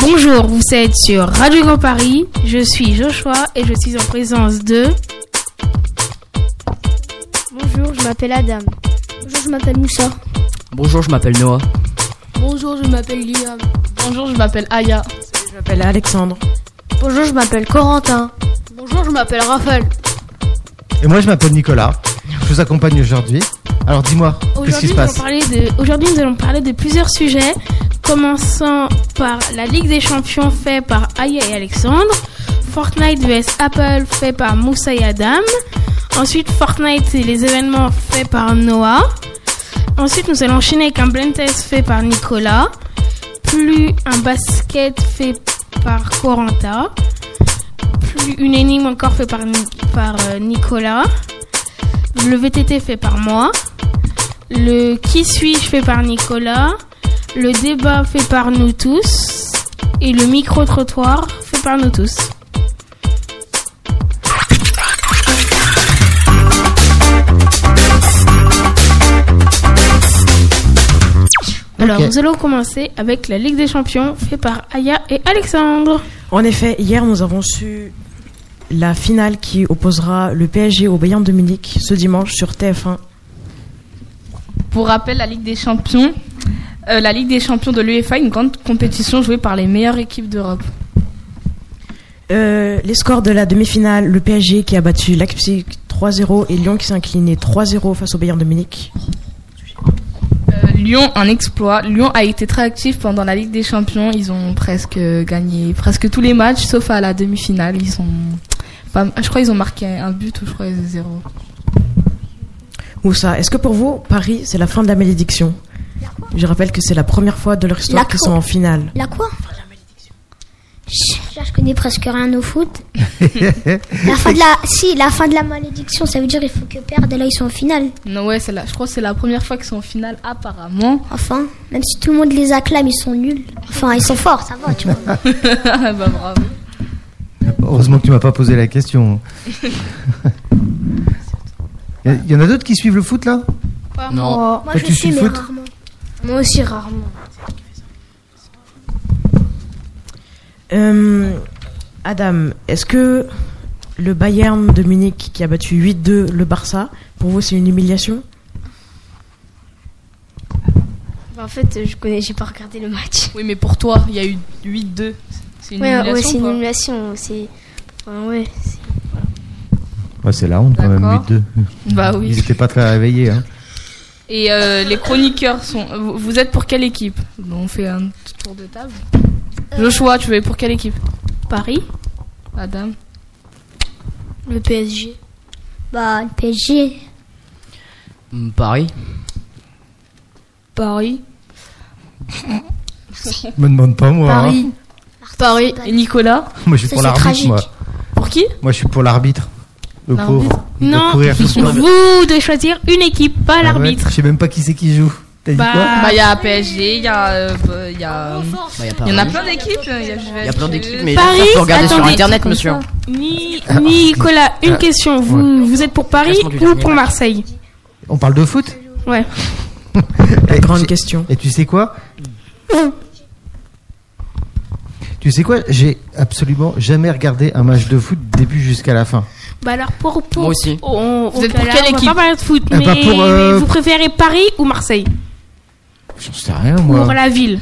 Bonjour, vous êtes sur Radio Grand Paris. Je suis Joshua et je suis en présence de. Bonjour, je m'appelle Adam. Bonjour, je m'appelle Moussa. Bonjour, je m'appelle Noah. Bonjour, je m'appelle Liam. Bonjour, je m'appelle Aya. Je m'appelle Alexandre. Bonjour, je m'appelle Corentin. Bonjour, je m'appelle Raphaël. Et moi, je m'appelle Nicolas. Je vous accompagne aujourd'hui. Alors, dis-moi, qu'est-ce qui se passe Aujourd'hui, nous allons parler de plusieurs sujets, commençant par la Ligue des Champions faite par Aya et Alexandre, Fortnite vs Apple fait par Moussa et Adam, ensuite Fortnite et les événements faits par Noah, ensuite nous allons enchaîner avec un blend test fait par Nicolas, plus un basket fait par Corenta, plus une énigme encore fait par, Ni- par euh, Nicolas, le VTT fait par moi, le qui suis-je fait par Nicolas, le débat fait par nous tous et le micro-trottoir fait par nous tous. Alors, Ok. nous allons commencer avec la Ligue des Champions faite par Aya et Alexandre. En effet, hier, nous avons su la finale qui opposera le PSG au Bayern de Munich ce dimanche sur TF1. Pour rappel, la Ligue des Champions, euh, la Ligue des Champions de l'UEFA, une grande compétition jouée par les meilleures équipes d'Europe. Euh, les scores de la demi-finale, le PSG qui a battu Leipzig 3-0 et Lyon qui s'est incliné 3-0 face au Bayern de Munich. Euh, Lyon, un exploit. Lyon a été très actif pendant la Ligue des Champions. Ils ont presque gagné presque tous les matchs, sauf à la demi-finale. Ils sont, pas- je crois, ils ont marqué un but ou je crois zéro. Où ça Est-ce que pour vous, Paris, c'est la fin de la malédiction Je rappelle que c'est la première fois de leur histoire La qu'ils co- sont en finale. La quoi Chut, là, je connais presque rien au foot. la fin de la, si, la fin de la malédiction, ça veut dire il faut que perdre et là ils sont en finale. Non, ouais, c'est la, je crois que c'est la première fois qu'ils sont en finale, apparemment. Enfin, même si tout le monde les acclame, ils sont nuls. Enfin, ils sont forts, ça va, tu vois. bah, bravo. Heureusement que tu m'as pas posé la question. Il y en a d'autres qui suivent le foot là Non. Oh, Moi, Toi, je tu suis suis, mais foot rarement. Moi aussi, rarement. Euh, Adam, est-ce que le Bayern de Munich qui a battu 8-2 le Barça, pour vous, c'est une humiliation Bah, en fait, je connais, j'ai pas regardé le match. Oui, mais pour toi, il y a eu 8-2. C'est une Ouais, humiliation ouais, c'est ou une pas émulation. C'est. Enfin, ouais. c'est- Ouais, c'est la honte quand même, D'accord. 8-2. Bah oui. Ils n'étaient pas très réveillés. Hein. Et euh, les chroniqueurs sont. vous- Vous êtes pour quelle équipe Bon, On fait un petit tour de table. Joshua, tu es pour quelle équipe Paris, Adam Le PSG. Bah, le PSG. Hmm, Paris. Paris. Me demande pas moi. hein. Paris. Paris. Et Nicolas Moi je suis Ça, pour c'est l'arbitre. tragique. Moi. Pour qui moi je suis pour l'arbitre. Le L'arbitre. pauvre. Il doit Non, courir tout le temps. vous de choisir une équipe, pas Ah ouais, l'arbitre. Je sais même pas qui c'est qui joue. T'as dit Bah, quoi Bah, il y a PSG, il y a. euh, bah, Il y a. Bah, y a Il y en a Paris. plein d'équipes. Il y a Juventus. Il y a plein d'équipes, mais Paris, ça faut regarder sur attendez, internet, comme monsieur. ça. Ni, Ah, Ah, Nicolas, une question. Vous, vous êtes pour Paris Classement du ou dernier pour match. Marseille On parle de foot Ouais. et, Grande j'ai- question. et tu sais quoi Tu sais quoi J'ai absolument jamais regardé un match de foot début jusqu'à la fin. Bah alors pour, pour Moi aussi. ben, On, Vous êtes pour là, quelle on va équipe pas parler de foot, Eh mais bah, pour, euh, vous préférez Paris ou Marseille J'en sais rien Pour moi. la ville.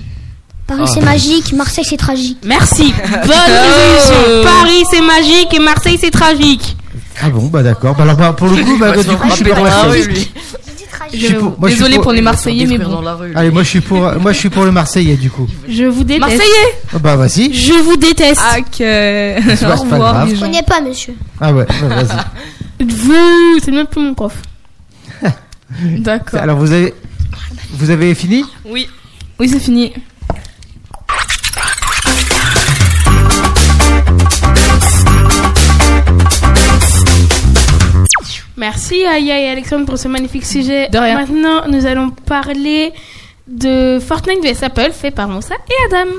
Paris, Ah. c'est magique. Marseille, c'est tragique. Merci. Bonne Oh. résolution. Paris c'est magique et Marseille c'est tragique. Ah bon bah d'accord. Bah, alors, bah, pour le coup bah, Ouais, du sinon, coup je suis on va péter dans pour la Marseille. Ah rue, lui. J'ai dit tragique. Je suis pour- moi, je suis Désolé pour- pour les On va se faire Marseillais, mais détruire dans bon. la rue, lui. Allez moi je suis pour moi je suis pour le Marseillais du coup. Je vous déteste. Marseillais Ah, Bah vas-y. Je vous déteste. Ah, que. pas- Au c'est pas revoir, grave. les Je gens. connais pas, monsieur. Ah ouais bah, vas-y. Vous, c'est même plus mon prof. D'accord. Alors vous avez vous avez fini Oui. Oui, c'est fini. Merci Aya et Alexandre pour ce magnifique sujet. De rien. Maintenant, nous allons parler de Fortnite vs Apple fait par Moussa et Adam.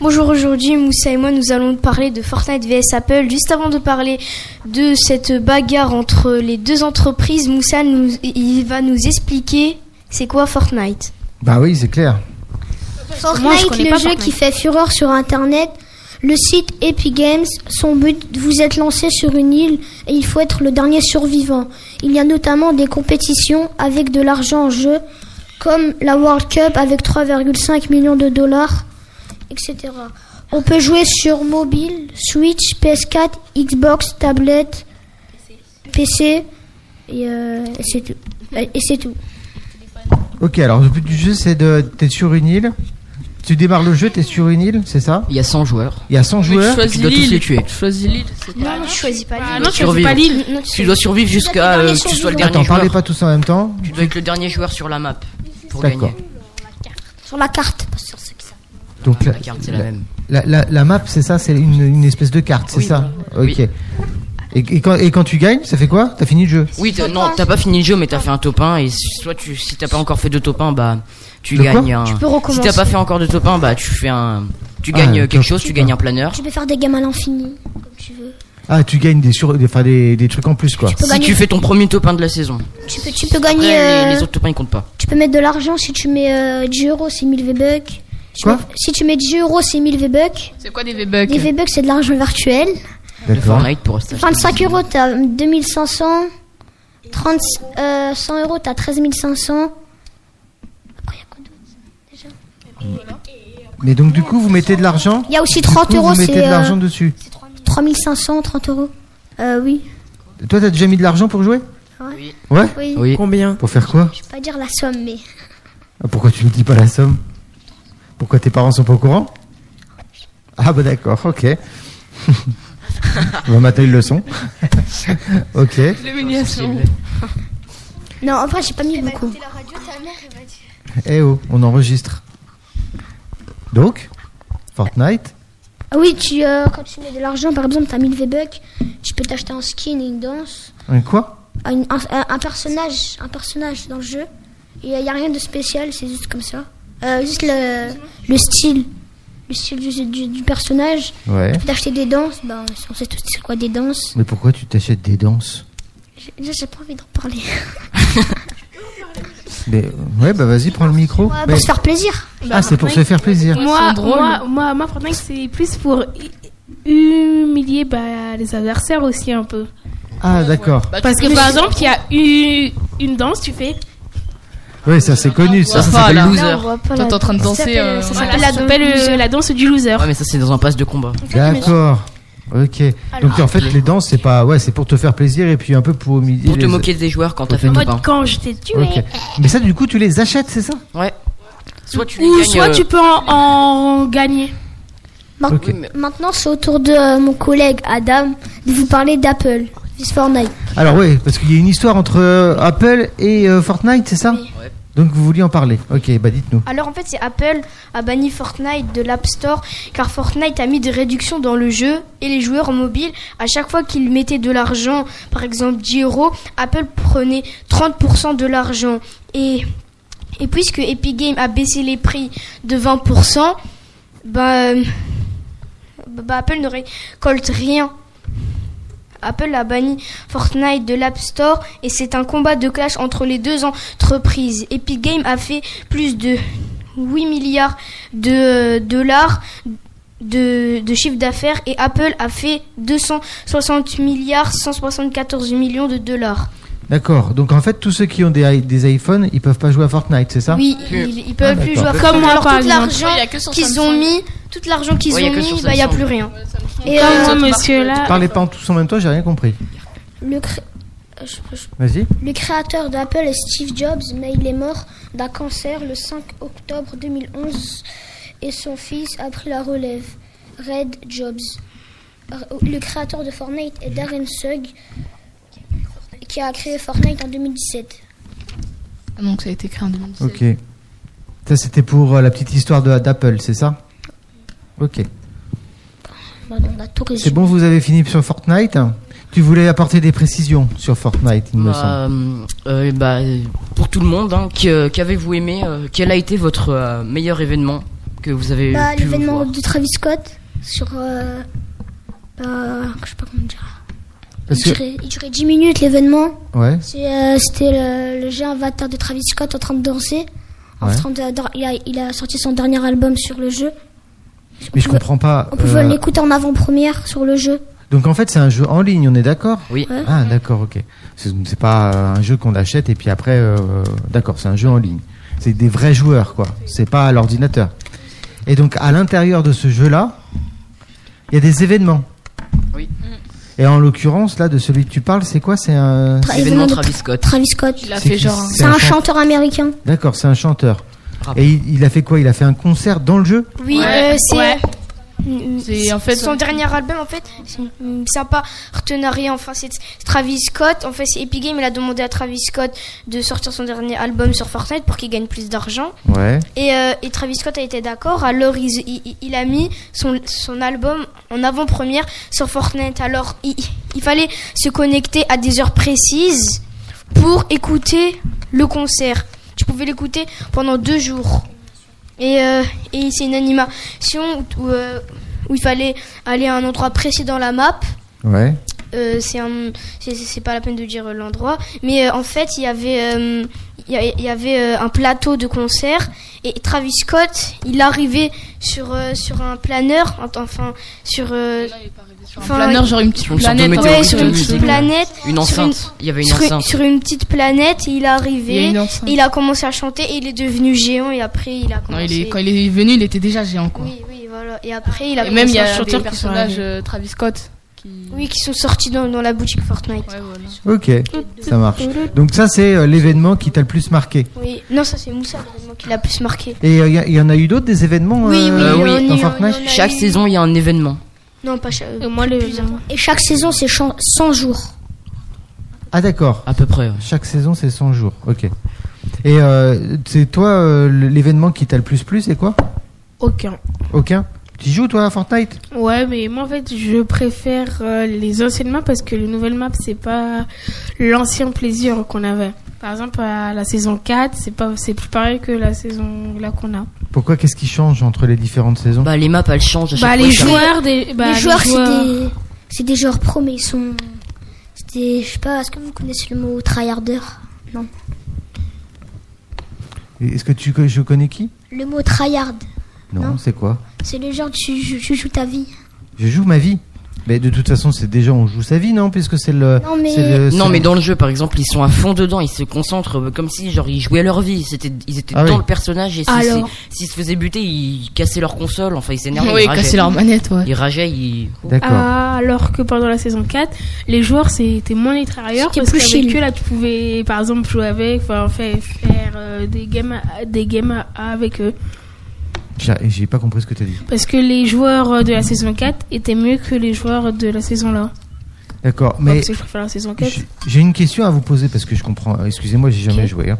Bonjour, aujourd'hui, Moussa et moi, nous allons parler de Fortnite vs Apple. Juste avant de parler de cette bagarre entre les deux entreprises, Moussa, nous, il va nous expliquer c'est quoi Fortnite. Bah oui c'est clair. Fortnite, Moi, je connais le pas jeu Fortnite. qui fait fureur sur Internet, Le site Epic Games, son but, vous êtes lancé sur une île et il faut être le dernier survivant. Il y a notamment des compétitions avec de l'argent en jeu, comme la World Cup avec 3,5 millions de dollars, etc. On peut jouer sur mobile, Switch, PS4, Xbox, tablette, PC, et, euh, et c'est tout. Et c'est tout. Ok, alors le but du jeu, c'est de. T'es sur une île. Tu démarres le jeu, t'es sur une île, c'est ça Il y a 100 joueurs. Il y a 100 Mais tu joueurs. choisis Tu dois tous l'île. les tuer. Tu choisis l'île. Non, non, je choisis pas Ah l'île. non, tu choisis pas l'île. Tu dois survivre jusqu'à euh, que tu sois le dernier Attends, parlez joueur. pas tous en même temps. Tu dois être le dernier joueur sur la map pour D'accord. gagner. Sur la carte, pas sur ce qui ça. Donc la, Ah, La carte, c'est la même. la, la- la map, c'est ça, c'est une, une espèce de carte, c'est Oui, ça voilà. Ok. Et, et quand, et quand tu gagnes, ça fait quoi T'as fini le jeu Oui, t'as- non, t'as pas fini le jeu, mais t'as fait un top 1. Et si- soit tu, si t'as pas encore fait de top 1, bah tu De quoi gagnes un. peux si recommencer. t'as pas fait encore de top 1, bah tu fais un. Tu Ah, gagnes euh, top. quelque chose, tu gagnes un planeur. Tu peux faire des gammes à l'infini, comme tu veux. Ah, tu gagnes des, sur, des, enfin, des, des trucs en plus, quoi. Tu peux Si gagner. tu fais ton premier top 1 de la saison, Tu peux, tu peux gagner. après, les, euh, les autres top 1 ils comptent pas. Tu peux mettre de l'argent si tu mets euh, 10 euros, c'est 1000 V-Bucks. Si tu Quoi mets- Si tu mets 10 euros, c'est 1000 V-Bucks. C'est quoi des V-Bucks Les V-Bucks, c'est de l'argent virtuel. De Fortnite pour rester. 25 euros, t'as 2500. 30, euh, 100 euros, t'as 13500. Après, y a quoi d'autre Mais donc, du coup, vous mettez de l'argent Il y a aussi Du 30 coup, euros, Vous mettez de c'est l'argent euh, dessus. 3500, 30 euros. Euh, oui. Toi, t'as déjà mis de l'argent pour jouer Ouais. Ouais Oui. Oui. Combien Pour faire quoi Je vais pas dire la somme, mais. Ah, Pourquoi tu me dis pas la somme Pourquoi tes parents sont pas au courant Ah bah d'accord, ok. bah maintenant ils le sont. ok. L'humiliation. Non, en vrai, j'ai pas mis beaucoup. Eh oh, on enregistre. Donc, Fortnite. Ah oui, tu, euh, quand tu mets de l'argent, par exemple, t'as 1000 V-Bucks, tu peux t'acheter un skin et une danse. Un quoi à une- un, un- un personnage, un personnage dans le jeu. Il n'y a rien de spécial, c'est juste comme ça. Euh, juste le, le style, le style du, du, du personnage. Ouais. D'acheter des danses, ben, on sait tous c'est quoi des danses. Mais pourquoi tu t'achètes des danses J'ai j'ai pas envie d'en parler. Mais, euh, Ouais, bah vas-y, prends le micro. Ouais, Mais- pour se faire plaisir. Bah, Ah, c'est pour se faire plaisir. Moi, sont drôles. moi, moi, moi, Fortnite, c'est plus pour hu- humilier bah, les adversaires aussi un peu. Ah, d'accord. Bah, Parce que par exemple, il y a eu une danse, tu fais. Oui, ça c'est connu. Ça, ça s'appelle Oh, Voilà. Loser. Là, on voit pas Toi, la- t'es en train de Ça danser. s'appelle- euh, ça Voilà, s'appelle la ça s'appelle danse. euh, la danse du loser. Ouais, mais ça c'est dans un pass de combat. D'accord. Ok. Donc en fait, les danses, c'est pas, ouais, c'est pour te faire plaisir et puis un peu pour humilier Pour te les- moquer des joueurs quand t'as Faut fait En top mode 1. quand je t'ai tué. Ok. Mais ça, du coup, tu les achètes, c'est ça Ouais. Soit tu les Ou gagnes. soit euh, tu peux en, en gagner. Ma- Ok. Maintenant, c'est au tour de euh, mon collègue Adam de vous parler d'Apple, vis Fortnite. Alors oui, parce qu'il y a une histoire entre euh, Apple et euh, Fortnite, c'est ça Ouais. Donc vous vouliez en parler. Ok, bah dites-nous. Alors en fait, c'est Apple a banni Fortnite de l'App Store car Fortnite a mis des réductions dans le jeu et les joueurs mobiles, à chaque fois qu'ils mettaient de l'argent, par exemple 10 euros, Apple prenait 30% de l'argent. Et, et puisque Epic Games a baissé les prix de 20%, bah, euh, bah, Apple ne récolte rien. Apple a banni Fortnite de l'App Store et c'est un combat de clash entre les deux entreprises. Epic Games a fait plus de 8 milliards de euh, dollars de, de chiffre d'affaires et Apple a fait 260 milliards 174 millions de dollars. D'accord. Donc en fait, tous ceux qui ont des, i- des iPhones, ils peuvent pas jouer à Fortnite, c'est ça oui, ils, ils peuvent Ah, plus jouer d'accord. à Fortnite. Comme moi, Alors, par tout exemple. l'argent qu'ils ont mis, tout l'argent qu'ils Ouais, y a ont que sur mis, bah, il n'y a Samsung. plus rien. Et Comme euh, moi, monsieur là. Parlez pas en tous en même temps, j'ai rien compris. le, cré- euh, je- je- Vas-y. le créateur d'Apple est Steve Jobs, mais il est mort d'un cancer le 5 octobre 2011 et son fils a pris la relève, Red Jobs. R- Le créateur de Fortnite est Darren Sugg, qui a créé Fortnite en 2017. Donc, ça a été créé en 2017. Ok. Ça, c'était pour euh, la petite histoire de d'Apple, c'est ça Ok. Bah, on a tout C'est résumé. bon, vous avez fini sur Fortnite. hein. Tu voulais apporter des précisions sur Fortnite, il me semble. Bah, euh, bah, pour tout le monde, hein, que- qu'avez-vous aimé euh, Quel a été votre euh, meilleur événement que vous avez Bah, pu L'événement voir de Travis Scott sur. euh, euh, je sais pas comment dire. Il Parce que- durait, il durait 10 minutes l'événement. ouais. C'est, euh, C'était le, le jeu Avatar de Travis Scott en train de danser. En Ouais. train de- dans- il, a, il a sorti son dernier album sur le jeu. Mais je comprends pas. On pouvait euh, Ah, l'écouter en avant-première sur le jeu. Donc en fait, c'est un jeu en ligne, on est d'accord Oui. Ouais. Ah, d'accord, ok. C'est c'est pas euh, un jeu qu'on achète et puis après, euh, d'accord, c'est un jeu en ligne. C'est des vrais joueurs, quoi. C'est pas à l'ordinateur. Et donc à l'intérieur de ce jeu-là, il y a des événements. Mm. Oui. Et en l'occurrence, là, de celui que tu parles, c'est quoi C'est un. Tra- Événement événement de Travis Scott. Travis Scott. Il a c'est fait qui genre. un- C'est un chan- chanteur américain. D'accord, c'est un chanteur. Bravo. Et il, il a fait quoi Il a fait un concert dans le jeu Oui, Ouais. euh, c'est. Ouais. Mm, C'est- en fait, son on- dernier album en fait c'est- mm, ça a pas partenariat enfin c'est c'est Travis Scott en fait c'est Epic Games il a demandé à Travis Scott de sortir son dernier album sur Fortnite pour qu'il gagne plus d'argent Ouais. et, euh, et Travis Scott a été d'accord alors ils- il, il- il a mis son, son album en avant-première sur Fortnite alors il, il fallait se connecter à des heures précises pour écouter le concert tu pouvais l'écouter pendant deux jours et, euh, et c'est une animation où, où, euh, où il fallait aller à un endroit précis dans la map. Ouais. Euh, c'est un- c'est- c'est pas la peine de dire euh, l'endroit, mais euh, en fait il y avait, euh, il y a- il y avait euh, un plateau de concert et Travis Scott il arrivait sur euh, sur un planeur, ent- enfin sur euh, Sur un enfin, planeur, genre une petite Une sorte de planète. ouais, météorite, sur une petite musique. planète, Une Sur une- enceinte. Il y avait une sur, une- enceinte. sur une petite planète et il est Il y a arrivé. une enceinte. et Il a commencé à chanter et il est devenu géant et après il a Non, commencé. il est, quand il est venu, il était déjà géant, quoi. Oui, oui, voilà. Et après il a Et même, il y commencé à a un chanter. chanteur par- personnage euh, Travis Scott. Qui... Oui, qui sont sortis dans, dans la boutique Fortnite. Ouais, voilà. Ok, ça marche. Donc ça, c'est euh, l'événement qui t'a le plus marqué. Oui, non, ça c'est Moussa vraiment qui l'a plus marqué. Et il y, en a eu d'autres, des événements Oui, oui, euh, oui, on dans y- Fortnite on y- Chaque eu- saison, il y a un événement. Non, pas cha- euh, Et Euh, moi, le- plusieurs. Et chaque saison, c'est chan- 100 jours. Ah d'accord, À peu près. ouais. chaque saison, c'est 100 jours, ok. Et euh, c'est toi, euh, l'événement qui t'a le plus plu, c'est quoi Aucun. Aucun Tu joues, toi, à Fortnite Ouais, mais moi en fait, je préfère euh, les anciennes maps parce que les nouvelles maps, c'est pas l'ancien plaisir qu'on avait. Par exemple, à la saison 4, c'est pas c'est plus pareil que la saison là qu'on a. Pourquoi Qu'est-ce qui change entre les différentes saisons Bah, les maps, elles changent à chaque Bah, fois. les ils arrivent. joueurs des bah, les joueurs, c'est des, c'est des joueurs pros, mais ils sont. c'est des- je sais pas, est-ce que vous connaissez le mot tryharder Non. Est-ce que tu co- je connais qui Le mot tryhard, Non, Non. c'est quoi c'est les gens que tu, tu- tu joues ta vie. Je joue ma vie. Mais de toute façon, c'est déjà on joue sa vie, non Puisque c'est le... Non, mais- c'est le- Non c'est- mais dans le jeu par exemple ils sont à fond dedans ils se concentrent euh, comme si genre ils jouaient leur vie c'était ils étaient Ah dans oui. le personnage et si- si- Alors. s'ils se faisaient buter ils cassaient leur console enfin ils s'énervaient Oui, ils casser rageaient leur manette, ouais. ils rageaient ils D'accord. Ah, alors que pendant la saison 4, les joueurs c'était moins les travailleurs C'était parce plus qu'avec chill. eux là tu pouvais par exemple jouer avec, enfin faire, faire euh, des games à- des games à- avec eux J'ai j'ai pas compris ce que t'as dit. parce que les joueurs euh, de la saison 4 étaient mieux que les joueurs de la saison là. D'accord, Mais mais... parce que je préfère la saison 4. J'ai- J'ai une question à vous poser parce que je comprends. euh, Excusez-moi, j'ai jamais joué. hein.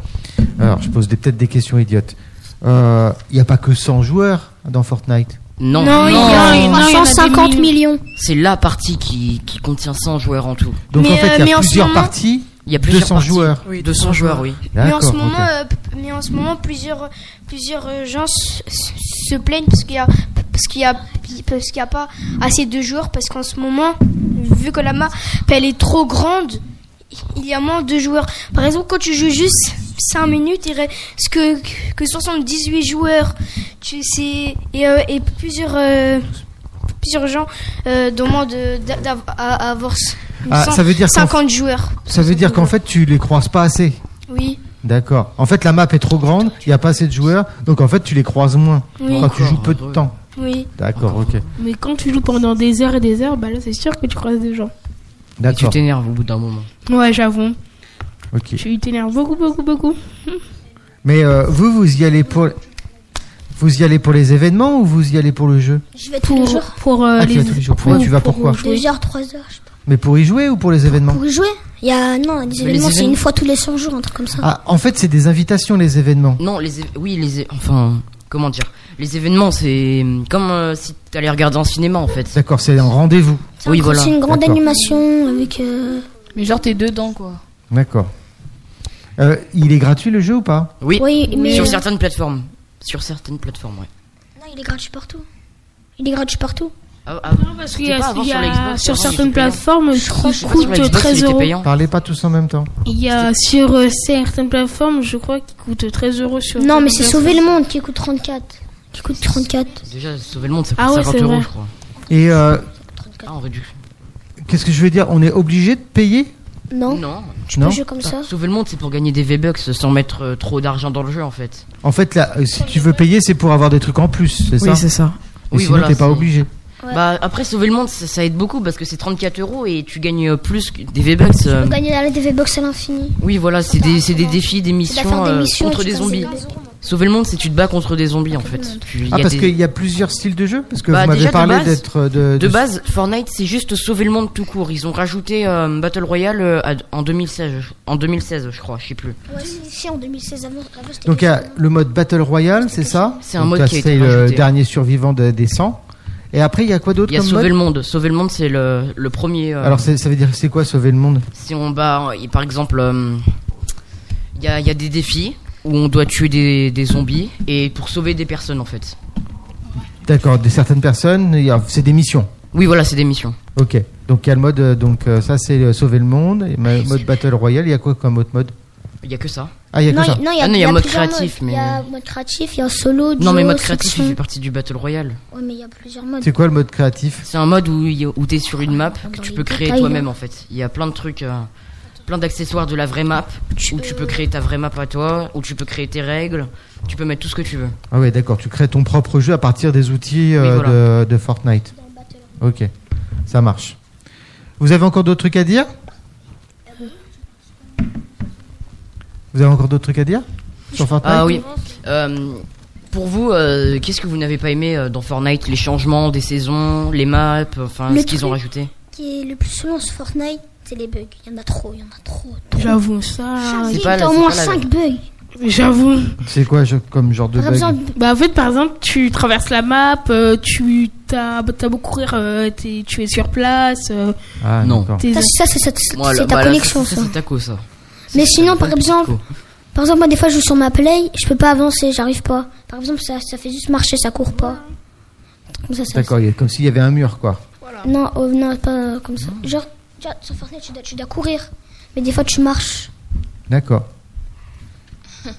Alors, je pose des- peut-être des questions idiotes. Il n'y a pas que 100 joueurs dans Fortnite. non, Non, il y a Non, il y en a des 150 millions. c'est la partie qui, qui contient 100 joueurs en tout Donc Mais, en fait, euh, il y mais a en ce plusieurs moment- parties, il y a plusieurs 200 parties. joueurs. 200 joueurs oui Mais en, ce D'accord, moment, ok. euh, p- mais en ce moment, plusieurs, plusieurs euh, gens s- s- se plaignent parce qu'il y a, parce qu'il y a, parce qu'il y a pas assez de joueurs. Parce qu'en ce moment, vu que la map elle est trop grande, il y a moins de joueurs. Par exemple, quand tu joues juste 5 minutes, il reste que, que 78 joueurs. Tu sais, et, euh, et plusieurs, euh, plusieurs gens euh, demandent euh, d'a- d'av- à- à avoir s- Ah, ça veut dire qu'en 50 joueurs. ça veut dire qu'en fait, tu les croises pas assez. Oui. D'accord. En fait, la map est trop grande, il n'y a pas assez de joueurs, donc en fait, tu les croises moins. Oui. Quand Ah, tu Encore joues peu de heureux. temps. Oui. D'accord, ok. Mais quand tu joues pendant des heures et des heures, bah là c'est sûr que tu croises des gens. et tu D'accord. t'énerves au bout d'un moment Ouais, j'avoue. Ok. Tu t'énerves beaucoup, beaucoup, beaucoup. Mais euh, vous, vous y allez pour vous y allez pour les événements ou vous y allez pour le jeu Je vais tous les Pour, jours. pour euh, Ah, tu les. vas tous les jours. Pourquoi pour- tu vas pour pourquoi jouer. 2 heures, 3 heures. je sais pas. Mais pour y jouer ou pour les événements Pour y jouer Il y a. Non, des Mais les événements, c'est événements- une fois tous les 100 jours, un truc comme ça. Ah, en fait, c'est des invitations, les événements. non les é- oui les é- enfin comment dire les événements c'est comme euh, si t'allais regarder un cinéma en fait D'accord, c'est un rendez-vous. C'est oui un- voilà C'est une grande D'accord. animation avec. euh, Mais genre, t'es dedans, quoi. D'accord. Euh, il est gratuit le jeu ou pas oui Oui, mais. sur euh, certaines plateformes sur certaines plateformes ouais Non, il est gratuit partout. Il est gratuit partout. Ah, ah, Non, parce qu'il C'était y a, pas avant il y sur a- la Xbox, sur avant, certaines c'était payant. plateformes, je crois, Je sais pas si sur la coûte Xbox, 13 il était euros. payant. Parlez pas tous en même temps. Il y a sur euh, certaines plateformes, je crois, qui coûtent 13 euros sur. Non, mais certaines c'est Sauver le Monde qui coûte 34. qui coûte 34. Déjà, sauver le monde, ça coûte Ah ouais, 50 c'est euros, vrai. je crois. Et euh, Ah, en réduction. qu'est-ce que je veux dire On est obligé de payer Non. Non. Tu peux Non. jouer comme ça Sauver le monde, c'est pour gagner des V-Bucks sans mettre euh, trop d'argent dans le jeu, en fait. En fait, là, euh, si tu veux payer, c'est pour avoir des trucs en plus, c'est ça Oui, c'est ça. Et Oui, sinon, voilà, t'es pas c'est- obligé. Bah, après, sauver le monde, ça, ça aide beaucoup parce que c'est 34 euros et tu gagnes euh, plus que des V-Bucks. euh, On gagne la TV-Box à l'infini. Oui, voilà, c'est des, c'est des défis, des missions des euh, missions et contre tu des passes zombies. des Sauver le monde, c'est tu te bats contre des zombies, en fait. Tu- Ah, y a parce des- qu'il y a plusieurs styles de jeu Parce que Bah, vous m'avez déjà, de parlé base- d'être. euh, De, De de- base, Fortnite, c'est juste sauver le monde tout court. Ils ont rajouté euh, Battle Royale euh, à- en 2016, je- en 2016, je crois, je sais plus. Ouais, si, si, en 2016, avant, avant, c'était Donc il y a le mode Battle Royale, c'est ça C'est un Donc mode là, qui a été C'est le rajouté. dernier survivant de- des 100. Et après, il y a quoi d'autre Il y a comme sauver mode le monde. Sauver le monde, c'est le, le premier. euh, Alors c'est- ça veut dire c'est quoi sauver le monde si on bat, euh, par exemple, euh, il y, a, il y a des défis où on doit tuer des, des zombies et pour sauver des personnes, en fait. D'accord, de certaines personnes, il y a- c'est des missions. Oui, voilà, c'est des missions. Ok. Donc il y a le mode, euh, donc euh, ça c'est euh, sauver le monde, et ma- mode Battle Royale, il y a quoi comme autre mode Il y a que ça. Ah, il y a non, que ça. non, il y a, Ah non, il y a il y a mode plusieurs créatif, modes. mais- Il y a mode créatif, il y a solo, duo, non, mais mode créatif, il section. fait partie du Battle Royale. Ouais, mais il y a plusieurs modes. C'est quoi le mode créatif C'est un mode où, il y a- où t'es sur une map que tu les peux créer détails, hein. toi-même, en fait. Il y a plein de trucs, euh, plein d'accessoires de la vraie map où tu peux créer ta vraie map à toi, où tu peux créer tes règles, tu peux mettre tout ce que tu veux. Ah ouais, d'accord, tu crées ton propre jeu à partir des outils euh, Oui, voilà. de, de Fortnite. Ok, ça marche. Vous avez encore d'autres trucs à dire Vous avez encore d'autres trucs à dire sur Fortnite Ah oui. Euh, pour vous, euh, qu'est-ce que vous n'avez pas aimé euh, dans Fortnite Les changements des saisons, les maps, enfin Le ce qu'ils ont truc- rajouté Ce qui est le plus souvent sur Fortnite, c'est les bugs. Il y en a trop, il y en a trop. J'avoue ça. Il y pas la- a au c'est moins pas la- 5 bugs. J'avoue. C'est quoi je- comme genre de Par bug exemple, Bah en fait par exemple tu traverses la map, euh, tu t'as t'as beau courir, euh, t'es- tu es sur place. euh, Ah, Non. d'accord. t'es- ça, ça, c'est ça- c'est Moi, là- ta bah, là, connexion, ça, ça. ça, C'est taco ça. Mais C'est sinon, un par bon exemple, taco. Par exemple, moi, des fois, je joue sur ma play, je peux pas avancer, j'arrive pas. Par exemple, ça, ça fait juste marcher, ça court pas. Comme ça, ça. D'accord, il y a- comme s'il y avait un mur, quoi. Non, oh, non, pas comme ça. Genre, tu vois, sur Fortnite, tu dois, tu dois courir. Mais des fois, tu marches. D'accord.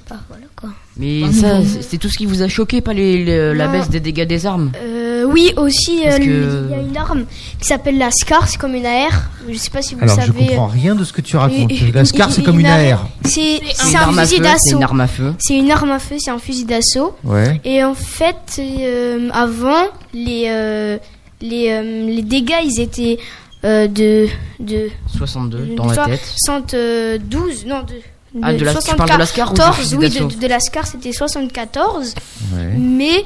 Bah, voilà, quoi. Bah, Mais ça, c'est- c'est tout ce qui vous a choqué, pas les, les- la Non. baisse des dégâts des armes. Euh, oui, aussi, Parce euh, que- le- il y a une arme qui s'appelle la SCAR, c'est comme une AR. Je sais pas si vous Alors, je savez. comprends rien de ce que tu racontes. une- La SCAR, une- c'est comme une une arme. AR. C'est C'est c'est un arme à fusil feu, c'est d'assaut. une arme à feu. C'est une arme à feu, c'est un fusil d'assaut. Ouais. Et en fait, euh, avant, les, euh, les, euh, les dégâts, ils étaient euh, de, de, 62 dans la tête. 72, non, de, Ah, de la, tu parles de la SCAR ou du 74, fusil oui, d'assaut de, de la SCAR, c'était 74 mais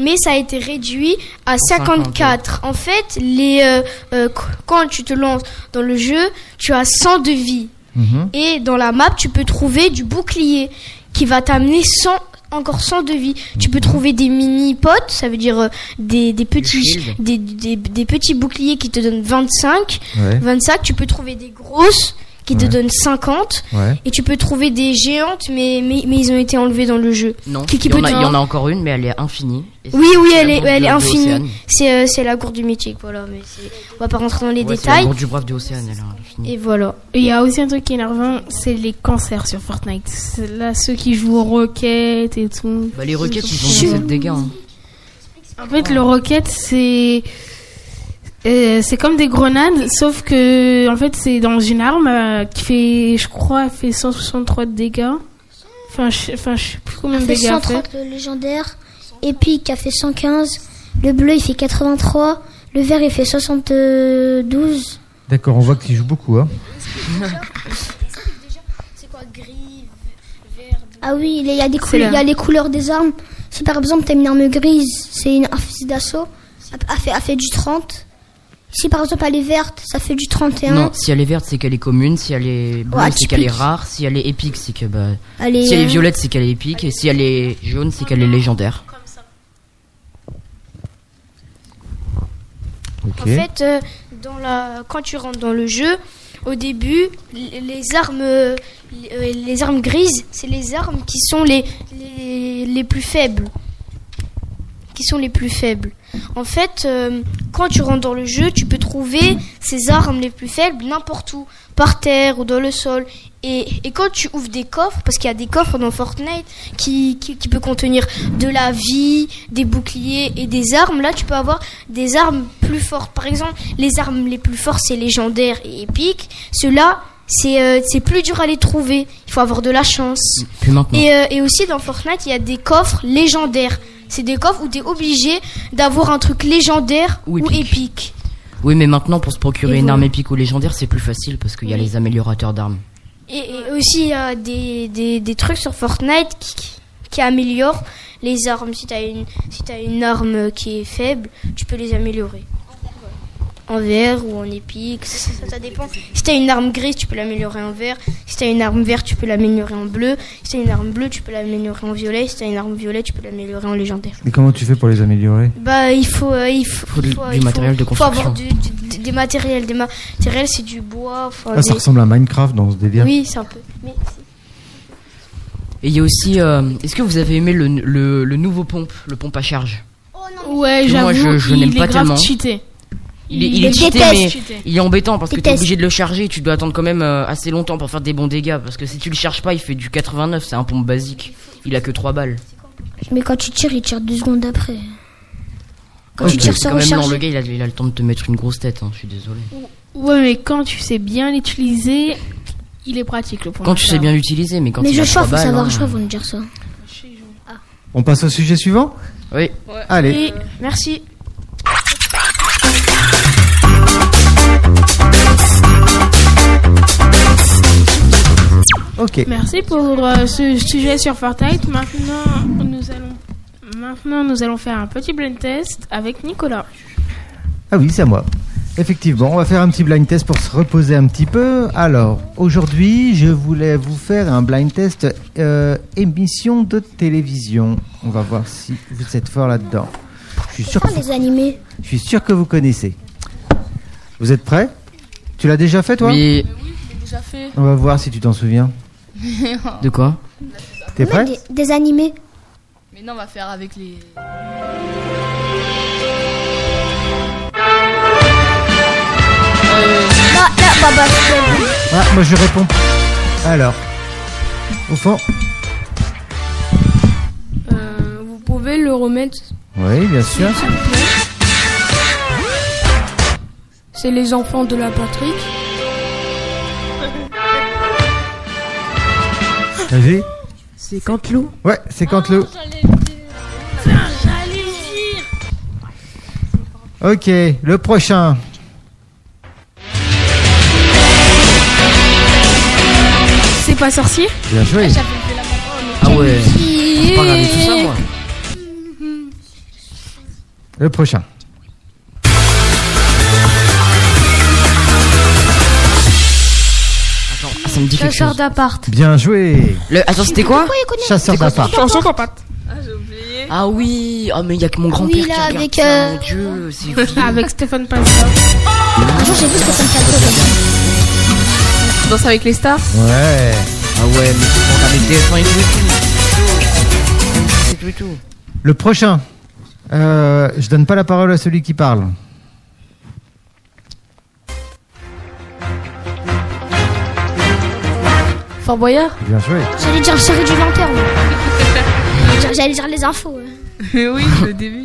mais ça a été réduit à 54. En fait, les euh, euh, qu- quand tu te lances dans le jeu, tu as 100 de vie Mhm. et dans la map, tu peux trouver du bouclier qui va t'amener 100 encore 100 de vie. Tu Mhm. peux trouver des mini potes, ça veut dire euh, des, des petits shield. des, des- des petits boucliers qui te donnent 25, Ouais. 25, tu peux trouver des grosses qui te Ouais. donnent 50 Ouais. et tu peux trouver des géantes mais mais, mais ils ont été enlevés dans le jeu. Non, Qui- qui il y, en a, peut te- il y en a encore une, mais elle est infinie. Et Oui, oui, c'est elle la est, gourde elle de- est de infinie. Océane. C'est euh, c'est la gourde du métier, voilà. Mais c'est- on va pas rentrer dans les Ouais, c'est la détails. gourde du brave de Océane, elle est infinie. Et voilà. Il y a aussi un truc qui est énervant, c'est les cancers sur Fortnite. C'est Là, ceux qui jouent aux roquettes et tout. Bah, les requêtes, ils ont Chut. 17 dégâts. hein. En fait, le roquette, c'est. euh, c'est comme des grenades, sauf que en fait c'est dans une arme euh, qui fait, je crois, elle fait 163 de dégâts. Enfin, je, enfin, je sais plus combien Il de fait dégâts elle fait. 130 le légendaire. Epic a fait 115. Le bleu, il fait 83. Le vert, il fait 72. D'accord, on voit que tu joues beaucoup. Hein. Ah oui, il y a, des cou- C'est il y là. a les couleurs des armes. Si par exemple, t'as une arme grise, c'est une un fusil d'assaut. Elle fait, elle fait du 30. Si par exemple, elle est verte, ça fait du 31. Non, si elle est verte, c'est qu'elle est commune. Si elle est bleue, c'est atypique. qu'elle est rare. Si elle est épique, c'est que. Bah, Elle est, si elle est euh, violette, c'est qu'elle est épique. Et si elle est jaune, c'est qu'elle est légendaire. Ok. En fait, euh, dans la, quand tu rentres dans le jeu, au début, l- les armes, euh, les euh, les armes grises, c'est les armes qui sont les, les, les plus faibles. qui sont les plus faibles. En fait, euh, quand tu rentres dans le jeu, tu peux trouver ces armes les plus faibles n'importe où, par terre ou dans le sol. Et, et quand tu ouvres des coffres, parce qu'il y a des coffres dans Fortnite qui, qui, qui peut contenir de la vie, des boucliers et des armes, là tu peux avoir des armes plus fortes. Par exemple, les armes les plus fortes, c'est légendaire et épique. Ceux-là, c'est euh, c'est plus dur à les trouver. Il faut avoir de la chance. Puis maintenant. Et, euh, et aussi dans Fortnite, il y a des coffres légendaires. C'est des coffres où tu es obligé d'avoir un truc légendaire Ou ou épique. Oui, mais maintenant, pour se procurer Et une vous- arme épique ou légendaire, c'est plus facile parce qu'il y a les améliorateurs d'armes. Et, et aussi, il y a des, des, des trucs sur Fortnite qui, qui- qui améliorent les armes. Si t'as une, si t'as une arme qui est faible, tu peux les améliorer. En vert ou en épique, ça, ça- ça dépend. Si t'as une arme grise, tu peux l'améliorer en vert. Si t'as une arme verte, tu peux l'améliorer en bleu. Si t'as une arme bleue, tu peux l'améliorer en violet. Si t'as une arme violette, tu peux l'améliorer en légendaire. Et comment tu fais pour les améliorer Bah, il faut, euh, il faut, Faut du- il faut- du il faut- matériel de faut avoir construction. du- du- des matériels. Des matériels, c'est du bois. enfin, Ah, ça des- ressemble à Minecraft dans ce délire. Oui, c'est un peu. Mais Et il y a aussi. euh, Est-ce que vous avez aimé le, le, le nouveau pompe, le pompe à charge Ouais, Parce que moi, j'avoue, je- je il n'aime est pas grave tellement. hein. cheaté. Il est, il Il est le cheaté, déteste. mais Cheaté. il est embêtant parce que t'es Déteste. obligé de le charger et tu dois attendre quand même euh, assez longtemps pour faire des bons dégâts. Parce que si tu le charges pas, il fait du 89, c'est un pompe basique. Il a que 3 balles. Mais quand tu tires, il tire deux secondes après. Quand Ouais, tu mais tires c'est sans quand même lent, le recharger. gars il a, il a le temps de te mettre une grosse tête, hein, je suis désolé. Ouais, mais quand tu sais bien l'utiliser, il est pratique le point. Quand tu sais bien l'utiliser, mais quand Mais il je a trois chauffe, faut balles, savoir hein. chauffe avant de dire ça. On passe au sujet suivant Oui. Allez. Merci. Ok. Merci pour euh, ce sujet sur Fortnite. Maintenant, nous allons maintenant nous allons faire un petit blind test avec Nicolas. Ah oui, c'est à moi. Effectivement, on va faire un petit blind test pour se reposer un petit peu. Alors, aujourd'hui, je voulais vous faire un blind test euh, émission de télévision. On va voir si vous êtes fort là-dedans. Je suis sûr que Pourquoi les animés Je suis sûr que vous connaissez. Vous êtes prêts Tu l'as déjà fait, toi Oui. Déjà fait. On va voir si tu t'en souviens. De quoi T'es prêt des, des animés. Mais non, on va faire avec les. Là, là, bah, bah, je peux- Ah, moi je réponds. Alors, au fond. vous pouvez le remettre. Oui, bien sûr. C'est les enfants de la Patrick. T'as vu C'est Cantelou Ouais, c'est Cantelou. Ok, le prochain. C'est pas sorcier Bien joué. Ah ouais. J'ai pas regardé tout ça moi. Le prochain. Attends, ah, ça me dit quelque Chasseur chose. d'appart. Bien joué. Le... Euh, Attends, c'était quoi Chasseur d'appart. Chanson qu'on pâte. Ah oui, ah mais il y a que mon grand-père Oui, qui là, regarde avec, ça, euh, mon dieu, c'est vieux. Avec Stéphane Pazard. Un jour, Ah, j'ai vu Stéphane Plaza. Danse avec les stars Ouais. Ah ouais, mais on regarde les TF1 et tout et tout. C'est tout et tout. Le prochain. Euh, je donne pas la parole à celui qui parle. Fort Boyard Bien joué. bah. J'allais dire le chéri du lanterne. J'allais dire- J'allais dire les infos. ouais. Mais oui, le début.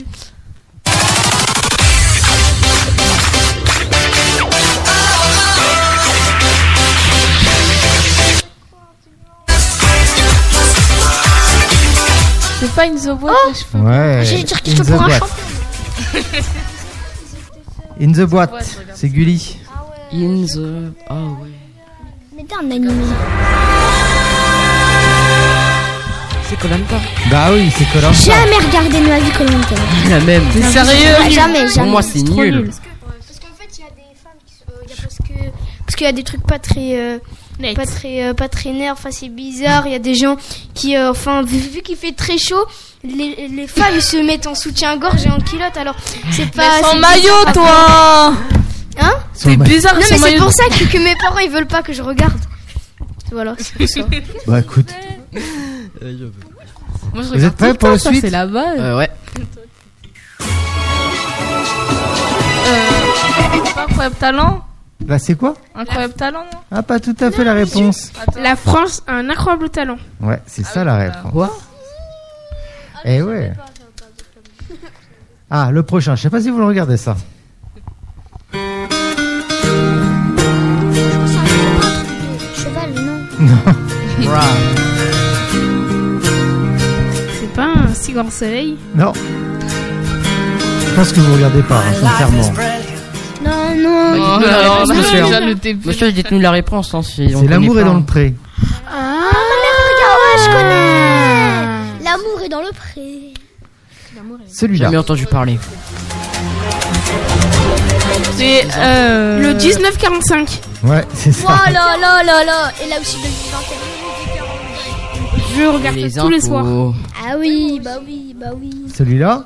C'est pas une zoboîte les cheveux. Ouais. J'allais dire qu'il In se the prend un boîte. champion. In the boîte. C'est Gulli. Ah In the... Ah ouais. Mais d'un animé. C'est Colanta. Bah oui, c'est Colin. Jamais regardé de ma vie Koh Lanta. La même. T'es sérieux Ouais, Jamais, Pour jamais. moi, c'est trop Oh. nul. Parce qu'en fait, il y a des femmes qui sont. euh, il y a parce que parce qu'il y a des trucs pas très euh, pas très euh, pas très nerfs. Enfin, c'est bizarre. Il y a des gens qui euh, enfin vu, vu qu'il fait très chaud, les, les femmes se mettent en soutien-gorge et en culotte. Alors c'est pas. Sans c'est- maillot, toi Hein C'est bizarre, Non sans mais c'est maillot. pour ça que, que mes parents ils veulent pas que je regarde. Voilà. c'est pour ça. Bah écoute. Moi, je Euh, Vous êtes prêts pour la ça, suite Bah C'est la balle. Euh, ouais. Incroyable talent Là, Bah, c'est quoi Incroyable talent, non Ah, pas tout à fait la réponse. La France a un incroyable talent. Ouais, Ah c'est ça la réponse. Quoi Eh ouais. Ah, le prochain, je sais pas si vous le regardez ça. Cheval, non. Non. C'est pas un si grand soleil. Non. Je pense que vous regardez pas, hein, sincèrement. Non, Ah, Bah, non. dites-nous la réponse, hein monsieur. Oh, déjà le début. Monsieur, dites-nous la réponse. hein, si on C'est connaît l'amour pas. est dans le pré. Ah, mais regarde, ouais, Ah. je connais. L'amour est dans le pré. J'ai Celui-là. jamais entendu parler. C'est euh, Le 1945. Ouais, c'est ça. Oh là là là là. Et là aussi, le vivant, c'est Je regarde les tous les infos. soirs. Ah oui, bah oui, bah oui. Celui-là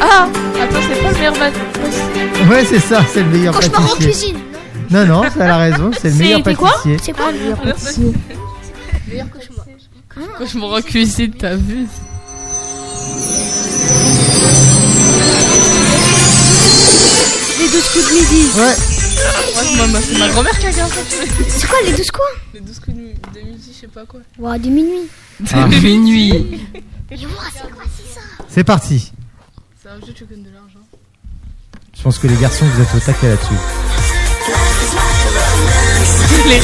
Ah Attends, c'est pas le meilleur match. Ouais, c'est ça, c'est le meilleur Quand je pars en pâtissier. cuisine. Non, non, ça a la raison, c'est le meilleur C'était quoi pâtissier. C'est quoi le Quand je me recuisine, t'as vu Les douze coups de midi. Ouais, Moi, c'est ma- ma- c'est ma grand-mère qui a gardé. C'est quoi les douze quoi Les 12 coups de midi, je sais pas quoi. Ouah, de minuit. Ah. Minuit. c'est parti. C'est un jeu, tu gagnes de l'argent. Je pense que les garçons, vous êtes au taquet là-dessus.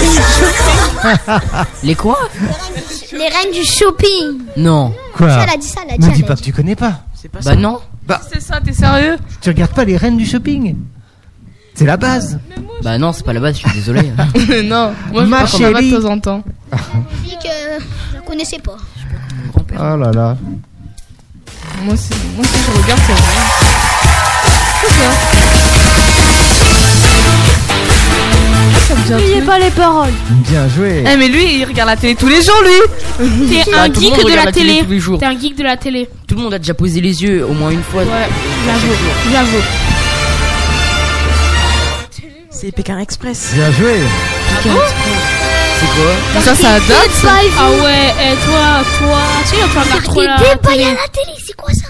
Les quoi Les reines du shopping. Non. Quoi Elle a dit ça, elle a dit Ne dis elle pas a que dit. tu connais pas. C'est pas Bah non. C'est ça, t'es sérieux Tu regardes pas les reines du shopping C'est la base. Bah non, c'est pas la base, je suis désolé. Non, moi je Ma parle pas de chérie. temps en temps. Je dis que je la connaissais pas. Oh là là. Moi aussi, moi aussi je regarde, c'est vrai. C'est ça. Ça me dit un truc. pas les paroles. Bien joué. Eh mais lui il regarde la télé tous les jours lui T'es hein, Bah, un tout le geek monde de regarde la télé. tous les jours. T'es un geek de la télé. Tout le monde a déjà posé les yeux au moins une fois. Ouais, j'avoue, j'avoue. C'est Pékin Express. Bien joué. C'est quoi Ça ça date ça. Ah ouais, et toi, toi, tu sais, tu regardes trop la Des dépailles à télé. la télé, c'est quoi ça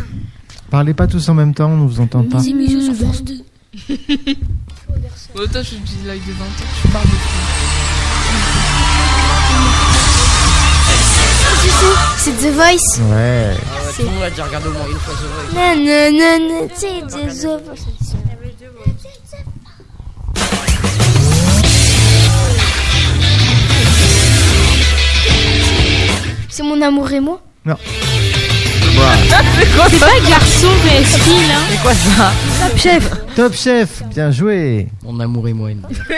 Parlez pas tous en même temps, on ne vous entend pas. C'est mieux sur France 2. Bon, toi je dis l'œil de 20 ans, je parle de C'est The Voice. Ouais. Ah Tout le monde a déjà regardé au moins une fois ce Nan, nan, nan, nan, c'est The Voice. C'est mon amour et moi. C'est pas garçon, mais fille, hein. C'est quoi Ah, ça Top chef, bien joué. Mon amour et moi.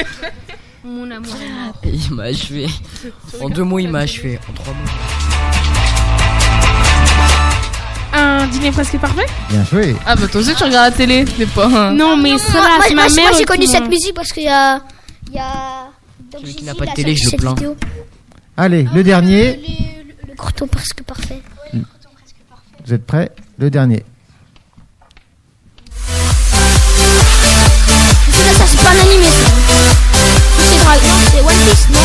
Mon amour. Il m'a achevé. En deux mots, il m'a achevé. En trois mots. Un dîner presque parfait Bien joué. Ah bah toi aussi tu regardes la télé, t'es pas un... Non, mais ça, Moi, c'est moi, ma mère. moi, j'ai connu qui- cette musique parce qu'il y a. Il y a. donc Celui qui Gigi, n'a pas de il a télé, je sorti le cette plains. vidéo. Allez, le dernier. Le, le croton presque parfait. Vous êtes prêts Le dernier. Ça, ça c'est pas un animé. ça. C'est Dragon, c'est One Piece, non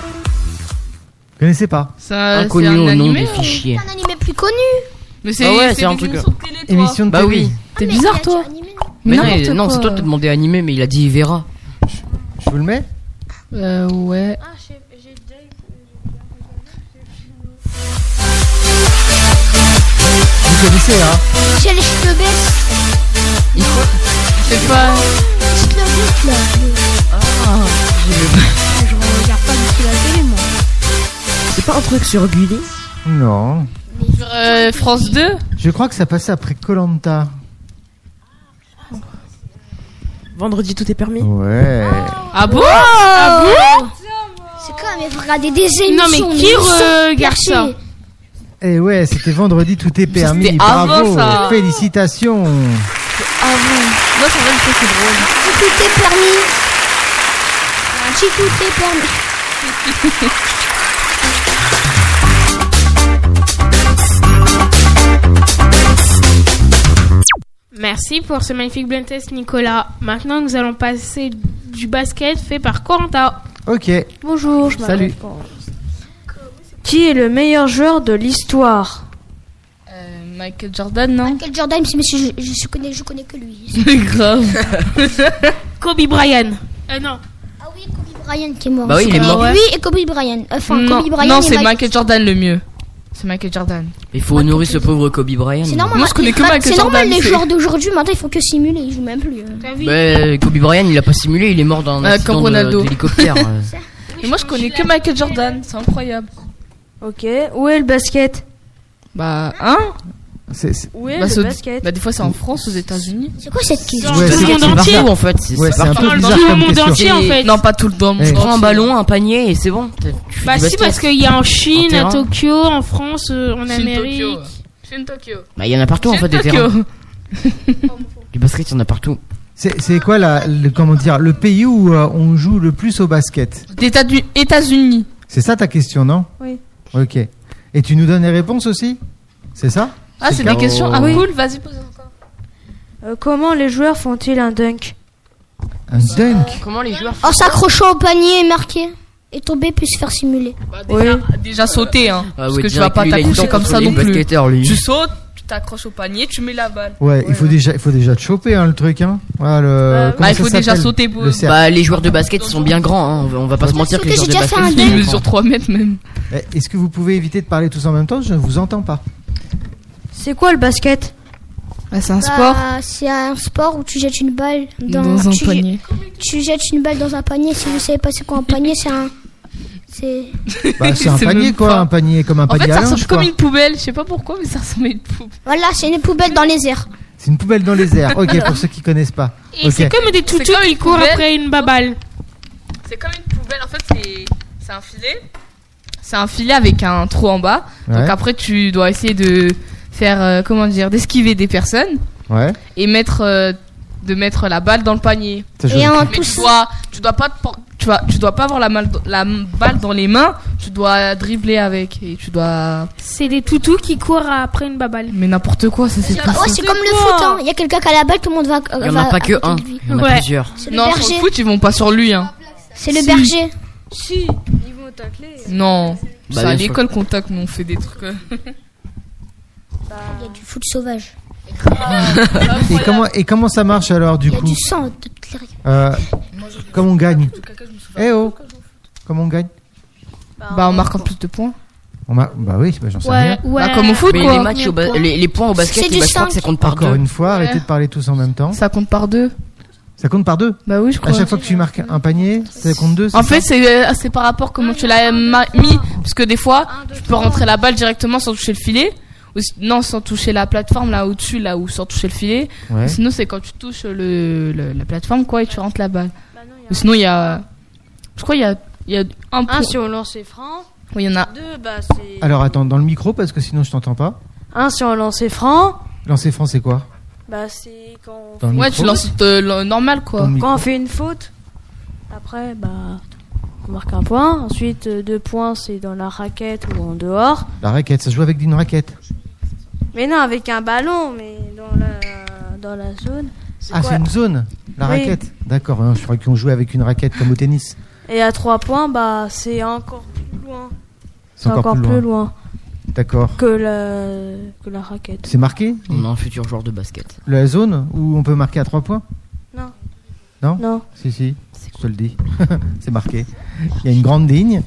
Vous connaissez pas Ça, C'est Inconnu un au nom animé du hein. fichier. C'est un animé plus connu. Mais c'est Ah ouais, c'est des un truc- émissions de télé, toi. Émission de Bah télé. Ah, oui. T'es bizarre toi Mais non, N'importe non, quoi. c'est toi qui t'as demandé animé, mais il a dit Vera. Je vous le mets Euh ouais. Ah, Vous connaissez, hein J'ai les cheveux bêtes. C'est pas... Je te le dis, là. Je regarde pas du tout la télé, moi. C'est pas un truc sur Gulli Non. Sur euh, France 2 Je crois que ça passait après Colanta. Vendredi tout est permis. Ouais. Ah bon Ah bon C'est quand même regarder des émissions. Non, mais qui des regarde perchées. ça Et Eh ouais, c'était vendredi, tout est permis. c'était Bravo. avant, ça. Félicitations. Moi c'est vrai que c'est drôle. Si tout est permis. Si tout est permis. Merci pour ce magnifique blind test, Nicolas. Maintenant, nous allons passer du basket fait par Corentin. Ok. Bonjour, je m'appelle Salut. Corentin. Qui est le meilleur joueur de l'histoire Michael Jordan, non Michael Jordan, mais je, je, je connais, je connais que lui. Grave. Kobe Bryant. Euh, non. Ah Kobe Bryant qui est mort. Bah oui, il est Kobe- mort. Lui et Kobe Bryant. Enfin, non, Kobe Bryant. non, et c'est Mike- Michael Jordan le mieux. C'est Michael Jordan. Il faut honorer ce pauvre Kobe Bryant. C'est normal. Moi, je connais que Ma- Michael C'est Jordan, normal, les c'est- joueurs d'aujourd'hui, maintenant, ils font que simuler. Ils jouent même plus. hein. Bah, Kobe Bryant, il a pas simulé, il est mort dans un Euh, accident comme de- Ronaldo. d'hélicoptère. euh. Mais moi, je connais que Michael Jordan. C'est incroyable. Ok, où est le basket Bah, hein C'est- c'est- Où est bah, le c'est au- basket bah, des fois, c'est en France, aux États-Unis. C'est quoi cette question Ouais, c'est- c'est partout bizarre. en fait. C'est Ouais, c'est c'est un partout. peu bizarre comme question. Non, pas tout le temps. Eh. Tu prends un ballon, un panier et c'est bon. t'as- tu fais Bah du si, basket. parce qu'il y a en Chine, En à terrain. Tokyo, en France, euh, en Chine, Amérique. Tokyo. Chine Tokyo. Bah, il y en a partout en fait des terrains. Du basket, il y en a partout. C'est c'est quoi la, le, comment dire, le pays où euh, on joue le plus au basket Des États- du- États-Unis. C'est ça ta question, non Oui. Ok. Et tu nous donnes les réponses aussi C'est ça Ah, c'est des carré. questions. Ah, Oui. cool, vas-y, pose encore. Euh, Comment les joueurs font-ils un dunk Un dunk Comment les joueurs En s'accrochant au panier et marqué. Et tomber puis se faire simuler. Bah, déjà, déjà sauter, hein. Ah parce que tu vas pas t'accrocher comme ça non plus. Tu sautes, tu t'accroches au panier, tu mets la balle. Ouais, il faut déjà, il faut déjà te choper hein, le truc, hein. Ouais, le, Ouais. comment Ah, il ça faut déjà s'appelle sauter pour- Le cercle. Bah, les joueurs de basket ils sont bien grands, hein. on va- on va pas se mentir que les Surtout joueurs que de j'ai déjà basket ils fait un sont Il dunk. grands. mesure 3 mètres même. Eh, Est-ce que vous pouvez éviter de parler tous en même temps Je ne vous entends pas. C'est quoi le basket Ah, c'est un Bah, C'est un sport où tu jettes une balle dans, tu, Tu jettes une balle dans un panier. Si vous savez pas c'est quoi un panier, c'est un. C'est. Bah, c'est un C'est panier même quoi, pas. un panier comme Bah, un En panier fait, à ça linge ressemble quoi. comme une poubelle. Je sais pas pourquoi, mais ça ressemble à une poubelle. Voilà, c'est une poubelle dans les airs. C'est une poubelle dans les airs. Ok, pour ceux qui connaissent pas. Et Ok. c'est comme des toutous comme qui une courent poubelle. après une baballe. C'est comme une poubelle. En fait, c'est- c'est un filet. C'est un filet avec un trou en bas. Ouais. Donc après, tu dois essayer de faire, euh, comment dire, d'esquiver des personnes Ouais. et mettre, euh, de mettre la balle dans le panier. Ça, je- Et en Mais tu poussant. dois, tu dois pas, te por- tu vas- tu dois pas avoir la, mal- la balle dans les mains. Tu dois dribbler avec et tu dois. C'est des toutous qui courent après une baballe. Mais n'importe quoi, ça c'est pas Oh, c'est comme le foot, hein. Il y a quelqu'un qui a la balle, tout le monde va. Il y en a pas que un, il y en a Ouais. plusieurs. C'est le Non, sur berger. le foot, ils vont pas sur lui. Hein. C'est le Si. berger. Si, ils vont tacler. Non. Bah, c'est à bien sûr. l'école qu'on tacle, mais on fait des trucs. euh. Il y a du foot sauvage. Ah. Et comment, et comment ça marche alors du Il y a coup du sang de toutes les règles. Euh, Comment on gagne Eh oh Comment on gagne Bah, on marque en plus de points. on m'a- Bah oui, bah, j'en sais Ouais, rien. ouais. Bah, comme au foot, Mais quoi. les, matchs au ba- Combien de les, les points au basket, C'est eh du ben, je crois que cinq. ça compte par Encore deux. une fois, arrêtez de parler tous en même temps. Ça compte par deux. Ça compte par deux Bah oui, je crois. À chaque fois que tu marques un panier, ça compte deux En fait, c'est euh, c'est par rapport à comment tu l'as ma- mis, parce que des fois, tu peux rentrer la balle directement sans toucher le filet, ou si- non, sans toucher la plateforme là au-dessus, là ou sans toucher le filet. Ouais. Sinon, c'est quand tu touches le, le- la plateforme, quoi, et tu rentres la balle. Bah Ou sinon, il y a, je crois, il y a, il y a un point. Un si on lance franc, Oui, il y en a. deux bah c'est. Alors attends, dans le micro parce que sinon je t'entends pas. Un si on lance franc, Lancer franc, c'est quoi bah c'est quand Dans le Ouais, micro tu lances euh, le- normal, Dans quoi. le on, micro. quand on fait une faute. Après bah on marque un point. Ensuite euh, deux points c'est dans la raquette ou en dehors. La raquette, ça se joue avec une raquette. Mais non avec un ballon mais dans la dans la zone. Ah, quoi c'est une zone La Oui. raquette D'accord, hein, je crois qu'on jouait avec une raquette comme au tennis. Et à trois points bah c'est encore plus loin. C'est encore, plus loin. D'accord. que la que la raquette. C'est marqué On a un futur joueur de basket. La zone où on peut marquer à 3 points Non. Si, si, je te le dis. c'est marqué. Il y a une grande ligne.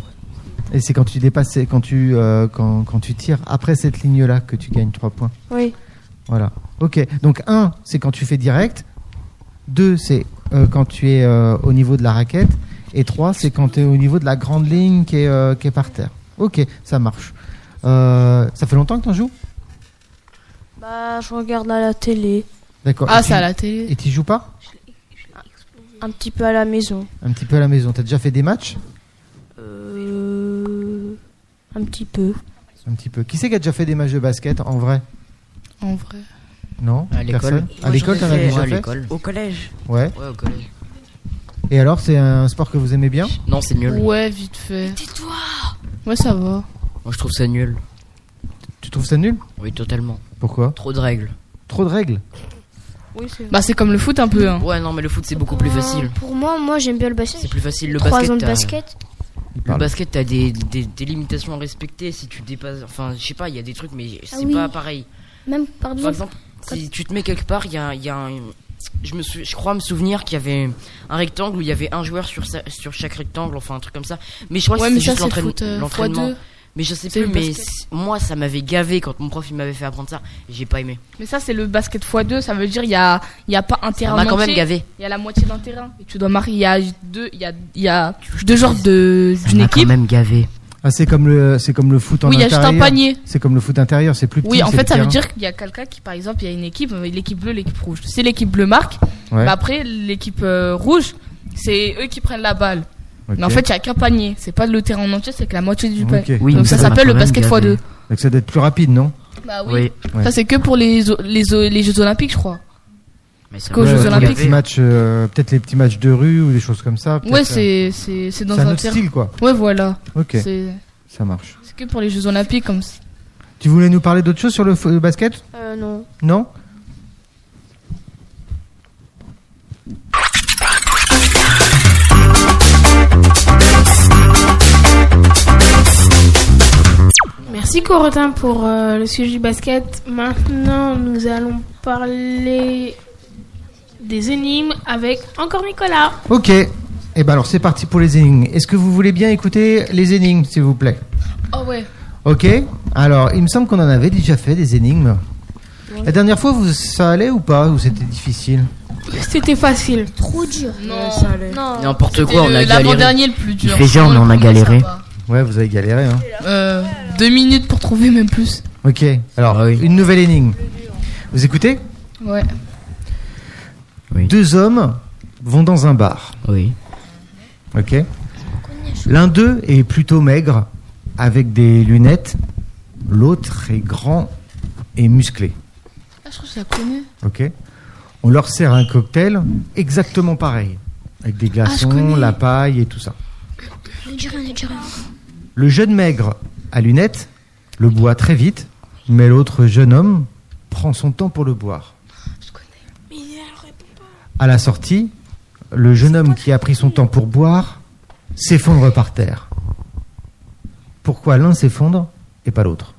Et c'est quand tu dépasses, c'est quand tu, euh, quand, quand tu tires après cette ligne-là que tu gagnes 3 points. Oui. Voilà. Ok. Donc 1, c'est quand tu fais direct. 2, c'est euh, quand tu es euh, au niveau de la raquette. Et 3, c'est quand tu es au niveau de la grande ligne qui est, euh, qui est par terre. Ok, ça marche. Euh, ça fait longtemps que tu en joues Bah je regarde à la télé, D'accord. Ah, Et tu- ça à la télé. Et tu joues pas un petit peu à la maison. Un petit peu à la maison. T'as déjà fait des matchs Euh, un petit peu. Un petit peu. Qui c'est qui a déjà fait des matchs de basket en vrai En vrai. Non À l'école. personne Moi, À l'école, j'en t'en ai as fait. déjà Moi, à fait l'école. Au collège. Ouais. Ouais, au collège. Et alors, c'est un sport que vous aimez bien Non, c'est nul. Ouais, vite fait. Tais-toi. Ouais, ça va. Moi, je trouve ça nul. Tu trouves ça nul Oui, totalement. Pourquoi Trop de règles. Trop de règles Oui, c'est vrai. Bah, c'est comme le foot un peu. hein. Ouais, non, mais le foot, c'est beaucoup plus facile. Pour moi, moi j'aime bien le basket. C'est plus facile le Trois basket. euh, ans de t'as- basket. Le basket, t'as des, des, des limitations à respecter si tu dépasses. Enfin, je sais pas, il y a des trucs, mais c'est Ah oui. pas pareil. Même, Par par exemple, exemple, si tu te mets quelque part, il y a, il y a un- je, me sou- je crois me souvenir qu'il y avait un rectangle où il y avait un joueur sur, sa- sur chaque rectangle, enfin un truc comme ça. Mais je crois Ouais, que mais c'est ça, juste c'est le l'entraîne- foot, euh, l'entraînement. fois deux. Mais je sais C'est plus, le mais basket. c- moi ça m'avait gavé quand mon prof il m'avait fait apprendre ça. J'ai pas aimé. Mais ça, c'est le basket x2, ça veut dire il y a, il y a pas un terrain. m'a quand entier, même gavé. Il y a la moitié d'un terrain. Et tu dois marier. Il y a deux, il y a, il y a deux genres de- d'une équipe. même gavé. Ah, c'est comme le, c'est comme le foot en Oui, il y a juste un intérieur. panier. C'est comme le foot intérieur, c'est plus petit. Oui, en c'est fait, le ça veut terrain. dire qu'il y a quelqu'un qui, par exemple, il y a une équipe, euh, l'équipe bleue, l'équipe rouge. Si l'équipe bleue marque, Ouais. bah après, l'équipe euh, rouge, c'est eux qui prennent la balle. Ok. Mais en fait, il n'y a qu'un panier. C'est pas le terrain en entier, c'est que la moitié du Ok. panier. Donc ça s'appelle le basket x2. Donc ça doit être plus rapide, non Bah oui. Ça, c'est que pour les, o- les, o- les Jeux Olympiques, je crois. Parce qu'aux Ouais, Jeux les Olympiques. petits matchs, euh, peut-être les petits matchs de rue ou des choses comme ça. peut-être, Ouais, euh, c'est c'est c'est dans c'est un autre terrain. style, quoi. Ouais, voilà. Ok. C'est Ça marche. c'est que pour les Jeux Olympiques comme ça. Tu voulais nous parler d'autre chose sur le, fo- le basket Euh, non. Non Merci Corotin pour euh, le sujet du basket. Maintenant, nous allons parler des énigmes avec encore Nicolas. Ok. Et ben alors c'est parti pour les énigmes. Est-ce que vous voulez bien écouter les énigmes, s'il vous plaît Oh ouais. Ok. Alors il me semble qu'on en avait déjà fait des énigmes. La dernière fois, vous, ça allait ou pas Ou c'était difficile C'était facile. Trop dur. Euh, Non, non. N'importe C'était quoi, on le- a galéré. l'avant-dernier le plus Il dur. fait genre, mais on a galéré. Ouais, vous avez galéré. Hein. Euh, deux minutes pour trouver, même plus. Ok. Alors Ah une nouvelle énigme. Vous écoutez Ouais. Deux hommes vont dans un bar. Oui. Ok. L'un d'eux est plutôt maigre, avec des lunettes. L'autre est grand et musclé. Ah, je crois que je la connais. Ok. On leur sert un cocktail exactement pareil, avec des glaçons, Ah, connais. la paille et tout ça. Ne dis rien, ne dis rien. Bah, Le jeune maigre à lunettes le boit très vite, mais l'autre jeune homme prend son temps pour le boire. À la sortie, le jeune homme qui a pris son temps pour boire s'effondre par terre. Pourquoi l'un s'effondre et pas l'autre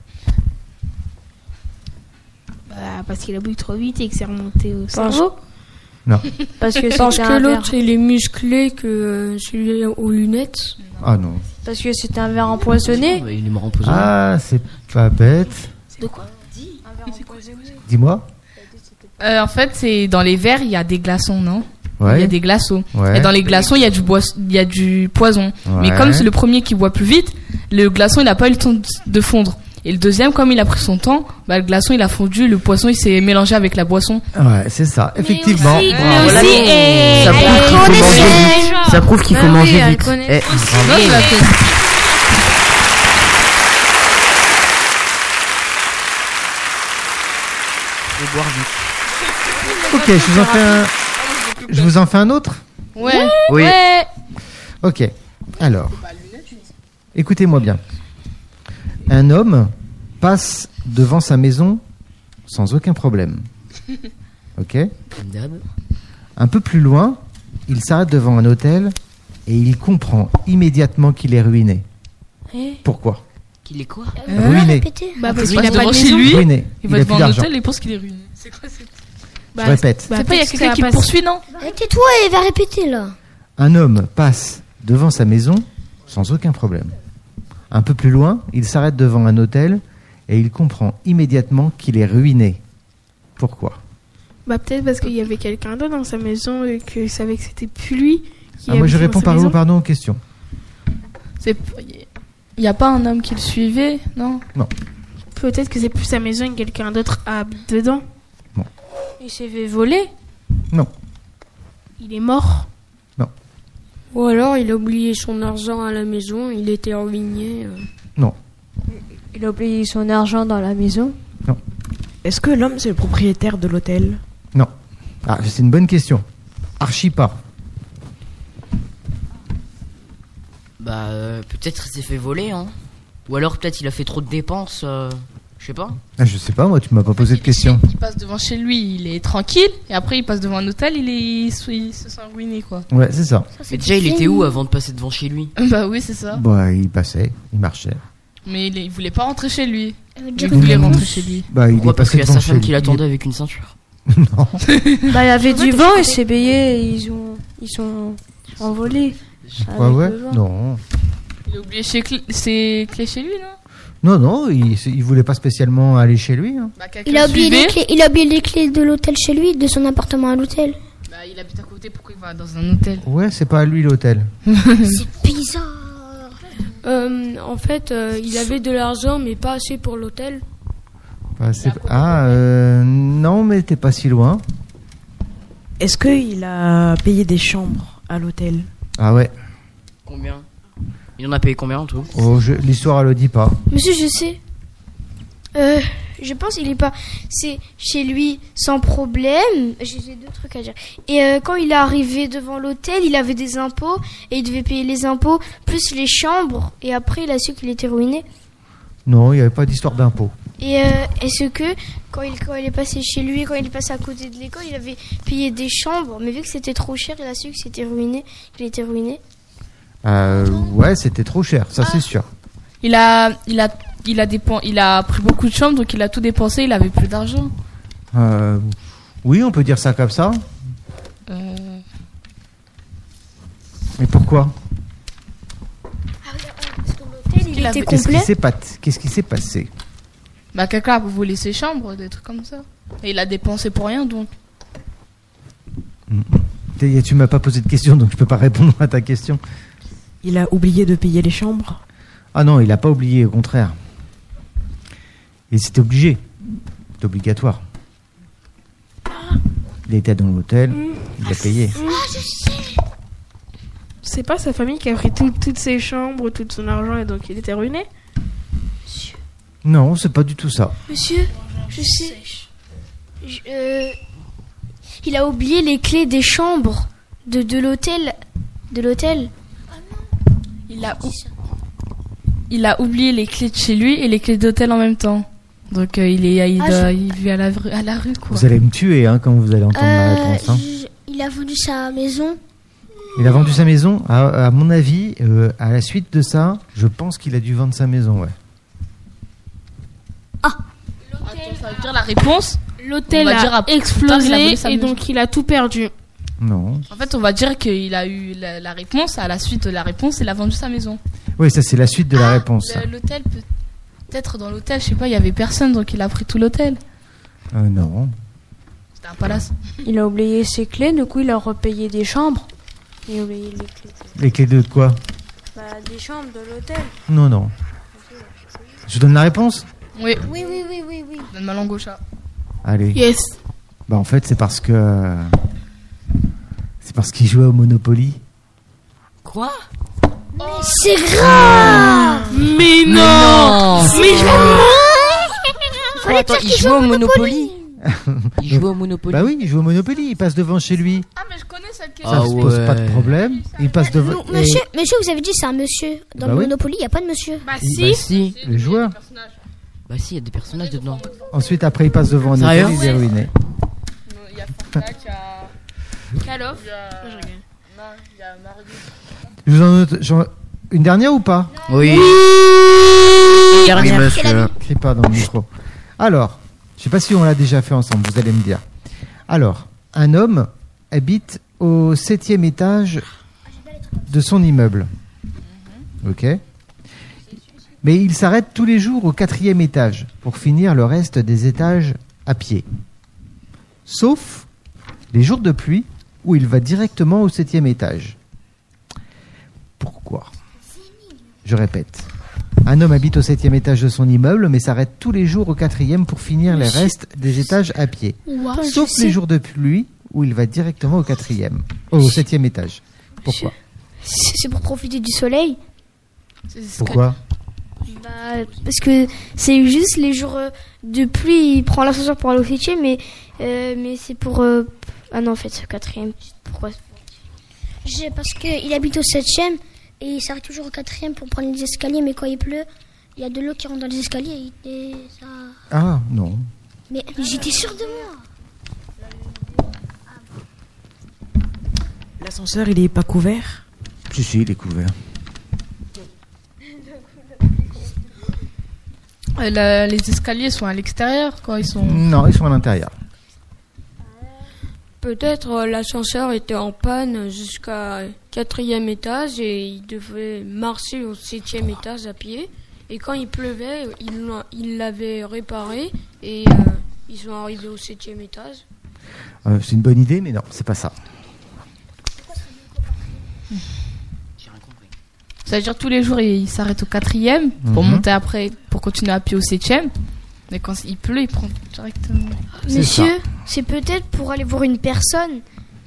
Bah, parce qu'il a bu trop vite et que c'est remonté au cerveau. Non. Parce que Parce c'était que un l'autre verre. il est musclé que euh, celui aux lunettes. Ah non. Parce que c'était un verre Eh. empoisonné. Il est mort en posant. Ah, c'est pas bête. De quoi Dis-moi. Euh, en fait, c'est dans les verres, il y a des glaçons, non Ouais. Il y a des glaçons. Ouais. Et dans les glaçons, il y a du bois, il y a du poison. Mais Ouais. comme c'est le premier qui boit plus vite, le glaçon, il n'a pas eu le temps de fondre. Et le deuxième, comme il a pris son temps, bah, le glaçon, il a fondu, le poisson, il s'est mélangé avec la boisson. Ouais, c'est ça, effectivement. aussi- Bravo. mais aussi, Ah, Voilà. et- Ça prouve elle qu'il faut connaissait manger vite. déjà. Ça prouve qu'il Bah faut oui, manger elle vite. connaît. Eh, Non, bravo. je la connais. Faut boire vite. Ok, je vous en fais un. Je vous en fais un autre. Ouais. Oui. Ok. Alors, écoutez-moi bien. Un homme passe devant sa maison sans aucun problème. Ok. Un peu plus loin, il s'arrête devant un hôtel et il comprend immédiatement qu'il est ruiné. Eh Pourquoi Qu'il est quoi Ruiné. Bah, parce Il qu'il a passe pas de devant chez maison. lui, Ruiné. il Il va a devant plus un d'argent. hôtel et il pense qu'il est ruiné. C'est quoi cette... Bah, Je répète. C'est pas, il y a parce quelqu'un que qui ça le passe. poursuit, non Eh, Tais-toi et va répéter là. Un homme passe devant sa maison sans aucun problème. Un peu plus loin, il s'arrête devant un hôtel et il comprend immédiatement qu'il est ruiné. Pourquoi Bah, peut-être parce qu'il y avait quelqu'un d'autre dans sa maison et qu'il savait que c'était plus lui. qui Ah, Moi, je habitait dans réponds sa par maison. vous, pardon, aux questions. C'est- Il n'y a pas un homme qui le suivait, non Peut-être que c'est plus sa maison et quelqu'un d'autre habite dedans. Il s'est fait voler. Il est mort. Ou alors il a oublié son argent à la maison, il était euh. enligné. Il a oublié son argent dans la maison. Est-ce que l'homme, c'est le propriétaire de l'hôtel Non. Ah, c'est une bonne question. Archi pas. Bah, euh, peut-être il s'est fait voler, hein. Ou alors peut-être il a fait trop de dépenses. euh, je Je sais pas. Ah, je sais pas, moi, tu m'as pas posé de question. Il passe devant chez lui, il est tranquille, et après il passe devant un hôtel, il, est... il se- il se sent ruiné quoi. Ouais, c'est ça. Mais déjà, il était où avant de passer devant chez lui Ah, Bah oui, c'est ça. Bah, il passait, il marchait. Mais il, il voulait pas rentrer chez lui. Jack Il voulait Nicklaus. rentrer chez lui. Bah, il Pourquoi est Parce passé qu'il y a sa devant chez femme qui lui. l'attendait avec une ceinture. Bah, il y avait du vent, il s'est baigné, et ils ont, ils sont envolés. Ouais, avec ouais. le vent. Non. Il a oublié chez cl- ses clés chez lui, non Non, non, il, il voulait pas spécialement aller chez lui. hein. Bah. Il a, oublié les suivait clés, il a oublié les clés de l'hôtel chez lui, de son appartement à l'hôtel. Bah, il habite à côté, pourquoi il va dans un hôtel Ouais, c'est pas à lui l'hôtel. Bizarre. Euh, en fait, euh, il avait de l'argent, mais pas assez pour l'hôtel. Bah, c'est- ah, euh, non, mais t'es pas si loin. Est-ce qu'il a payé des chambres à l'hôtel Ah ouais. Combien Il en a payé combien en tout Oh, je- L'histoire, elle le dit pas. Monsieur, je sais. Euh, je pense qu'il est pas. C'est chez lui sans problème. J'ai j'ai deux trucs à dire. Et euh, quand il est arrivé devant l'hôtel, il avait des impôts et il devait payer les impôts plus les chambres. Et après, il a su qu'il était ruiné. Non, il y avait pas d'histoire d'impôt. Et euh, est-ce que quand il, quand il est passé chez lui, quand il est passé à côté de l'école, il avait payé des chambres, mais vu que c'était trop cher, il a su que c'était ruiné, qu'il était ruiné. Euh, ouais, c'était trop cher, ça Ah. c'est sûr. Il a, il a, il a dépen- il a pris beaucoup de chambres, donc il a tout dépensé, il avait plus d'argent. Euh, oui, on peut dire ça comme ça. Euh, Mais pourquoi L'hôtel, il, Il était avait- Qu'est-ce complet. qui s'est pat- qu'est-ce qui s'est passé Bah, quelqu'un a volé ses chambres, des trucs comme ça. Et il a dépensé pour rien, donc. T'es- Tu m'as pas posé de question, donc je peux pas répondre à ta question. Il a oublié de payer les chambres Ah non, il a pas oublié, au contraire. Et c'était obligé. C'est obligatoire. Il était dans l'hôtel, il a payé. Ah, C'est pas sa famille qui a pris tout- toutes ses chambres, tout son argent et donc il était ruiné Non, c'est pas du tout ça. Monsieur, je sais. Je- euh, il a oublié les clés des chambres de, de l'hôtel. De l'hôtel. Il a, ou- il a oublié les clés de chez lui et les clés d'hôtel en même temps. Donc euh, il est, il, Ah, doit- je- il vit à la, rue- à la rue, quoi. Vous allez me tuer hein, quand vous allez entendre la Euh, réponse. hein. je- il a vendu sa maison. Il a vendu sa maison. À, à mon avis, euh, à la suite de ça, je pense qu'il a dû vendre sa maison. Ouais. Attends, ça veut dire la réponse L'hôtel On va a dire à- Putain, il a volé explosé sa et maison. donc il a tout perdu. Non. En fait, on va dire qu'il a eu la, la réponse. À la suite de la réponse, il a vendu sa maison. Oui, ça c'est la suite de la réponse. Le- L'hôtel peut. Peut-être dans l'hôtel, je sais pas, il y avait personne, donc il a pris tout l'hôtel. Euh, non. C'était un palace. Il a oublié ses clés, du coup il a repayé des chambres. Il a oublié les clés. Les clés de quoi Bah, des chambres de l'hôtel. Non, non. Je donne la réponse Oui, Oui, oui, oui, oui, oui. donne ma langue au chat. Allez. Yes. Bah en fait, c'est parce que c'est parce qu'il jouait au Monopoly. Quoi C'est Ah. grave. Mais non Mais Ah. Quoi, Attends, il joue au Monopoly Il joue au Monopoly Bah oui, il joue au Monopoly. Il passe devant chez lui. Ah, mais je connais cette question. Ça Ah se pose ouais. pas de problème. Il passe devant. Nous- monsieur, monsieur, vous avez dit c'est un monsieur. Dans Bah le oui. Monopoly, il n'y a pas de monsieur. Bah Et- si Bah si. Le joueur. Bah si, il y a des personnages dedans. Ensuite, après, il passe devant un Sérieux hôtel, il est ruiné. Il y a Fortnite, il y a. Call of Moi, je rigole. il y a Mario. Je vous en note- j'en- une dernière ou pas Oui. C'est la vie. Crie pas dans le micro. Alors, je sais pas si on l'a déjà fait ensemble, vous allez me dire. Alors, un homme habite au septième étage de son immeuble. Ok Mais il s'arrête tous les jours au quatrième étage pour finir le reste des étages à pied. Sauf les jours de pluie où il va directement au septième étage. Pourquoi Je répète. Un homme habite au septième étage de son immeuble, mais s'arrête tous les jours au quatrième pour finir les restes des étages à pied. je Sauf les jours de pluie, où il va directement au quatrième, au septième étage. Pourquoi C'est c'est pour profiter du soleil. Pourquoi Bah, parce que c'est juste les jours euh, de pluie, il prend l'ascenseur pour aller au fêtier, mais, euh, mais c'est pour. euh, ah non, en fait, c'est le quatrième. Pourquoi J'ai- Parce qu'il habite au septième et il s'arrête toujours au quatrième pour prendre les escaliers, mais quand il pleut, Il y a de l'eau qui rentre dans les escaliers et et ça. Ah non. Mais, mais j'étais sûre de moi. L'ascenseur, il est pas couvert. Si, si, il est couvert. Euh, la- les escaliers sont à l'extérieur, quoi. Ils sont. Non, ils sont à l'intérieur. Peut-être euh, l'ascenseur était en panne jusqu'à quatrième étage et il devait marcher au septième étage à pied. Et quand il pleuvait, il l'a- il l'avait réparé et euh, ils sont arrivés au septième étage. Euh, c'est une bonne idée, mais non, c'est pas ça. C'est-à-dire tous les jours ils s'arrêtent au quatrième pour Mhm. monter après, pour continuer à pied au septième. Mais quand il pleut, il prend directement. C'est Monsieur, c'est peut-être pour aller voir une personne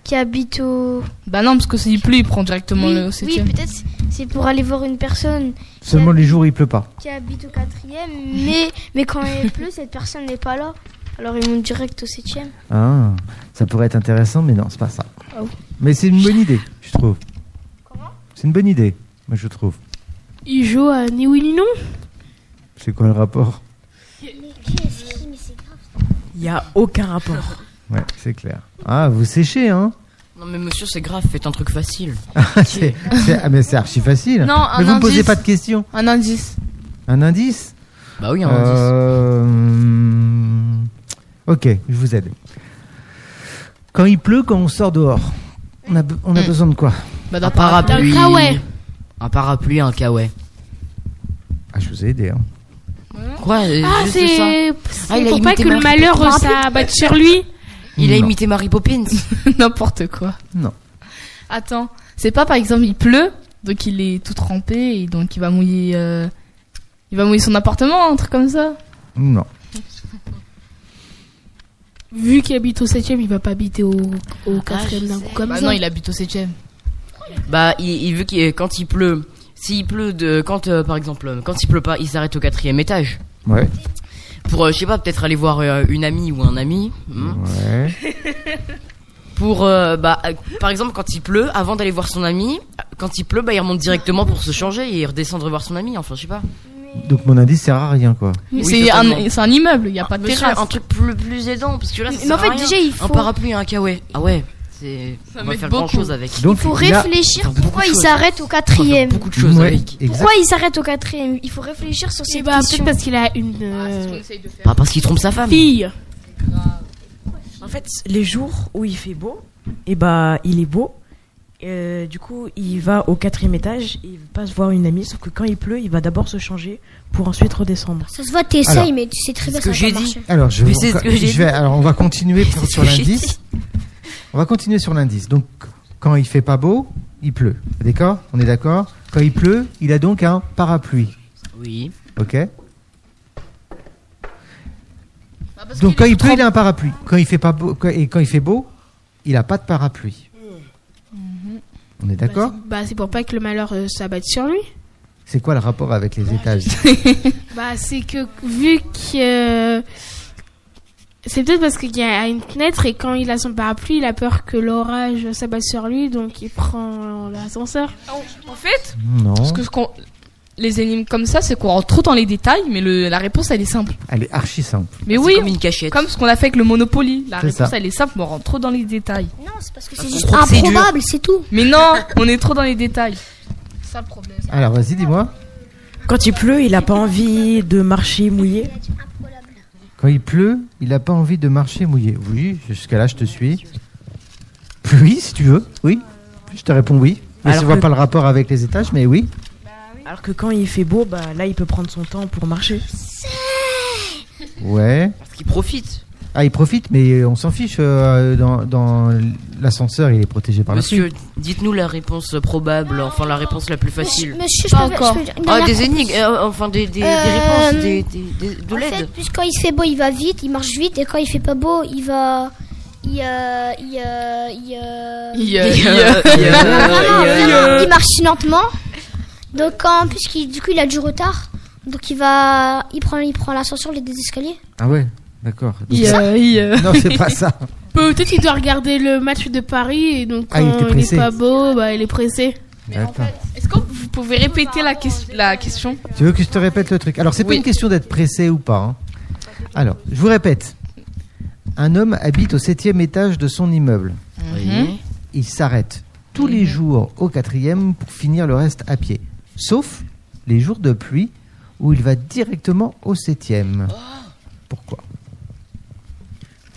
qui habite au. Bah non, parce que s'il pleut, il prend directement oui, le au oui, septième. peut-être c'est pour aller voir une personne Seulement les jours où il pleut pas. qui habite au quatrième, mais, mais quand il pleut, cette personne n'est pas là. Alors ils montent direct au septième. Ah, ça pourrait être intéressant, mais non, c'est pas ça. Ah oui. Mais c'est une bonne idée, je trouve. C'est une bonne idée, moi je trouve. Il joue à ni oui ni non. C'est quoi le rapport Il n'y a aucun rapport. Ouais, c'est clair. Ah, vous séchez, hein Non, mais monsieur, c'est grave, faites un truc facile. C'est- c'est- ah, Mais c'est archi facile. Non, un mais vous me posez indice. pas de questions. Un indice. Un indice Bah oui, un Euh, hum, Ok, je vous aide. Quand il pleut, quand on sort dehors, on a, be- on a besoin de quoi Hmm. Bah, un parapluie. Dans le kawaii. Un parapluie, un kawaii. Ah, je vous ai aidé. Hein. Quoi euh, Ah, juste c'est ça c'est Ah, il a pour pas imité que le Marie- malheur euh, Parapluie. ça abatte sur lui. Il a Non. imité Mary Poppins. N'importe quoi. Non. Attends, c'est pas par exemple il pleut, donc il est tout trempé et donc il va mouiller, euh, il va mouiller son appartement, un truc comme ça. Non. Vu qu'il habite au 7 il va pas habiter au, Ah, au 4 je d'un sais. coup comme Bah ça. non, il habite au septième. Bah, il, il veut qu'il quand il pleut, s'il pleut de quand euh, par exemple euh, quand il pleut pas, il s'arrête au quatrième étage Ouais. pour euh, je sais pas peut-être aller voir euh, une amie ou un ami. hein. Ouais. Pour euh, bah euh, par exemple quand il pleut, avant d'aller voir son ami, quand il pleut, bah il remonte directement pour se changer et redescendre voir son ami. Enfin je sais pas. Donc mon indice sert à rien, quoi. Oui, c'est totalement. un, c'est un immeuble, il y a pas de Ah, Monsieur, terrasse. un truc plus, plus aidant parce que là. ça Mais en sert à fait, rien. déjà, il faut- un parapluie, un kawaii. Ah ouais. C'est. Ça On va m'aide faire beaucoup. grand chose avec. Donc, Il faut y a- réfléchir beaucoup pourquoi de il choses. s'arrête au quatrième. beaucoup de choses Ouais, avec. exact. Pourquoi il s'arrête au quatrième Il faut réfléchir sur Et cette bah, question. peut-être parce qu'il a une euh, Pas parce qu'il trompe sa femme. fille. En fait, les jours où il fait beau, et bah, il est beau. Euh, du coup, il va au quatrième étage, il passe voir une amie, sauf que quand il pleut, il va d'abord se changer pour ensuite redescendre. Ça se voit, t'essayes, Alors. mais tu sais très C'est bien ce que ça va j'ai pas dit. marcher. Alors, je, Mais c'est ce que je j'ai vais, dit. alors on va continuer sur, C'est ce sur que j'ai l'indice. dit. On va continuer sur l'indice. Donc, quand il fait pas beau, il pleut. D'accord On est d'accord Quand il pleut, il a donc un parapluie. Oui. Ok Bah, Donc, quand il pleut, il a un parapluie. Quand il fait pas beau, quand- et quand il fait beau, il a pas de parapluie. On est d'accord Mhm. Bah, c'est- Bah, c'est pour pas que le malheur euh, s'abatte sur lui. C'est quoi le rapport avec les étages Bah, c'est que vu que. euh, C'est peut-être parce qu'il y a une fenêtre et quand il a son parapluie, il a peur que l'orage s'abatte sur lui, donc il prend l'ascenseur. Oh, En fait, Non. parce que ce qu'on- les énigmes comme ça, c'est qu'on rentre trop dans les détails, mais le- la réponse elle est simple. Elle est archi simple. Mais C'est oui, Comme une cachette. comme ce qu'on a fait avec le Monopoly, la C'est réponse ça. elle est simple, mais on rentre trop dans les détails. Non, c'est parce que Parce c'est qu'on juste croit que c'est dur. improbable, c'est tout. Mais non, on est trop dans les détails. Ça le problème. Alors, vas-y, dis-moi. Quand il pleut, il n'a pas envie de marcher mouillé. Quand il pleut, il n'a pas envie de marcher mouillé. Oui, jusqu'à là, je te suis. Oui, si tu veux. Oui, je te réponds oui. Mais Alors je vois que- pas le rapport avec les étages, mais oui. Alors que quand il fait beau, bah, là, il peut prendre son temps pour marcher. Ouais. Parce qu'il profite. Ah, il profite, mais on s'en fiche. euh, dans dans l'ascenseur, il est protégé par la Monsieur, dites-nous la réponse probable, enfin la réponse la plus Monsieur, facile. monsieur, je Pas peux, encore. je peux dire une Ah, dernière des énigmes, euh, enfin des, des, des Euh, réponses, des, des, des- de En l'aide. fait, plus quand il fait beau, il va vite, il marche vite, et quand il fait pas beau, il va. Il. euh, il, euh, il, euh, Il, euh, Et, il, euh, euh, et, euh, Non, et, vraiment, euh, il marche lentement. Donc, quand, puisqu'il du coup, il a du retard, donc il va. Il prend il prend l'ascenseur, les des escaliers. Ah ouais, d'accord. Donc, il, euh, il, euh. c'est- Non, c'est pas ça. Peut-être qu'il doit regarder le match de Paris et donc Ah, il quand était il pressé. est pas beau, bah, il est pressé. D'accord. Est-ce que vous pouvez répéter la, ques- la question Tu veux que je te répète le truc Alors, c'est pas Oui. une question d'être pressé ou pas. hein. Alors, je vous répète. Un homme habite au septième étage de son immeuble. Mhm. Oui. Il s'arrête tous les jours au quatrième pour finir le reste à pied. Sauf les jours de pluie où il va directement au septième. Oh. Pourquoi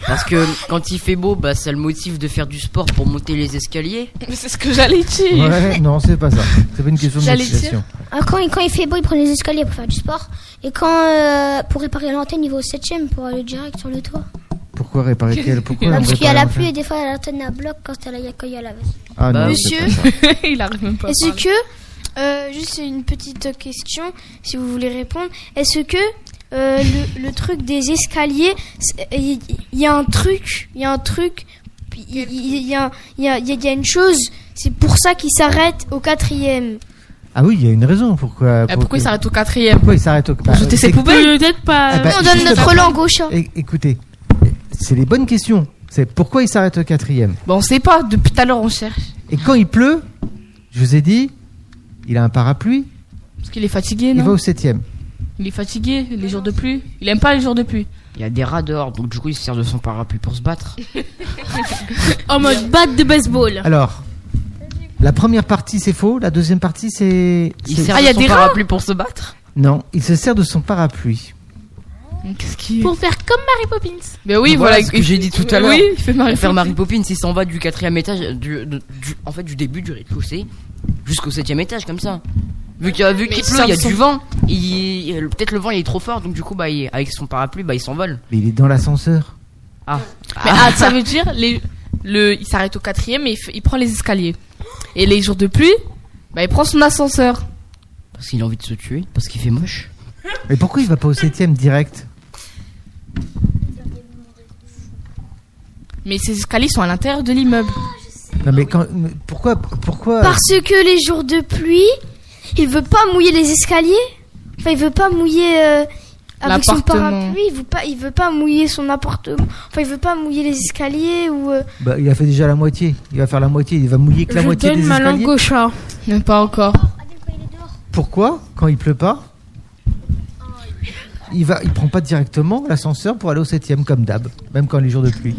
Parce que quand il fait beau, bah, ça le motive de faire du sport pour monter les escaliers. Mais c'est ce que j'allais dire. Ouais, non, c'est pas ça. C'est pas une question de J'allais dire. motivation. Ah, quand, quand il fait beau, il prend les escaliers pour faire du sport. Et quand, euh, pour réparer l'antenne, il va au 7ème pour aller direct sur le toit. Pourquoi réparer quel Pourquoi Ah, on parce veut qu'il y a pas la le faire pluie et des fois l'antenne à bloc quand elle a- quand il y a la veste. Ah non, c'est Monsieur, pas ça. Il arrive même pas. à est-ce parler. que, euh, juste une petite question, si vous voulez répondre, est-ce que euh, le, le truc des escaliers, c'est- il il y, a un truc, il y a un truc, il il- il y a, il y a- il y a- il y a une chose, c'est pour ça qu'il s'arrête au quatrième. Ah oui, il y a une raison. Pourquoi Euh, pourquoi il s'arrête au quatrième Pourquoi il s'arrête au bah, Jeter ses c'est- poubelles Peut-être pas. Ah bah, On donne juste notre après. langue au chat. É- Écoutez, c'est les bonnes questions. C'est pourquoi il s'arrête au quatrième. Bon, Bah, on sait pas, depuis tout à l'heure on cherche. Et quand il pleut, je vous ai dit, il a un parapluie, Parce qu'il est fatigué, il non va au septième. Il est fatigué, les jours de pluie. Il aime pas les jours de pluie. Il y a des rats dehors, donc du coup, il se sert de son parapluie pour se battre. En mode batte de baseball. Alors, la première partie c'est faux, la deuxième partie c'est. Il c'est- sert Ah, il y de a son des rats parapluie pour se battre. Non, il se sert de son parapluie. Qu'est-ce qu'il. Pour faire comme Mary Poppins. Mais oui, Voilà voilà. ce que il- j'ai dit tout à l'heure. Oui, il fait marrer. Faire Marie Poppins, il s'en va du quatrième étage, euh, du, de- du- en fait du début du rez-de-chaussée jusqu'au septième étage comme ça. Vu qu'il vu qu'il il pleut, il y a s'en- du vent. il- il- Peut-être le vent il est trop fort, donc du coup bah il- avec son parapluie bah il s'envole. Mais il est dans l'ascenseur. Ah. Mais, ah, ça veut dire, les, le, il s'arrête au quatrième et il, fait- il prend les escaliers. Et les jours de pluie, bah, il prend son ascenseur. Parce qu'il a envie de se tuer, parce qu'il fait moche. Mais pourquoi il va pas au septième direct Mais ces escaliers sont à l'intérieur de l'immeuble. Non mais quand, mais pourquoi pourquoi Parce que les jours de pluie, il veut pas mouiller les escaliers. Enfin, il veut pas mouiller euh, avec son L'appartement. parapluie. Il veut pas, il veut pas mouiller son appartement. Enfin, il veut pas mouiller les escaliers ou. euh, Bah, il a fait déjà la moitié. Il va faire la moitié. Il va mouiller que la Je moitié donne des ma escaliers. langue au chat. Mais pas encore. Pourquoi quand il pleut pas il va, il prend pas directement l'ascenseur pour aller au septième comme d'hab, même quand les jours de pluie.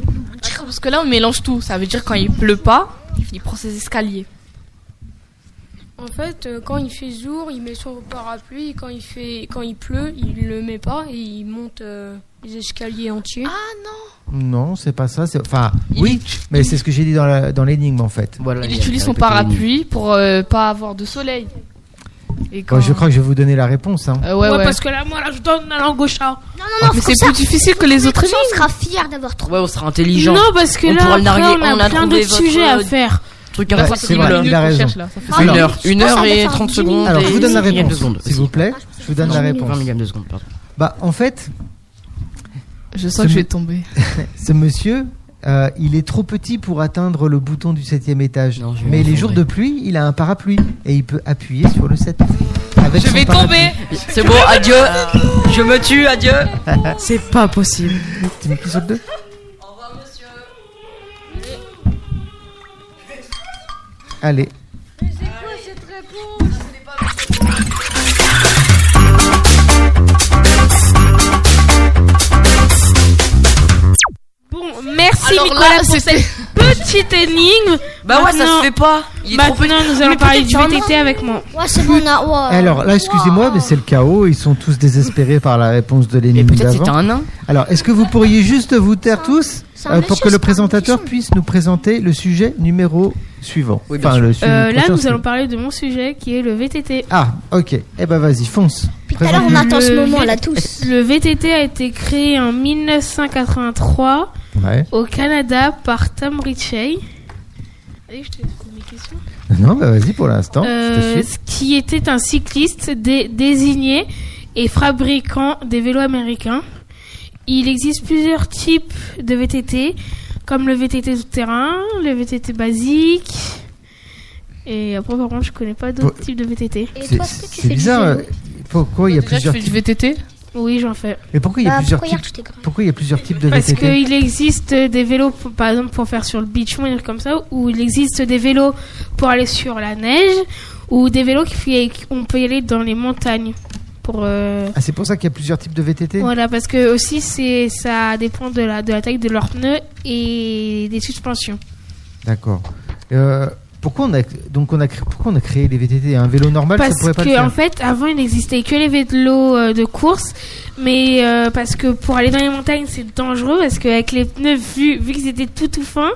Parce que là, on mélange tout. Ça veut dire quand il pleut pas, il prend ses escaliers. En fait, euh, quand il fait jour, il met son parapluie. et Quand il fait, quand il pleut, il le met pas et il monte euh, les escaliers entiers. Ah, Non, c'est pas ça. c'est- Enfin, Il- oui, mais c'est ce que j'ai dit dans la- dans l'énigme en fait. Voilà, Il a- utilise a son pété les nuits. parapluie pour euh, pas avoir de soleil. Et Bon, je crois que je vais vous donner la réponse. hein. Euh, ouais, ouais. parce que là, moi, là, je donne ma langue au chat. Mais c'est plus difficile que les autres Très bien, énigmes. on sera fier d'avoir trouvé. Ouais, on sera intelligent. Non, parce que On là, pourra le après, narguer. on a, On a plein trouvé d'autres votre- sujets à faire. Truc Ouais, important. Bah, c'est vrai, il a raison. Une Alors, heure, une pense heure qu'on va et faire 30 dix secondes. Alors, et je vous donne la 10 millièmes de réponse, secondes. s'il vous plaît. Je vous donne la Non, réponse. 20 millièmes de secondes, pardon. Bah, en fait, Je sens que je vais tomber. ce monsieur, euh, il est trop petit pour atteindre le bouton du septième étage. Non, je vais mais les m'effondrer. jours de pluie, il a un parapluie et il peut appuyer sur le 7. Avec Je son vais parapluie. tomber. C'est bon, adieu. Je me tue, adieu. C'est pas possible. Tu mets plus sur le deux Allez. Bon, merci Alors là, Nicolas pour c'était- cette petite énigme. Bah ouais, ça Maintenant- se fait pas. Il est trop petit. Maintenant, nous allons parler du VTT avec moi. Ouais, c'est bon, on a. Oh. ouais. Alors là, excusez-moi, mais c'est le chaos. Ils sont tous désespérés par la réponse de Et l'énigme peut-être d'avant. c'était un nain. Alors, est-ce que vous pourriez juste vous taire tous c'est un euh, pour monsieur, que le c'est pas une présentateur question. puisse nous présenter le sujet numéro suivant Oui, bien Enfin, sûr. le sujet Euh, là, prochain, nous c'est- allons parler de mon sujet qui est le VTT. Ah, ok. Eh ben vas-y, fonce. Puis tout à l'heure, on Le attend ce moment là V- tous. Le VTT a été créé en 1983 Ouais. au Canada par Tom Ritchey. Allez, je te pose mes questions. Non, bah vas-y pour l'instant. Euh, je te suis. ce qui était un cycliste dé- désigné et fabricant des vélos américains. Il existe plusieurs types de VTT, comme le VTT tout-terrain, le VTT basique. Et après, par contre, je connais pas d'autres types de VTT. Et C'est- toi, est-ce que tu C'est fais bizarre. du euh, vélo Pourquoi il y a Déjà, tu plusieurs fais du types VTT Oui, j'en fais. Mais pourquoi il y Bah, a plusieurs Pourquoi hier types tu t'es grimpé Pourquoi il y a plusieurs types de Parce VTT qu'il existe des vélos, pour- par exemple, pour faire sur le beach, ou comme ça, ou il existe des vélos pour aller sur la neige, ou des vélos qui, qui- on peut y aller dans les montagnes pour euh, Ah, c'est pour ça qu'il y a plusieurs types de VTT voilà parce que aussi c'est ça dépend de la de la taille de leurs pneus et des suspensions. D'accord. Euh, pourquoi, on a, donc on a, cré- pourquoi on a créé les VTT Un vélo normal, ça parce pourrait pas le que faire en fait avant il n'existait que les vélos euh, de course mais euh, parce que pour aller dans les montagnes c'est dangereux parce qu'avec les pneus vu, vu qu'ils étaient tout tout fins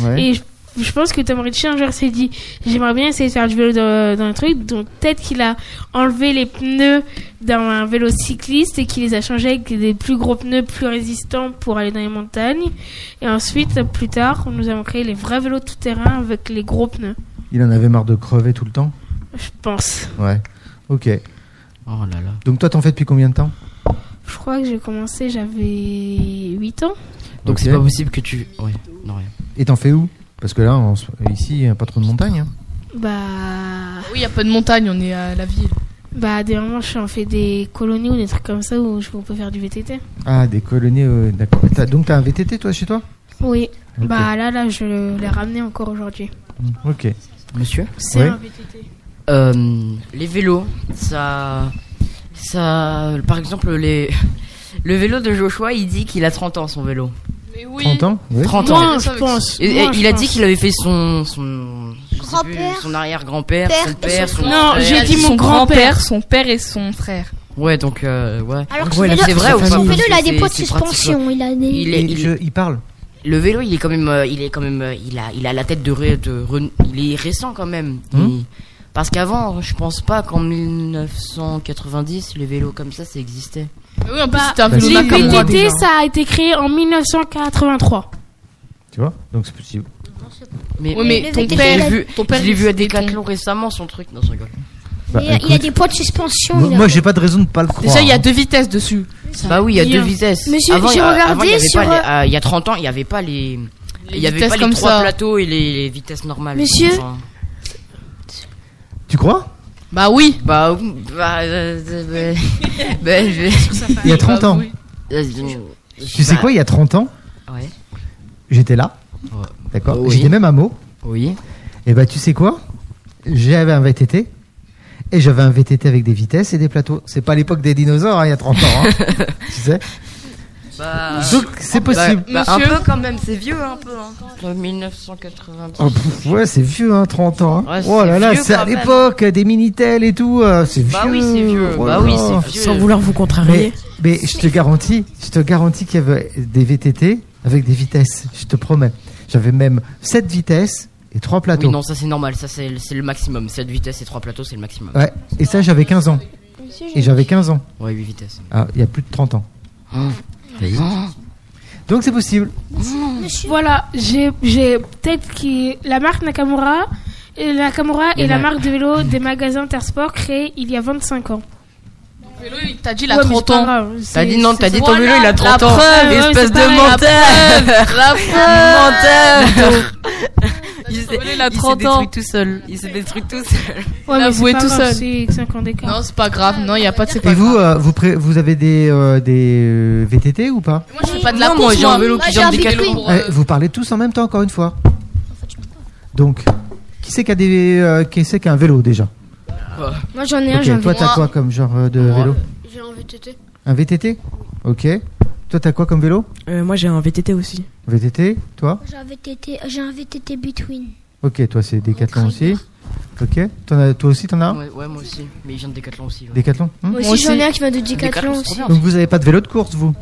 Ouais. et je, je pense que Tom Ritchie un jour s'est dit j'aimerais bien essayer de faire du vélo dans, dans le truc donc peut-être qu'il a enlevé les pneus dans un vélo cycliste et qu'il les a changés avec des plus gros pneus plus résistants pour aller dans les montagnes et ensuite plus tard nous avons créé les vrais vélos tout terrain avec les gros pneus Il en avait marre de crever tout le temps je pense Ouais. Ok. Oh là là. Donc toi, t'en fais depuis combien de temps Je crois que j'ai commencé, j'avais 8 ans. Donc Ok. c'est pas possible que tu. Ouais, non, rien. Et t'en fais où Parce que là, on se- ici, il n'y a pas trop de montagne. hein. Bah. Oui, il y a peu de montagne, on est à la ville. Bah, des moments, je fais des colonies ou des trucs comme ça où je peux faire du VTT. Ah, des colonies, euh, d'accord. T'as- Donc t'as un VTT, toi, chez toi Oui. Ok. Bah, là, là, je l'ai ramené encore aujourd'hui. Ok. Mm. Monsieur C'est un VTT. Euh, les vélos, ça. ça par exemple, les, le vélo de Joshua, il dit qu'il a 30 ans son vélo. Mais oui. 30 ans Oui. 30 Moins, ans. je pense. Et- et Moins, je il a dit pense. qu'il avait fait son. son je sais plus, Grand-père. Son arrière-grand-père, Père son et père, son son. frère. Non, frère. j'ai dit mon Son grand-père. grand-père, son père et son frère. Ouais, donc, euh, ouais. Alors que Ouais, son vélo- c'est vrai son ou pas vélo, il a Parce que des c'est- poids de c'est pratique, suspension, quoi. il a des- Il, est- Il- il- je- il parle. Le vélo, il est quand même, euh, il est quand même, euh, il a, il a la tête de, ré- de re- il est récent quand même. Hmm. Il- parce qu'avant, je pense pas qu'en 1990, les vélos comme ça, ça existait. oui, en plus, Bah, c'était un vélo les Nakamura, VTT, déjà. ça a été créé en 1983. Tu vois Donc c'est possible. Mais, Oui, mais ton je l'ai père- vu- ton père, je l'ai vu à il- Decathlon récemment son truc. Non, je rigole. Bah, Et, euh, il a écoute, des poids de suspension. moi, il a- moi, j'ai pas de raison de pas le croire. Déjà, il y a deux vitesses dessus. Bah oui, il y a deux Bien. vitesses. Mais j'ai- avant, j'ai il y a- regardé avant, il y avait sur, pas les- euh, euh, il y a 30 ans, il y avait pas les, il y avait vitesses pas les comme trois ça. plateaux et les, les vitesses normales. Monsieur Enfin, Tu crois Bah oui. bah, oui, bah, euh, euh, bah, bah, je- Il y a 30 ans. Euh, je- Tu sais bah, quoi, il y a 30 ans, Ouais. j'étais là. D'accord Oui. J'étais même à Meaux. Oui. Et bah, tu sais quoi J'avais un VTT. Et j'avais un VTT avec des vitesses et des plateaux. C'est pas l'époque des dinosaures, hein, il y a 30 ans. hein. tu sais Bah, Donc, c'est possible. Bah, bah, un Monsieur peu quand même, c'est vieux un peu. Hein. De 1990. Oh, pff, ouais, c'est vieux, hein, 30 ans. hein. Ouais, oh là c'est là, vieux c'est à quand même. l'époque des Minitel et tout. euh, c'est vieux. Bah oui, c'est vieux. Oh Bah là oui, là. c'est vieux. Sans vouloir vous Mais, contrarier. mais je te garantis, je te garantis qu'il y avait des VTT avec des vitesses. Je te promets. J'avais même 7 vitesses et 3 plateaux. Oui, non, ça c'est normal, ça c'est le- c'est le maximum. 7 vitesses et 3 plateaux, c'est le maximum. Ouais. Et ça, j'avais 15 ans. Et j'avais 15 ans. Ouais, 8 vitesses. Ah, il y a plus de 30 ans. Oh. Donc c'est possible. Voilà, j'ai j'ai peut-être qui la marque Nakamura, et Nakamura Il y est en la a- marque de vélo des magasins Intersport créée il y a 25 ans. T'as dit, il a Ouais, mais 30 c'est pas ans. grave, c'est- T'as dit non, t'as c'est- dit ton vélo, il a 30 ans. preuve, ouais, Espèce c'est de pareil, la menteur La Menteur Il Ton s'est vélo, il a Euh. il s'est 30 ans. détruit tout seul. Il s'est détruit tout seul. Ouais, mais l'avouer c'est pas tout grave, seul. C'est 5 ans d'écart. Non, c'est pas grave. Non, il y a pas de. c'est pas Et vous, grave. euh, vous, pré- vous avez des, euh, des euh, VTT ou pas Moi, je fais pas de la Non, course. moi, j'ai un vélo Moi, qui jump j'ai des un vélo galons. pour, Eh, euh, Vous parlez tous en même temps, encore une fois. Donc, qui c'est qui a, des, euh, qui c'est qui a un vélo déjà Moi j'en ai un, Ok, j'en Toi, veux. t'as quoi comme genre euh, de vélo J'ai un VTT. Un VTT Ok. Toi, t'as quoi comme vélo Euh, moi j'ai un VTT aussi. VTT, toi J'ai un VTT, j'ai un VTT Between. Ok, toi, c'est Decathlon aussi. Ok. T'en as- toi aussi, t'en as un Ouais, ouais, moi aussi. Mais il vient de Decathlon aussi. ouais. Decathlon hein Moi Moi aussi j'en ai aussi. un qui vient de Decathlon, Decathlon c'est trop aussi. bien. Donc, vous avez pas de vélo de course, vous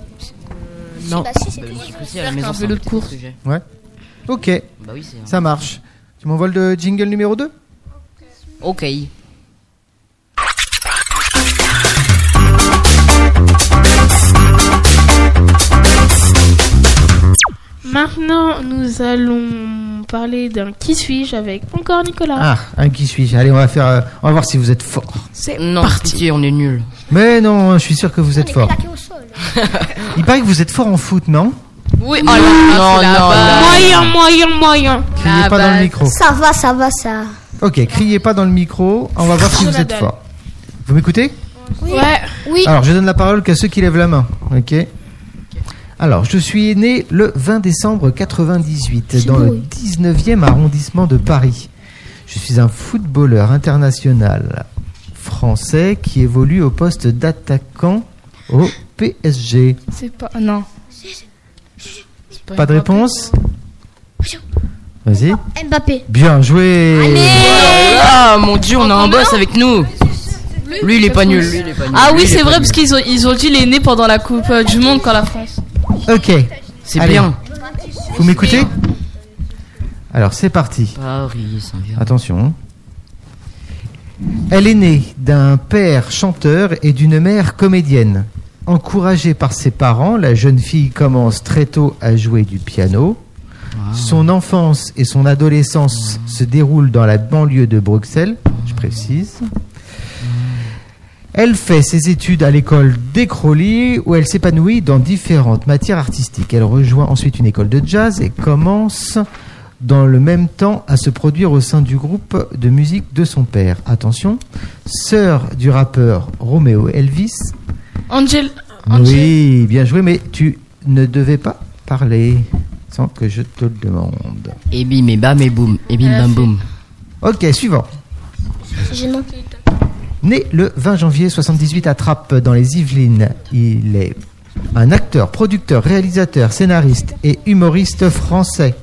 Non. Bah si, c'est Bah, des- moi, aussi, à la faire maison, qu'un c'est vélo un de petit course. sujet. Ouais. Ok, Bah oui, c'est. ça marche. Tu m'envoies le jingle numéro 2 Ok. Maintenant, nous allons parler d'un qui suis-je avec encore Nicolas. Ah, un qui suis-je Allez, on va faire. euh, on va voir si vous êtes fort. C'est Non, parti. pitié, on est nul. Mais non, je suis sûr que vous on êtes est fort. claqué au sol. Il paraît que vous êtes fort en foot, non Oui, oh là là, Non, c'est la non, base. Moyen, moyen, moyen. Criez Ah pas dans bah, le micro. Ça va, ça va, ça. Ok, criez pas dans le micro. On va voir si Sur vous la êtes dalle. fort. Vous m'écoutez Ouais. Oui. Alors, je donne la parole qu'à ceux qui lèvent la main. Ok. Alors, je suis né le 20 décembre 98 dans le 19e arrondissement de Paris. Je suis un footballeur international français qui évolue au poste d'attaquant au PSG. C'est pas. Non. Pas de réponse Vas-y. Mbappé. Bien joué Ah mon dieu, on a un boss avec nous. Lui, il est pas nul. lui, il est pas nul. Ah Lui, oui, il est c'est pas vrai, nul. parce qu'ils ont, ils ont dit les nés pendant la Coupe euh, du Monde quand la France. Ok. C'est Allez. bien. Vous m'écoutez Alors c'est parti. Ah. Paris, ça vient. Attention. Elle est née d'un père chanteur et d'une mère comédienne. Encouragée par ses parents, la jeune fille commence très tôt à jouer du piano. Son enfance et son adolescence se déroulent dans la banlieue de Bruxelles, je précise. Elle fait ses études à l'école d'Écroli où elle s'épanouit dans différentes matières artistiques. Elle rejoint ensuite une école de jazz et commence dans le même temps à se produire au sein du groupe de musique de son père. Attention, sœur du rappeur Romeo Elvis. Angel. Oui, bien joué, mais tu ne devais pas parler sans que je te le demande. Et bim, et bam, et boum. Et bim, bam, boum. Ok, suivant. Gênant. Né le 20 janvier 78 à Trappes, dans les Yvelines, il est un acteur, producteur, réalisateur, scénariste et humoriste français.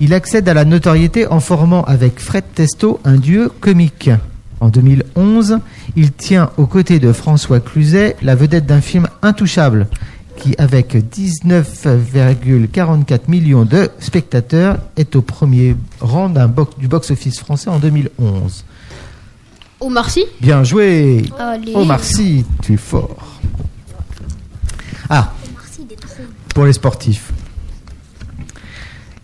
Il accède à la notoriété en formant avec Fred Testo un duo comique. En 2011, il tient aux côtés de François Cluzet la vedette d'un film Intouchable, qui avec 19,44 millions de spectateurs est au premier rang d'un box- du box-office français en 2011. Omar Sy Bien joué Allez. Omar Sy, tu es fort. Ah, pour les sportifs.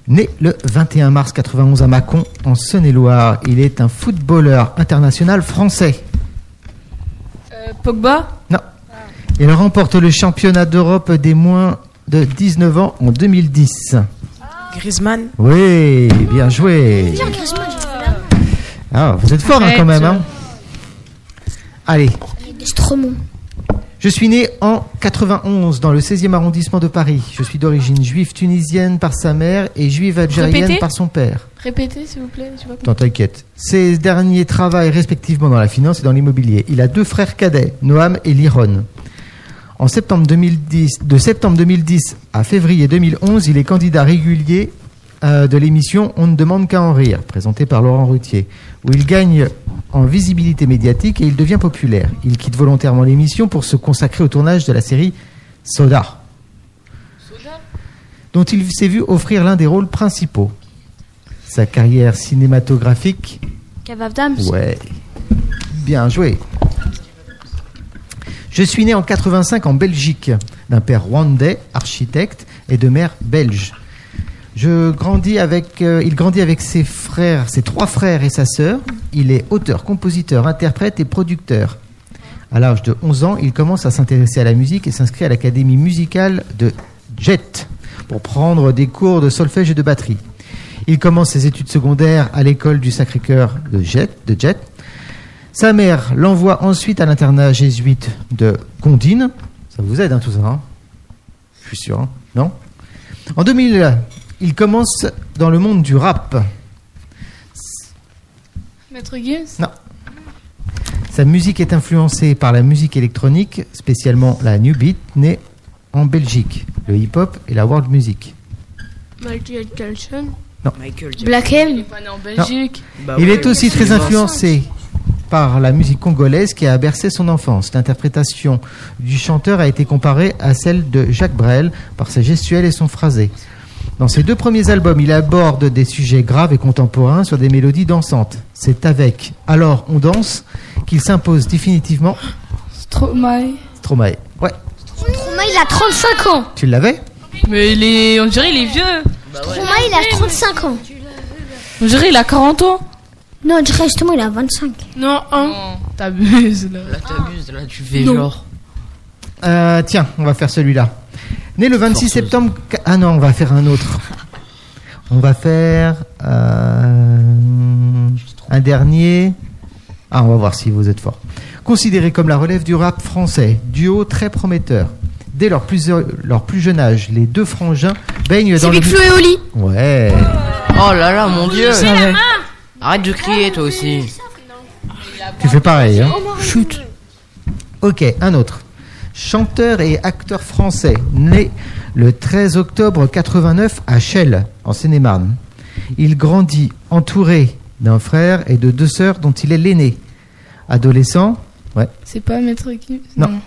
Né le 21 mars 91 à Mâcon, en Saône-et-Loire, il est un footballeur international français. euh, Pogba Non. Il remporte le championnat d'Europe des moins de 19 ans en 2010. Griezmann. Oui, bien joué. Ah, vous êtes fort hein, quand Arrête. même. hein. Allez, Stromon. Je suis né en 91 dans le 16e arrondissement de Paris. Je suis d'origine juive tunisienne par sa mère et juive algérienne Répétez. par son père. Répétez, s'il vous plaît. j'ai pas compris. Attends, t'inquiète. Ses derniers travaillent respectivement dans la finance et dans l'immobilier. Il a deux frères cadets, Noam et Liron. En septembre 2010, de septembre 2010 à février 2011, il est candidat régulier euh, de l'émission On ne demande qu'à en rire, présentée par Laurent Routier, où il gagne en visibilité médiatique et il devient populaire. Il quitte volontairement l'émission pour se consacrer au tournage de la série Soda, dont il s'est vu offrir l'un des rôles principaux. Sa carrière cinématographique Cave of Dams. Ouais. Bien joué. Je suis né en 85 en Belgique, d'un père rwandais, architecte, et de mère belge. Je grandis avec, euh, il grandit avec ses frères, ses trois frères et sa sœur. Il est auteur, compositeur, interprète et producteur. À l'âge de 11 ans, il commence à s'intéresser à la musique et s'inscrit à l'académie musicale de Jet pour prendre des cours de solfège et de batterie. Il commence ses études secondaires à l'école du Sacré-Cœur de Jet, de Jet. Sa mère l'envoie ensuite à l'internat jésuite de Condine. Ça vous aide, hein, tout ça hein Je suis sûr, hein non En 2000, il commence dans le monde du rap. Maître Gims Non. Sa musique est influencée par la musique électronique, spécialement la New Beat, née en Belgique, le hip-hop et la world music. Michael Jackson. Non. Michael Black M. Il est pas né en Bah Belgique. Il est aussi très influencé par la musique congolaise qui a bercé son enfance. L'interprétation du chanteur a été comparée à celle de Jacques Brel par sa gestuelle et son phrasé. Dans ses deux premiers albums, il aborde des sujets graves et contemporains sur des mélodies dansantes. C'est avec Alors on danse qu'il s'impose définitivement Stromae. Stromae. Ouais, Stromae, il a 35 ans. tu l'avais Mais il est, on dirait il est vieux. Stromae, il a 35 ans. On dirait il a 40 ans. Non, je dirais justement, il a 25. Non, hein. T'abuses là. Là, t'abuses, là, tu fais Non. genre. Euh, tiens, on va faire celui-là. Né le 26 Forceuse. septembre. qu- Ah non, on va faire un autre. On va faire euh, un dernier. Ah, on va voir si vous êtes fort. Considéré comme la relève du rap français, duo très prometteur. Dès leur plus, leur plus jeune âge, les deux frangins baignent dans le. Big Flo et Oli. Ouais. Oh là là, mon dieu. J'ai la main. Arrête de crier, toi aussi. Tu fais pareil. Hein. Chut. Ok, un autre. Chanteur et acteur français, né le 13 octobre 89 à Chelles, en Seine-et-Marne. Il grandit entouré d'un frère et de deux sœurs dont il est l'aîné. Adolescent, ouais. C'est pas Maître Gims Non.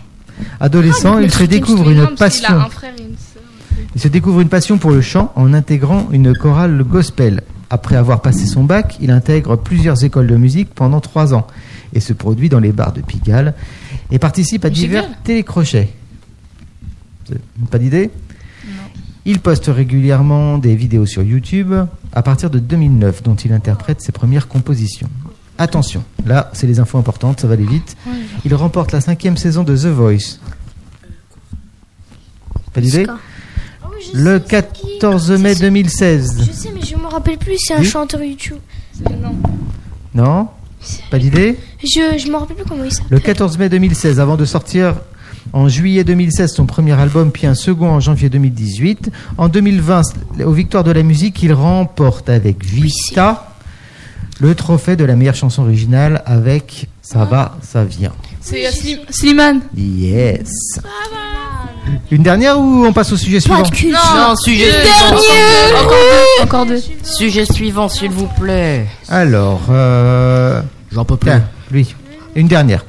Ah, Adolescent, il se découvre une passion. Il a un frère et une sœur. Il se découvre une passion pour le chant en intégrant une chorale gospel. Après avoir passé son bac, il intègre plusieurs écoles de musique pendant trois ans et se produit dans les bars de Pigalle et participe à divers télécrochets. C'est- Pas d'idée Il poste régulièrement des vidéos sur YouTube à partir de 2009 dont il interprète ses premières compositions. Attention, là c'est les infos importantes, ça va aller vite. Il remporte la cinquième saison de The Voice. Pas d'idée Le 14 mai 2016. Je sais, mais je me rappelle plus, c'est un Oui. chanteur YouTube. Non Pas d'idée Je, je me rappelle plus comment il s'appelle. Le 14 mai 2016, avant de sortir en juillet 2016 son premier album, puis un second en janvier 2018. En 2020, aux Victoires de la musique, il remporte avec Vita le trophée de la meilleure chanson originale avec Ça va, ça vient. C'est euh, Slim- Slimane. Yes. Une dernière ou on passe au sujet suivant Pas de cul. Non, sujet le suivant. dernier. Encore deux, Encore deux. Sujet suivant, s'il vous plaît. Alors, euh... j'en peux plus. lui, une dernière.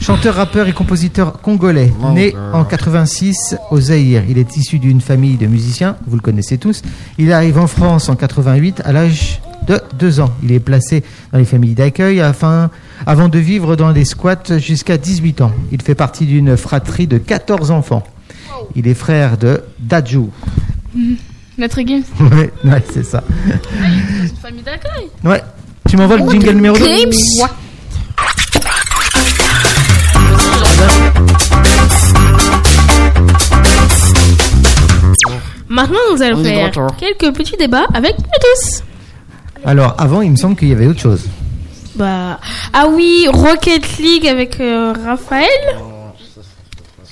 Chanteur, rappeur et compositeur congolais, Wow. né en 86 au Zaïre. Il est issu d'une famille de musiciens, vous le connaissez tous. Il arrive en France en 88 à l'âge de 2 ans. Il est placé dans les familles d'accueil afin, avant de vivre dans des squats jusqu'à 18 ans. Il fait partie d'une fratrie de 14 enfants. Il est frère de Dadjou. Maître Gims. ouais, ouais, c'est ça. Famille d'accueil. Ouais. Tu m'envoies le jingle numéro 2 Maintenant, nous allons On est de faire retour. quelques petits débats avec nous tous. Alors, avant, il me semble qu'il y avait autre chose. Bah, ah oui, Rocket League avec euh, Raphaël.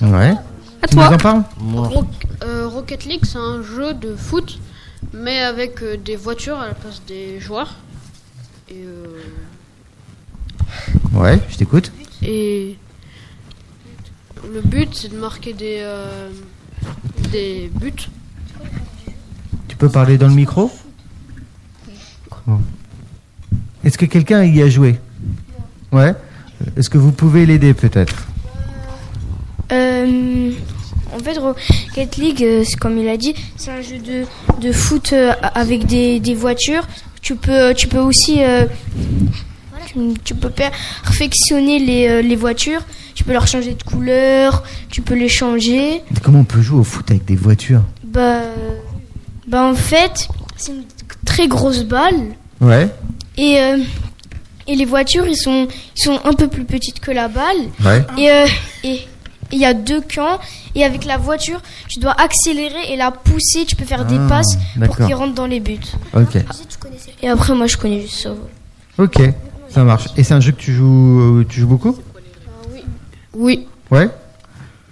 Ouais. À tu toi. nous en parles Ro- euh, Rocket League, c'est un jeu de foot, mais avec euh, des voitures à la place des joueurs. Et, euh, Ouais, je t'écoute. et le but, c'est de marquer des, euh, des buts. Tu peux parler dans le micro Bon. Est-ce que quelqu'un y a joué Ouais. Est-ce que vous pouvez l'aider peut-être Euh, en fait, Rocket League, euh, c'est comme il a dit, c'est un jeu de, de foot euh, avec des, des voitures. Tu peux, tu peux aussi euh, tu, tu peux perfectionner les, euh, les voitures. Tu peux leur changer de couleur, tu peux les changer. Mais Comment on peut jouer au foot avec des voitures Bah, euh, bah en fait, c'est une très grosse balle. Ouais. Et, euh, et les voitures, ils sont, ils sont un peu plus petites que la balle. Ouais. Et euh, et- et il y a deux camps. Et avec la voiture, tu dois accélérer et la pousser. Tu peux faire des Ah, passes pour d'accord. qu'ils rentrent dans les buts. Ok. Et après, moi, je connais juste ça. Ok. Ça marche. Et c'est un jeu que tu joues, euh, tu joues beaucoup Oui. Ouais.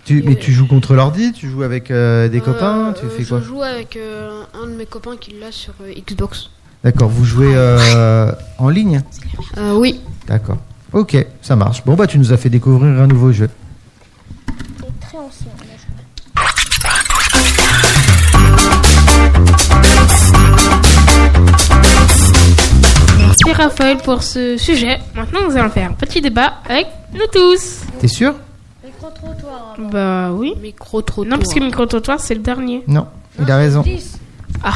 Tu, mais tu joues contre l'ordi Tu joues avec euh, des copains Tu fais quoi Je joue avec euh, un de mes copains qui l'a sur euh, Xbox. D'accord. Vous jouez euh, en ligne Euh, oui. D'accord. Ok. Ça marche. Bon bah tu nous as fait découvrir un nouveau jeu. Très ancien. Merci Raphaël pour ce sujet. Maintenant, nous allons faire un petit débat avec nous tous. T'es sûr Bah oui. Micro-trottoir. Non, parce que micro-trottoir, c'est le dernier. Non. Il a Hein, raison. Ah,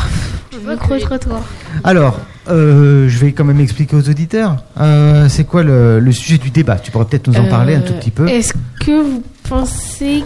micro-trottoir. Alors, euh, je vais quand même expliquer aux auditeurs. Euh, c'est quoi le, le sujet du débat Tu pourrais peut-être nous en parler un tout petit peu. Euh, Est-ce que vous pensez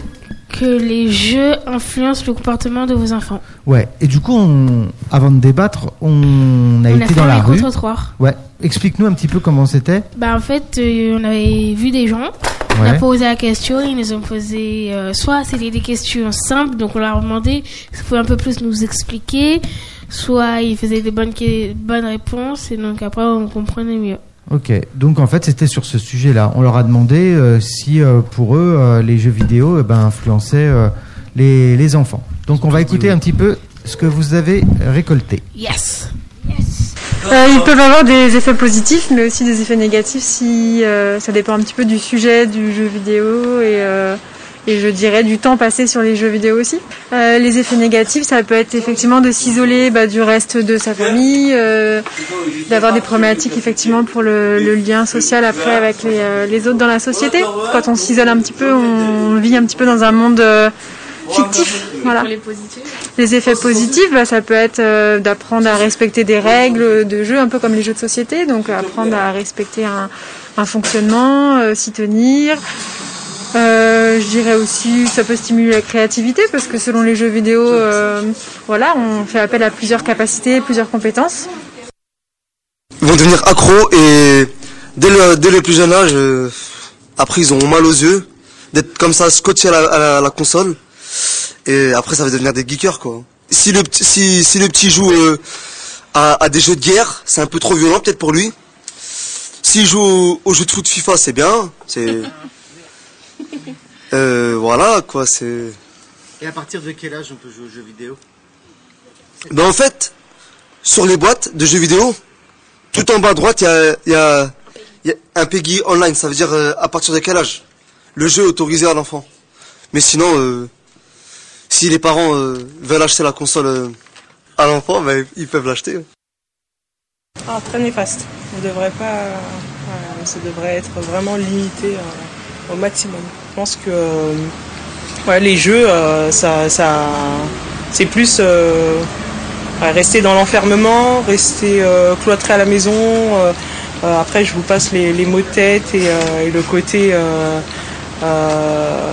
que les jeux influencent le comportement de vos enfants Ouais. Et du coup, on- avant de débattre, on a On a été fait dans un la rue. micro-trottoir. Ouais. Explique-nous un petit peu comment c'était. Bah en fait, euh, on avait vu des gens, on a Ouais. posé la question, ils nous ont posé, euh, soit c'était des questions simples, donc on leur a demandé s'il faut un peu plus nous expliquer, soit ils faisaient des bonnes, que- bonnes réponses, et donc après on comprenait mieux. Ok. Donc en fait, c'était sur ce sujet-là. On leur a demandé euh, si euh, pour eux, euh, les jeux vidéo eh ben, influençaient euh, les, les enfants. Donc on va écouter un petit peu ce que vous avez récolté. Yes Yes. Euh, ils peuvent avoir des effets positifs, mais aussi des effets négatifs si euh, ça dépend un petit peu du sujet du jeu vidéo et, euh, et je dirais du temps passé sur les jeux vidéo aussi. Euh, les effets négatifs, ça peut être effectivement de s'isoler bah, du reste de sa famille, euh, d'avoir des problématiques effectivement pour le, le lien social après avec les, euh, les autres dans la société. Quand on s'isole un petit peu, on vit un petit peu dans un monde euh, fictif. Voilà. Pour les positifs. Les effets positifs, bah, ça peut être euh, d'apprendre à respecter des règles de jeu, un peu comme les jeux de société, donc apprendre à respecter un, un fonctionnement, euh, s'y tenir. Euh, je dirais aussi, ça peut stimuler la créativité parce que selon les jeux vidéo, euh, voilà, on fait appel à plusieurs capacités, plusieurs compétences. Ils vont devenir accros et dès le, dès le plus jeune âge, euh, après ils auront mal aux yeux, d'être comme ça scotché à la, à la- à la console. Et après ça va devenir des geekers quoi. Si le, petit- si, si le petit joue euh, à, à des jeux de guerre, c'est un peu trop violent peut-être pour lui. S'il joue au, au jeu de foot FIFA, c'est bien. C'est euh, voilà quoi, c'est. Et à partir de quel âge on peut jouer aux jeux vidéo Ben en fait, sur les boîtes de jeux vidéo, tout en bas à droite, il y a, il y a- il y a un PEGI online. Ça veut dire euh, à partir de quel âge Le jeu est autorisé à l'enfant. Mais sinon, euh, si les parents euh, veulent acheter la console euh, à l'enfant, ben, ils peuvent l'acheter. Ah, très néfaste. On devrait pas. euh, voilà, ça devrait être vraiment limité euh, au maximum. Je pense que euh, ouais, les jeux, euh, ça, ça- c'est plus euh, ouais, rester dans l'enfermement, rester euh, cloîtré à la maison. euh, euh, après, je vous passe les, les mots de tête et, euh, et le côté. euh, euh,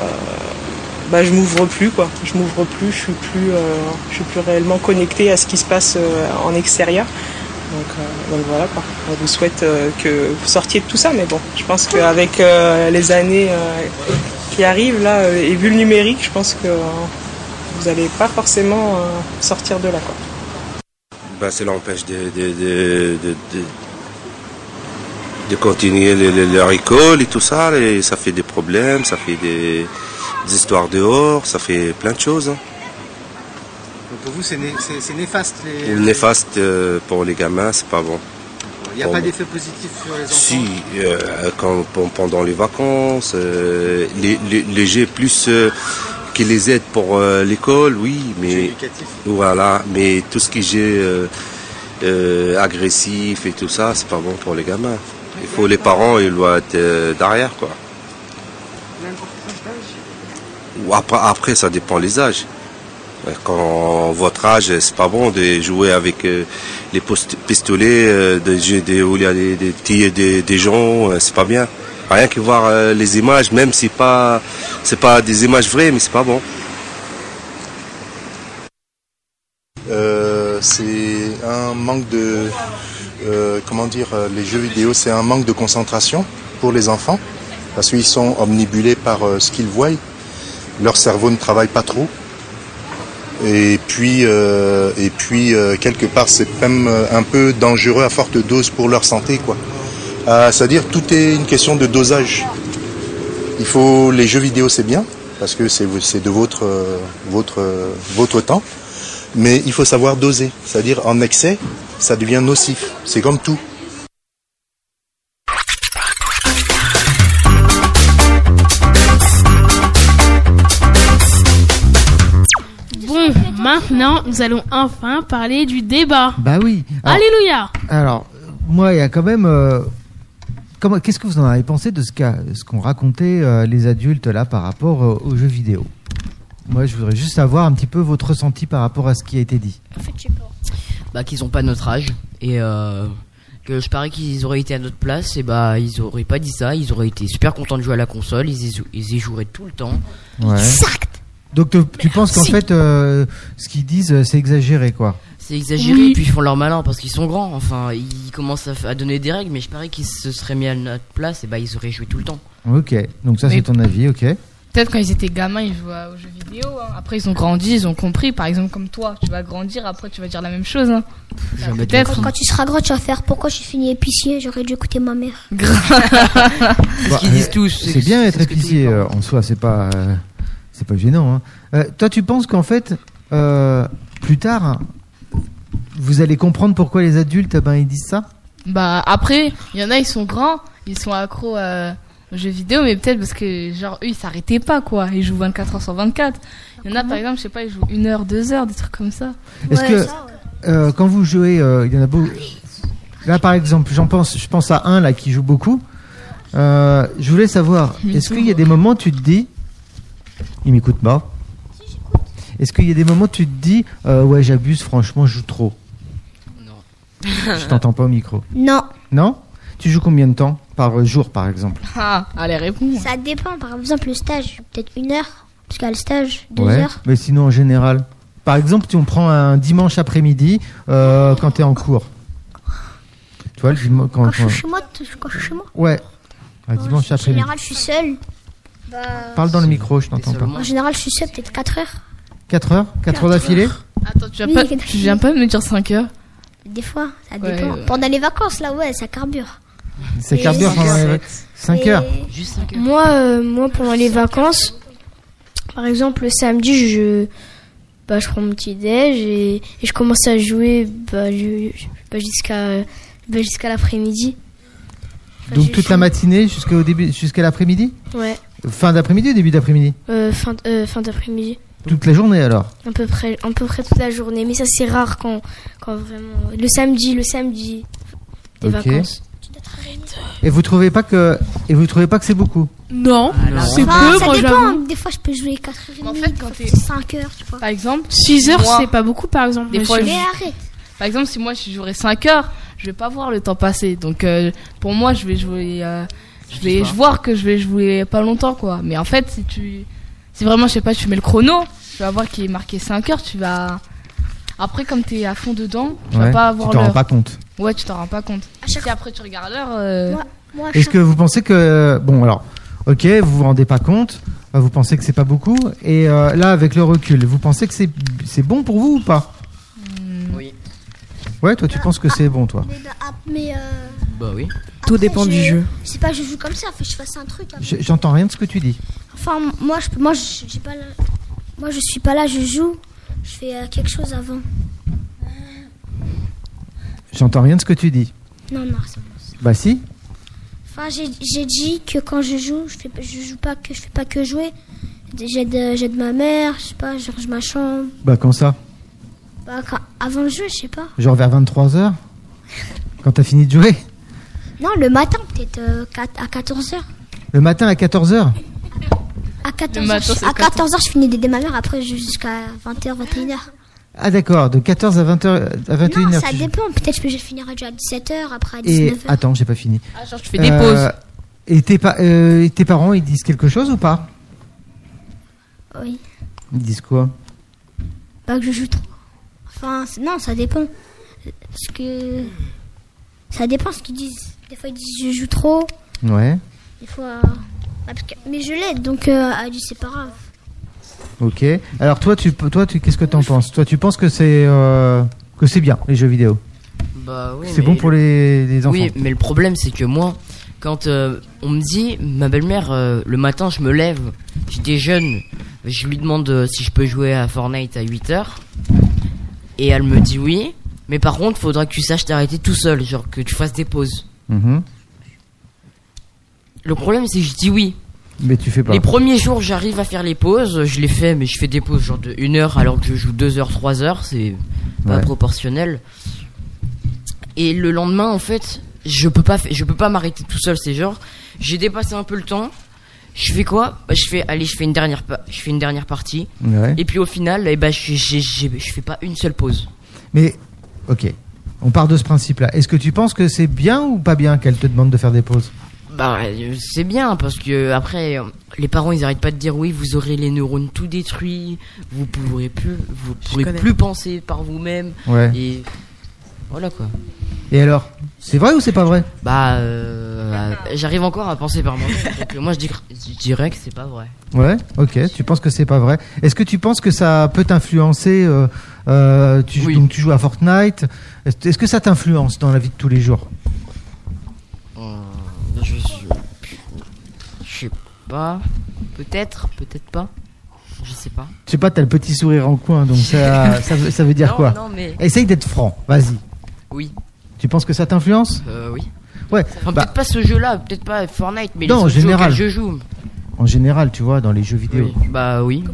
bah, je m'ouvre plus quoi. Je m'ouvre plus, je suis plus, euh, je suis plus réellement connecté à ce qui se passe euh, en extérieur. Donc, euh, donc voilà quoi. On vous souhaite euh, que vous sortiez de tout ça, mais bon, je pense qu'avec euh, les années euh, qui arrivent là euh, et vu le numérique, je pense que euh, vous n'allez pas forcément euh, sortir de là quoi. Bah, cela empêche de, de, de, de, de- de continuer le- le- leur école et tout ça. Et ça fait des problèmes, ça fait des, des histoires dehors, ça fait plein de choses. hein. Donc, Pour vous, c'est né- c'est c'est néfaste. Les... Néfaste euh, pour les gamins, c'est pas bon. Il n'y a Pour pas moi. d'effet positif sur les enfants. Si, euh, quand, pen- pendant les vacances, euh, les, les- les jeux plus euh, qui les aident pour euh, l'école, oui, mais éducatifs. voilà, mais tout ce qui est jeu euh, euh, agressif et tout ça, c'est pas bon pour les gamins. Il faut les parents, ils doivent être euh, derrière quoi. Ou après, après, ça dépend les âges. Euh, Quand votre âge, c'est pas bon de jouer avec euh, les post- pistolets, euh, des jeux de- où il y a des, des petits- des, des gens, euh, c'est pas bien. Rien que voir euh, les images, même si pas, c'est pas des images vraies, mais c'est pas bon. Euh, c'est un manque de euh, comment dire euh, les jeux vidéo c'est un manque de concentration pour les enfants parce qu'ils sont omnibulés par euh, ce qu'ils voient leur cerveau ne travaille pas trop et puis euh, et puis euh, quelque part c'est même euh, un peu dangereux à forte dose pour leur santé quoi c'est à dire tout est une question de dosage il faut les jeux vidéo c'est bien parce que c'est c'est de votre euh, votre euh, votre temps mais il faut savoir doser c'est-à-dire en excès ça devient nocif c'est comme tout Bon, maintenant, nous allons enfin parler du débat. Bah oui. Alors- Ah. Alléluia Alors, euh, moi, il y a quand même. euh, comment- Qu'est-ce que vous en avez pensé de ce qu'a- ce qu'ont raconté euh, les adultes là par rapport euh, aux jeux vidéo Moi, je voudrais juste savoir un petit peu votre ressenti par rapport à ce qui a été dit. Bah, qu'ils ont pas notre âge et euh, que je parie qu'ils auraient été à notre place et bah ils auraient pas dit ça, ils auraient été super contents de jouer à la console, ils y, jou- ils y joueraient tout le temps. Ouais. Donc, te- tu penses qu'en si. fait, euh, ce qu'ils disent, euh, c'est exagéré, quoi C'est exagéré, Oui. et puis ils font leur malin parce qu'ils sont grands. Enfin, ils commencent à, f- à donner des règles, mais je parie qu'ils se seraient mis à notre place et bah ils auraient joué tout le temps. Ok. Donc ça, Mais- bah, c'est ton avis, ok Peut-être quand ils étaient gamins, ils jouaient aux jeux vidéo. hein. Après, ils ont grandi, ils ont compris. Par exemple, comme toi, tu vas grandir, après, tu vas dire la même chose. hein. Jamais de la Peut-être. Quand, quand tu seras gros, tu vas faire pourquoi j'ai fini épicier, j'aurais dû écouter ma mère. Bah, qu'ils disent euh, tous, c'est- C'est bien être épicier euh, en soi, c'est pas, euh, c'est pas gênant. hein. Euh, toi, tu penses qu'en fait, euh, plus tard, Vous allez comprendre pourquoi les adultes, ben, ils disent ça Bah après, il y en a, ils sont grands, ils sont accros euh, aux jeux vidéo, mais peut-être parce que genre eux, ils s'arrêtaient pas quoi. Ils jouent 24 heures sur 24. Ah Il y en a par exemple, je sais pas, ils jouent une heure, deux heures, des trucs comme ça. Est-ce que euh, quand vous jouez, euh, il y en a beaucoup. Là, par exemple, j'en pense, je pense à un là qui joue beaucoup. Euh, je voulais savoir, est-ce qu'il y a des moments où tu te dis, il m'écoute pas Est-ce qu'il y a des moments où tu te dis, euh, ouais, j'abuse, franchement, je joue trop Je t'entends pas au micro. Non. Non Tu joues combien de temps par jour, par exemple Ah, allez, réponds. Ça dépend. Par exemple, le stage, peut-être une heure. Parce qu'à le stage, deux Ouais. heures. Mais sinon, en général, par exemple, tu on prend un dimanche après-midi euh, quand tu es en cours. Tu vois, le dimanche quand, Quand je quand- suis chez moi, t- quand je suis chez moi. Ouais. Un dimanche En après-midi. général, je suis seule. Parle dans le micro, je t'entends pas. En général, je suis seule peut-être 4 heures. 4 heures 4 heures d'affilée Attends, tu viens, Oui, pas, il y a des- tu viens pas de me dire 5 heures Des fois, ça Ouais, dépend. ouais. Pendant les vacances, là, ouais, ça carbure. C'est quart d'heure pendant les vacances. 5 heures bah, Juste 5 Moi, euh, moi pendant les vacances, par exemple le samedi, je, bah, je prends mon petit déj et, et je commence à jouer bah, je- je- bah, jusqu'à bah, jusqu'à l'après-midi. Donc toute la matinée jusqu'au début, jusqu'à l'après-midi Ouais, Fin d'après-midi ou début d'après-midi euh, fin, euh, fin d'après-midi, Toute la journée alors à peu près, à peu près toute la journée. Mais ça c'est rare quand, quand vraiment le samedi, le samedi des Ok. vacances. Et vous trouvez pas que et vous trouvez pas que c'est beaucoup Mm. Non, Ah, Ah, non. c'est Enfin, peu, ça moi dépend. hein. j'avoue. Des fois, je peux jouer 4 heures et En demie. fait, des quand fois, t'es- c'est 5 heures, tu vois. Par exemple 6 heures, moi- c'est pas beaucoup par exemple. Des mais fois, je- je- Par exemple, si moi je jouerais 5 heures, je vais pas voir le temps passer. Donc euh, pour moi, je vais jouer. euh, je vais pas. je voir que je vais jouer pas longtemps quoi. Mais en fait, si tu. Si vraiment, je sais pas, tu mets le chrono, tu vas voir qu'il est marqué 5 heures, tu vas. Après, comme t'es à fond dedans, tu vas Ouais, pas tu avoir t'en rends l'heure. pas compte. Ouais, tu t'en rends pas compte. Si après tu regardes l'heure. euh, Est-ce que vous pensez que bon alors OK, vous vous rendez pas compte, euh, vous pensez que c'est pas beaucoup et euh, là avec le recul, vous pensez que c'est c'est bon pour vous ou pas Mm. Oui. Ouais, toi tu penses que c'est bon toi. Mais, bah, ah, mais, euh, Bah oui. après, je- Je sais pas, je joue comme ça, faut que je fasse un truc. après. Je- J'entends rien de ce que tu dis. Enfin, moi, je, moi, je, j'ai pas la- moi, je suis pas là, je joue. Je fais euh, quelque chose avant. J'entends rien de ce que tu dis. Non, non, c'est bon. Bah si. Enfin, j'ai j'ai dit que quand je joue, je fais, je joue pas que je fais pas que jouer. J'aide, euh, j'aide ma mère, je sais pas, je range ma chambre. Bah quand ça Bah, quand- avant le jeu, je sais pas. Genre vers 23h Quand t'as fini de jouer Non, le matin, peut-être euh, quat- à 14h. Le matin à 14h À 14h, matin, c'est à 14h, je finis d'aider ma mère, après je joue jusqu'à 20h, 21h. Ah d'accord, de 14 à 20h à 21h. non, ça tu joues. dépend, peut-être je peux finir à jouer à 17h, après à Et 19h. attends, j'ai pas fini. Euh, Ah, genre, tu fais des pauses. Et tes, pa- euh, et tes parents, ils disent quelque chose ou pas Oui, Ils disent quoi pas que je joue trop. Enfin, c'est- non, ça dépend. Parce que. Ça dépend ce qu'ils disent. Des fois, ils disent je joue trop, Ouais, des fois. euh, ah, parce que- Mais je l'aide, donc euh, ah, du- c'est pas grave. ok. Alors toi, tu, peux- toi, tu, qu'est-ce que t'en penses Toi, tu penses que c'est euh, que c'est bien les jeux vidéo Bah oui. C'est mais bon pour les- les enfants. Oui, mais le problème c'est que moi, quand euh, on me dit, ma belle-mère, euh, le matin je me lève, j'étais jeune, je lui demande euh, si je peux jouer à Fortnite à 8 heures, et elle me dit oui, mais par contre faudra que tu saches t'arrêter tout seul, genre que tu fasses des pauses. Mhm. Le problème c'est que je dis oui. Mais tu fais pas. Les premiers jours, j'arrive à faire les pauses, je les fais, mais je fais des pauses genre de 1 heure alors que je joue 2 heures, 3 heures, c'est pas Ouais. proportionnel. Et le lendemain, en fait, je peux pas, fa- je peux pas m'arrêter tout seul, c'est genre, j'ai dépassé un peu le temps. Je fais quoi Bah, Je fais, allez, je fais une dernière, pa- je fais une dernière partie. Ouais. Et puis au final, eh ben, je, je- je- je fais pas une seule pause. Mais ok, on part de ce principe-là. Est-ce que tu penses que c'est bien ou pas bien qu'elle te demande de faire des pauses Bah, euh, c'est bien parce que après, euh, les parents ils arrêtent pas de dire oui, vous aurez les neurones tout détruits, vous pourrez plus, vous pourrez connais. plus penser par vous-même. Ouais. Et voilà quoi. Et alors, c'est vrai ou c'est pas vrai Bah, euh, euh, j'arrive encore à penser par moi-même. donc, euh, moi, je, dis- je dirais que c'est pas vrai. Ouais, ok, tu penses que c'est pas vrai. Est-ce que tu penses que ça peut t'influencer euh, euh, tu, Donc tu joues à Fortnite. Est-ce est-ce que ça t'influence dans la vie de tous les jours Euh, je, je sais pas. Peut-être, peut-être pas. Je sais pas. Je sais pas, t'as le petit sourire en coin, donc ça, ça, veut- ça veut dire Non, quoi non, mais- Essaye d'être franc, vas-y. Oui. Tu penses que ça t'influence Euh, oui. Ouais. Enfin, bah, peut-être pas ce jeu-là, peut-être pas Fortnite, mais Non, en les autres jeux général. auxquels je joue. En général, tu vois, dans les jeux vidéo. Oui. Bah oui.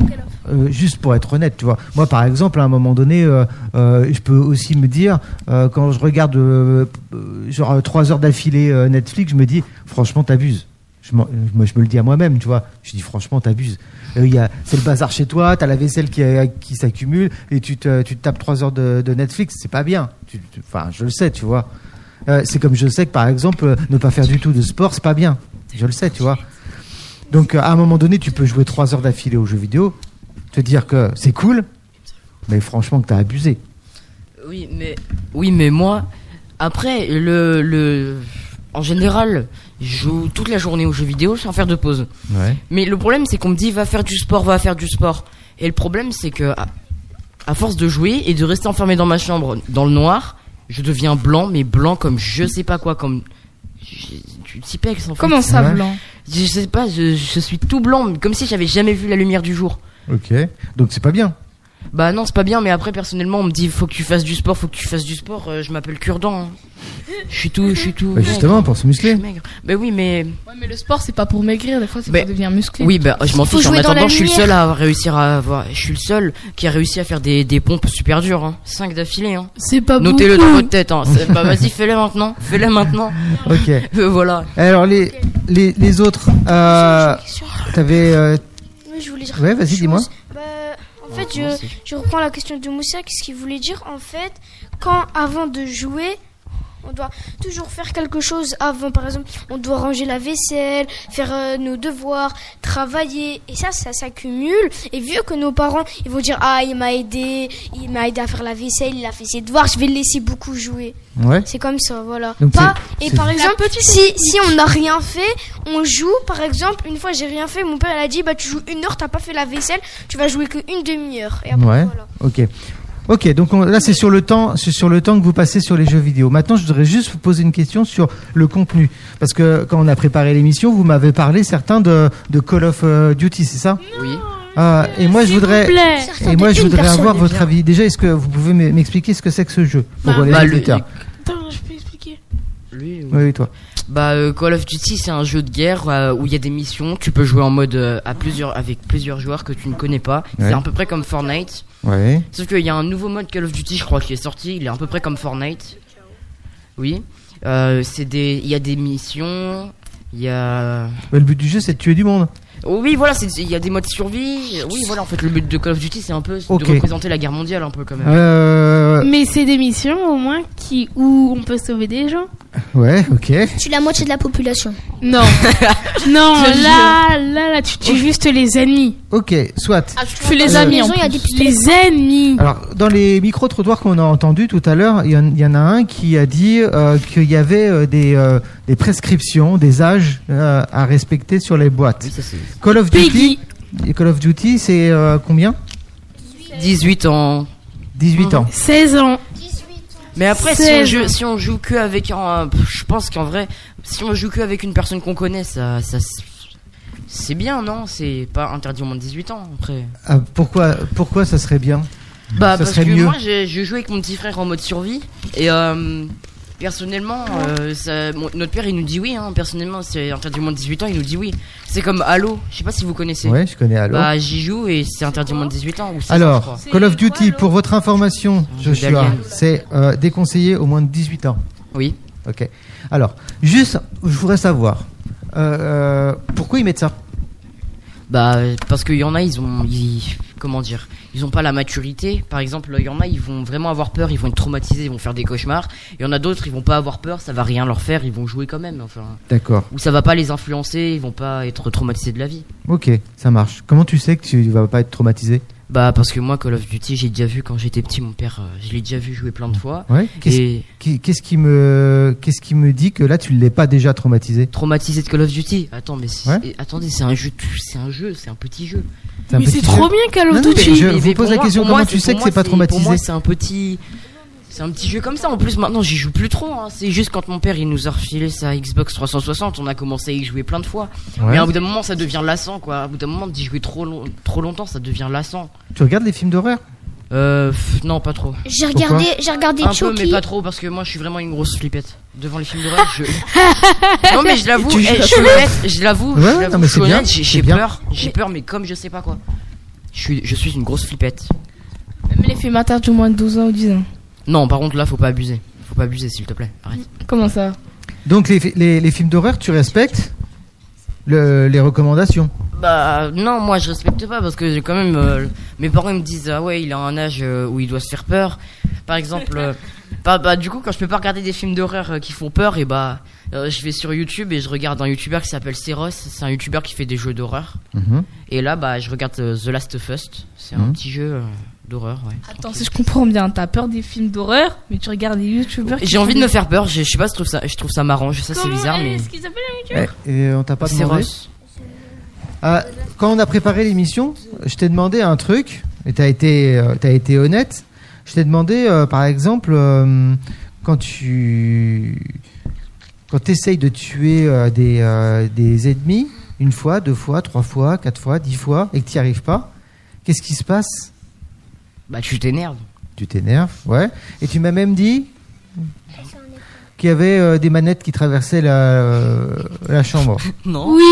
Euh, juste pour être honnête, tu vois. Moi, par exemple, à un moment donné, euh, euh, je peux aussi me dire, euh, quand je regarde euh, euh, genre euh, trois heures d'affilée euh, Netflix, je me dis, franchement, t'abuses. Je, m'en- euh, moi, je me le dis à moi-même, tu vois. Je dis, franchement, t'abuses. Euh, il y a- C'est le bazar chez toi, t'as la vaisselle qui, euh, qui s'accumule et tu te, tu te tapes trois heures de, de Netflix, c'est pas bien. Tu- tu- Enfin, je le sais, tu vois. Euh, c'est comme je sais que, par exemple, euh, ne pas faire du tout de sport, c'est pas bien. Je le sais, tu vois. Donc euh, à un moment donné, tu peux jouer 3 heures d'affilée aux jeux vidéo, te dire que c'est cool, mais franchement que t'as abusé. Oui, mais oui, mais moi, après le le en général, je joue toute la journée aux jeux vidéo sans faire de pause. Ouais. Mais le problème, c'est qu'on me dit va faire du sport, va faire du sport. Et le problème, c'est que à, à force de jouer et de rester enfermé dans ma chambre, dans le noir, je deviens blanc, mais blanc comme je sais pas quoi, comme je- du typex en fait. Comment ça, Ouais. blanc Je sais pas, je, je suis tout blanc, mais comme si j'avais jamais vu la lumière du jour. Ok. Donc c'est pas bien. Bah non, c'est pas bien, mais après personnellement, on me dit faut que tu fasses du sport, faut que tu fasses du sport. euh, je m'appelle Cure-dent. hein. Je suis tout, je suis tout. Bah, justement, pour se muscler. Mm. Mais Ben oui, mais Ben Ouais, mais le sport, c'est pas pour maigrir, des fois, c'est pour devenir musclé. oui, bah je m'en Faut fiche. En jouer dans la attendant, je suis le lumière. seul à réussir à avoir. Je suis le seul qui a réussi à faire des, des pompes super dures. Hein. 5 d'affilée. Hein. C'est pas Notez-le beaucoup. dans votre tête. Hein. C'est- Bah vas-y, fais-les maintenant. Fais-les maintenant. Ok. Euh, voilà. Alors les les, les autres, euh, t'avais. euh, Oui, je voulais dire Ouais, quelque vas-y, chose. dis-moi. Bah, en fait, comment je, je reprends la question de Moussa. Qu'est-ce qu'il voulait dire En fait, quand avant de jouer, on doit toujours faire quelque chose avant. Par exemple, on doit ranger la vaisselle, faire euh, nos devoirs, travailler. Et ça, ça s'accumule. Et vu que nos parents, ils vont dire Ah, il m'a aidé, il m'a aidé à faire la vaisselle, il a fait ses devoirs, je vais le laisser beaucoup jouer. Ouais. C'est comme ça, voilà. Donc Pas- c'est- et c'est- par La exemple, si, si on n'a rien fait, on joue. Par exemple, une fois j'ai rien fait, mon père il a dit Bah, tu joues une heure, t'as pas fait la vaisselle, tu vas jouer que une demi-heure. Et après, ouais. voilà. Ok. Ok. Donc on- là c'est sur le temps, c'est sur le temps que vous passez sur les jeux vidéo. Maintenant, je voudrais juste vous poser une question sur le contenu, parce que quand on a préparé l'émission, vous m'avez parlé certains de de Call of euh, Duty, c'est ça Oui. Ah, et moi je voudrais, plaît. et Certains moi de je une voudrais personne avoir déjà. votre avis. Déjà, est-ce que vous pouvez m- m'expliquer ce que c'est que ce jeu pour Bah, les bah, le- auditeurs Attends, je peux expliquer. Lui, Oui, oui, toi. Bah euh, Call of Duty c'est un jeu de guerre euh, où il y a des missions, tu peux jouer en mode euh, à plusieurs avec plusieurs joueurs que tu ne connais pas. Ouais. C'est à peu près comme Fortnite. Ouais. Sauf qu'il y a un nouveau mode Call of Duty je crois qui est sorti, il est à peu près comme Fortnite. Oui. Euh, c'est des il y a des missions, il y a Mais Bah, le but du jeu, c'est de tuer du monde. Oh oui, voilà, c'est- il y a des modes survie. Oui, voilà, en fait, le but de Call of Duty, c'est un peu Ok. de représenter la guerre mondiale, un peu quand même. Euh, Mais c'est des missions au moins qui où on peut sauver des gens. Ouais, ok. Tu la moitié de la population. Non. non, Je là, là, là, tu tues juste les ennemis. Ok, soit. tu tues les amis. en plus. les ennemis. Alors, dans les micro-trottoirs qu'on a entendus tout à l'heure, il y, en- il y en a un qui a dit euh, qu'il y avait euh, des, euh, des prescriptions, des âges euh, à respecter sur les boîtes. Call of Duty, et Call of Duty c'est euh, combien 18 ans. 18 ans. 16 ans. Mais après, si on, 16. joue, si on joue que avec un. Je pense qu'en vrai, si on joue que avec une personne qu'on connaît, ça. ça c'est bien, non C'est pas interdit au moins de 18 ans, après. Ah, pourquoi, pourquoi ça serait bien Bah, Ça parce serait que mieux. moi, j'ai j'ai joué avec mon petit frère en mode survie. Et euh, personnellement, euh, ça- mon- notre père, il nous dit oui. Hein, personnellement, c'est interdit au moins de 18 ans, il nous dit oui. C'est comme Halo, je sais pas si vous connaissez. Ouais, je connais Halo. Bah, j'y joue et c'est interdit au moins de 18 ans. Ou 16 ans, je Alors, crois. Call of Duty, pour votre information, jeu Joshua, d'alien. c'est euh, déconseillé au moins de 18 ans. Oui. Ok. Alors, juste, je voudrais savoir, euh, euh, pourquoi ils mettent ça Bah, parce qu'il y en a, ils ont. ils- comment dire Ils ont pas la maturité. Par exemple, il y en a, ils vont vraiment avoir peur, ils vont être traumatisés, ils vont faire des cauchemars. Il y en a d'autres, ils vont pas avoir peur, ça va rien leur faire, ils vont jouer quand même. Enfin. D'accord. Ou ça va pas les influencer, ils vont pas être traumatisés de la vie. Ok, ça marche. Comment tu sais que tu vas pas être traumatisé Bah, parce que moi, Call of Duty, j'ai déjà vu quand j'étais petit, mon père, euh, je l'ai déjà vu jouer plein de fois. Ouais. Qu'est-ce Et qui- qu'est-ce qui me qu'est-ce qui me dit que là tu l'es pas déjà traumatisé traumatisé de Call of Duty Attends, mais c'est- Ouais. et- attendez, c'est un jeu, tout- c'est un jeu, c'est un petit jeu. C'est un Mais petit c'est jeu. trop bien, Call of Non, non, mais- Duty. mais- Je mais vous pour pose la moi- question, pour comment moi, tu c'est- sais pour que moi, c'est pas Pour moi, traumatisé c'est un petit. C'est un petit jeu comme ça. En plus, maintenant, j'y joue plus trop. hein. C'est juste quand mon père il nous a refilé sa Xbox 360, on a commencé à y jouer plein de fois. Ouais. Mais à bout d'un moment, ça devient lassant, quoi. À bout d'un moment, d'y jouer trop, long- trop longtemps, ça devient lassant. Tu regardes les films d'horreur Euh, pff, non, pas trop. J'ai regardé- Pourquoi j'ai regardé un peu, Chucky. mais pas trop parce que moi, je suis vraiment une grosse flippette devant les films d'horreur. Je... non, mais je l'avoue, Tu eh, joues je à suis Chucky honnête, je l'avoue, Ouais, je non, l'avoue, mais je suis c'est bien, honnête, j'ai- c'est j'ai bien. peur, j'ai peur, mais comme je sais pas quoi. Je suis, je suis une grosse flippette. Même les films attardent au moins de 12 ans ou 10 ans. Non, par contre, là, faut pas abuser. Faut pas abuser, s'il te plaît. Arrête. Comment ça Donc les, fi- les, les films d'horreur, tu respectes le- les recommandations. Bah non, moi je respecte pas parce que j'ai quand même euh, mes parents ils me disent ah ouais il a un âge euh, où il doit se faire peur. Par exemple, euh, bah, bah, du coup quand je peux pas regarder des films d'horreur euh, qui font peur et bah euh, je vais sur YouTube et je regarde un youtubeur qui s'appelle Seros, c'est un youtubeur qui fait des jeux d'horreur. Mhm. Et là bah je regarde euh, The Last of Us, c'est un Mhm. petit jeu euh, d'horreur. Ouais. Attends, si je comprends bien, t'as peur des films d'horreur, mais tu regardes des youtubeurs. qui J'ai envie font de me des- faire peur, je, je sais pas, je trouve ça, je trouve ça marrant, je sais c'est bizarre mais Et on t'a pas C'est demandé. Ross. Ah, quand on a préparé l'émission, je t'ai demandé un truc et t'as été euh, t'as été honnête. Je t'ai demandé euh, par exemple euh, quand tu quand t'essayes de tuer euh, des euh, des ennemis une fois, deux fois, trois fois, quatre fois, dix fois et que t'y arrives pas, qu'est-ce qui se passe bah tu t'énerves. Tu t'énerves, ouais. Et tu m'as même dit qu'il y avait euh, des manettes qui traversaient la, euh, la chambre. Non. Oui,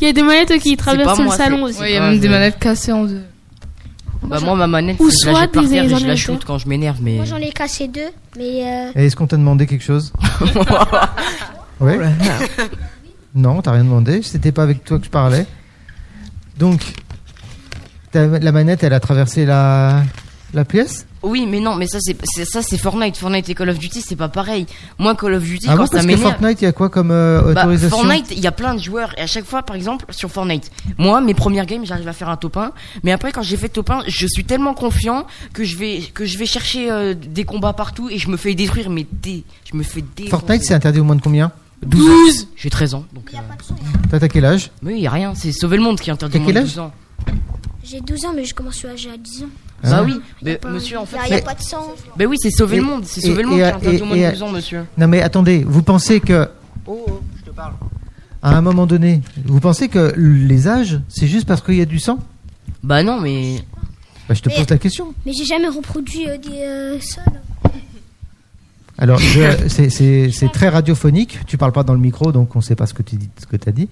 il y a des manettes qui pas traversent le moi, salon c'est- aussi. Oui, il y a même des manettes cassées en deux. Bah moi ma manette Ou je la soit jette par des terre et je la ordinateurs. shoot quand je m'énerve mais Moi j'en ai cassé deux, mais euh, Et Est-ce qu'on t'a demandé quelque chose Oh Ouais. Non, t'as rien demandé. C'était pas avec toi que je parlais. Donc, ta- la manette, elle a traversé la, la pièce Oui, mais non, mais ça c'est c'est- ça c'est Fortnite, Fortnite et Call of Duty, c'est pas pareil. Moi Call of Duty Ah quand bon, ça parce que m'énerve Fortnite, il y a quoi comme euh, bah, autorisation Fortnite, il y a plein de joueurs et à chaque fois par exemple sur Fortnite, moi mes premières games, j'arrive à faire un top 1, mais après quand j'ai fait top 1, je suis tellement confiant que je vais que je vais chercher euh, des combats partout et je me fais détruire mais dé, je me fais détruire. Fortnite, c'est interdit au moins de combien 12. J'ai 13 ans donc euh. hein. T'as t'as quel âge mais il y a rien, c'est sauver le monde qui est interdit T'as au moins quel de âge 12 ans. j'ai 12 ans, mais je commence à jouer à 10 ans. Bah oui, mais pas- monsieur en y fait a- y a pas de sang. Bah oui, c'est sauver le Hein Et- monde, c'est et- sauver le monde et- qui est interdit au moins et- de 12 ans monsieur. Non mais attendez, vous pensez que à un moment donné, vous pensez que les âges, c'est juste parce qu'il y a du sang Bah non, mais Bah, je te pose la question. Mais j'ai jamais reproduit euh, des euh, sols. Alors, je- c'est- c'est c'est très radiophonique. Tu parles pas dans le micro, donc on sait pas ce que tu dis, ce que t'as dit.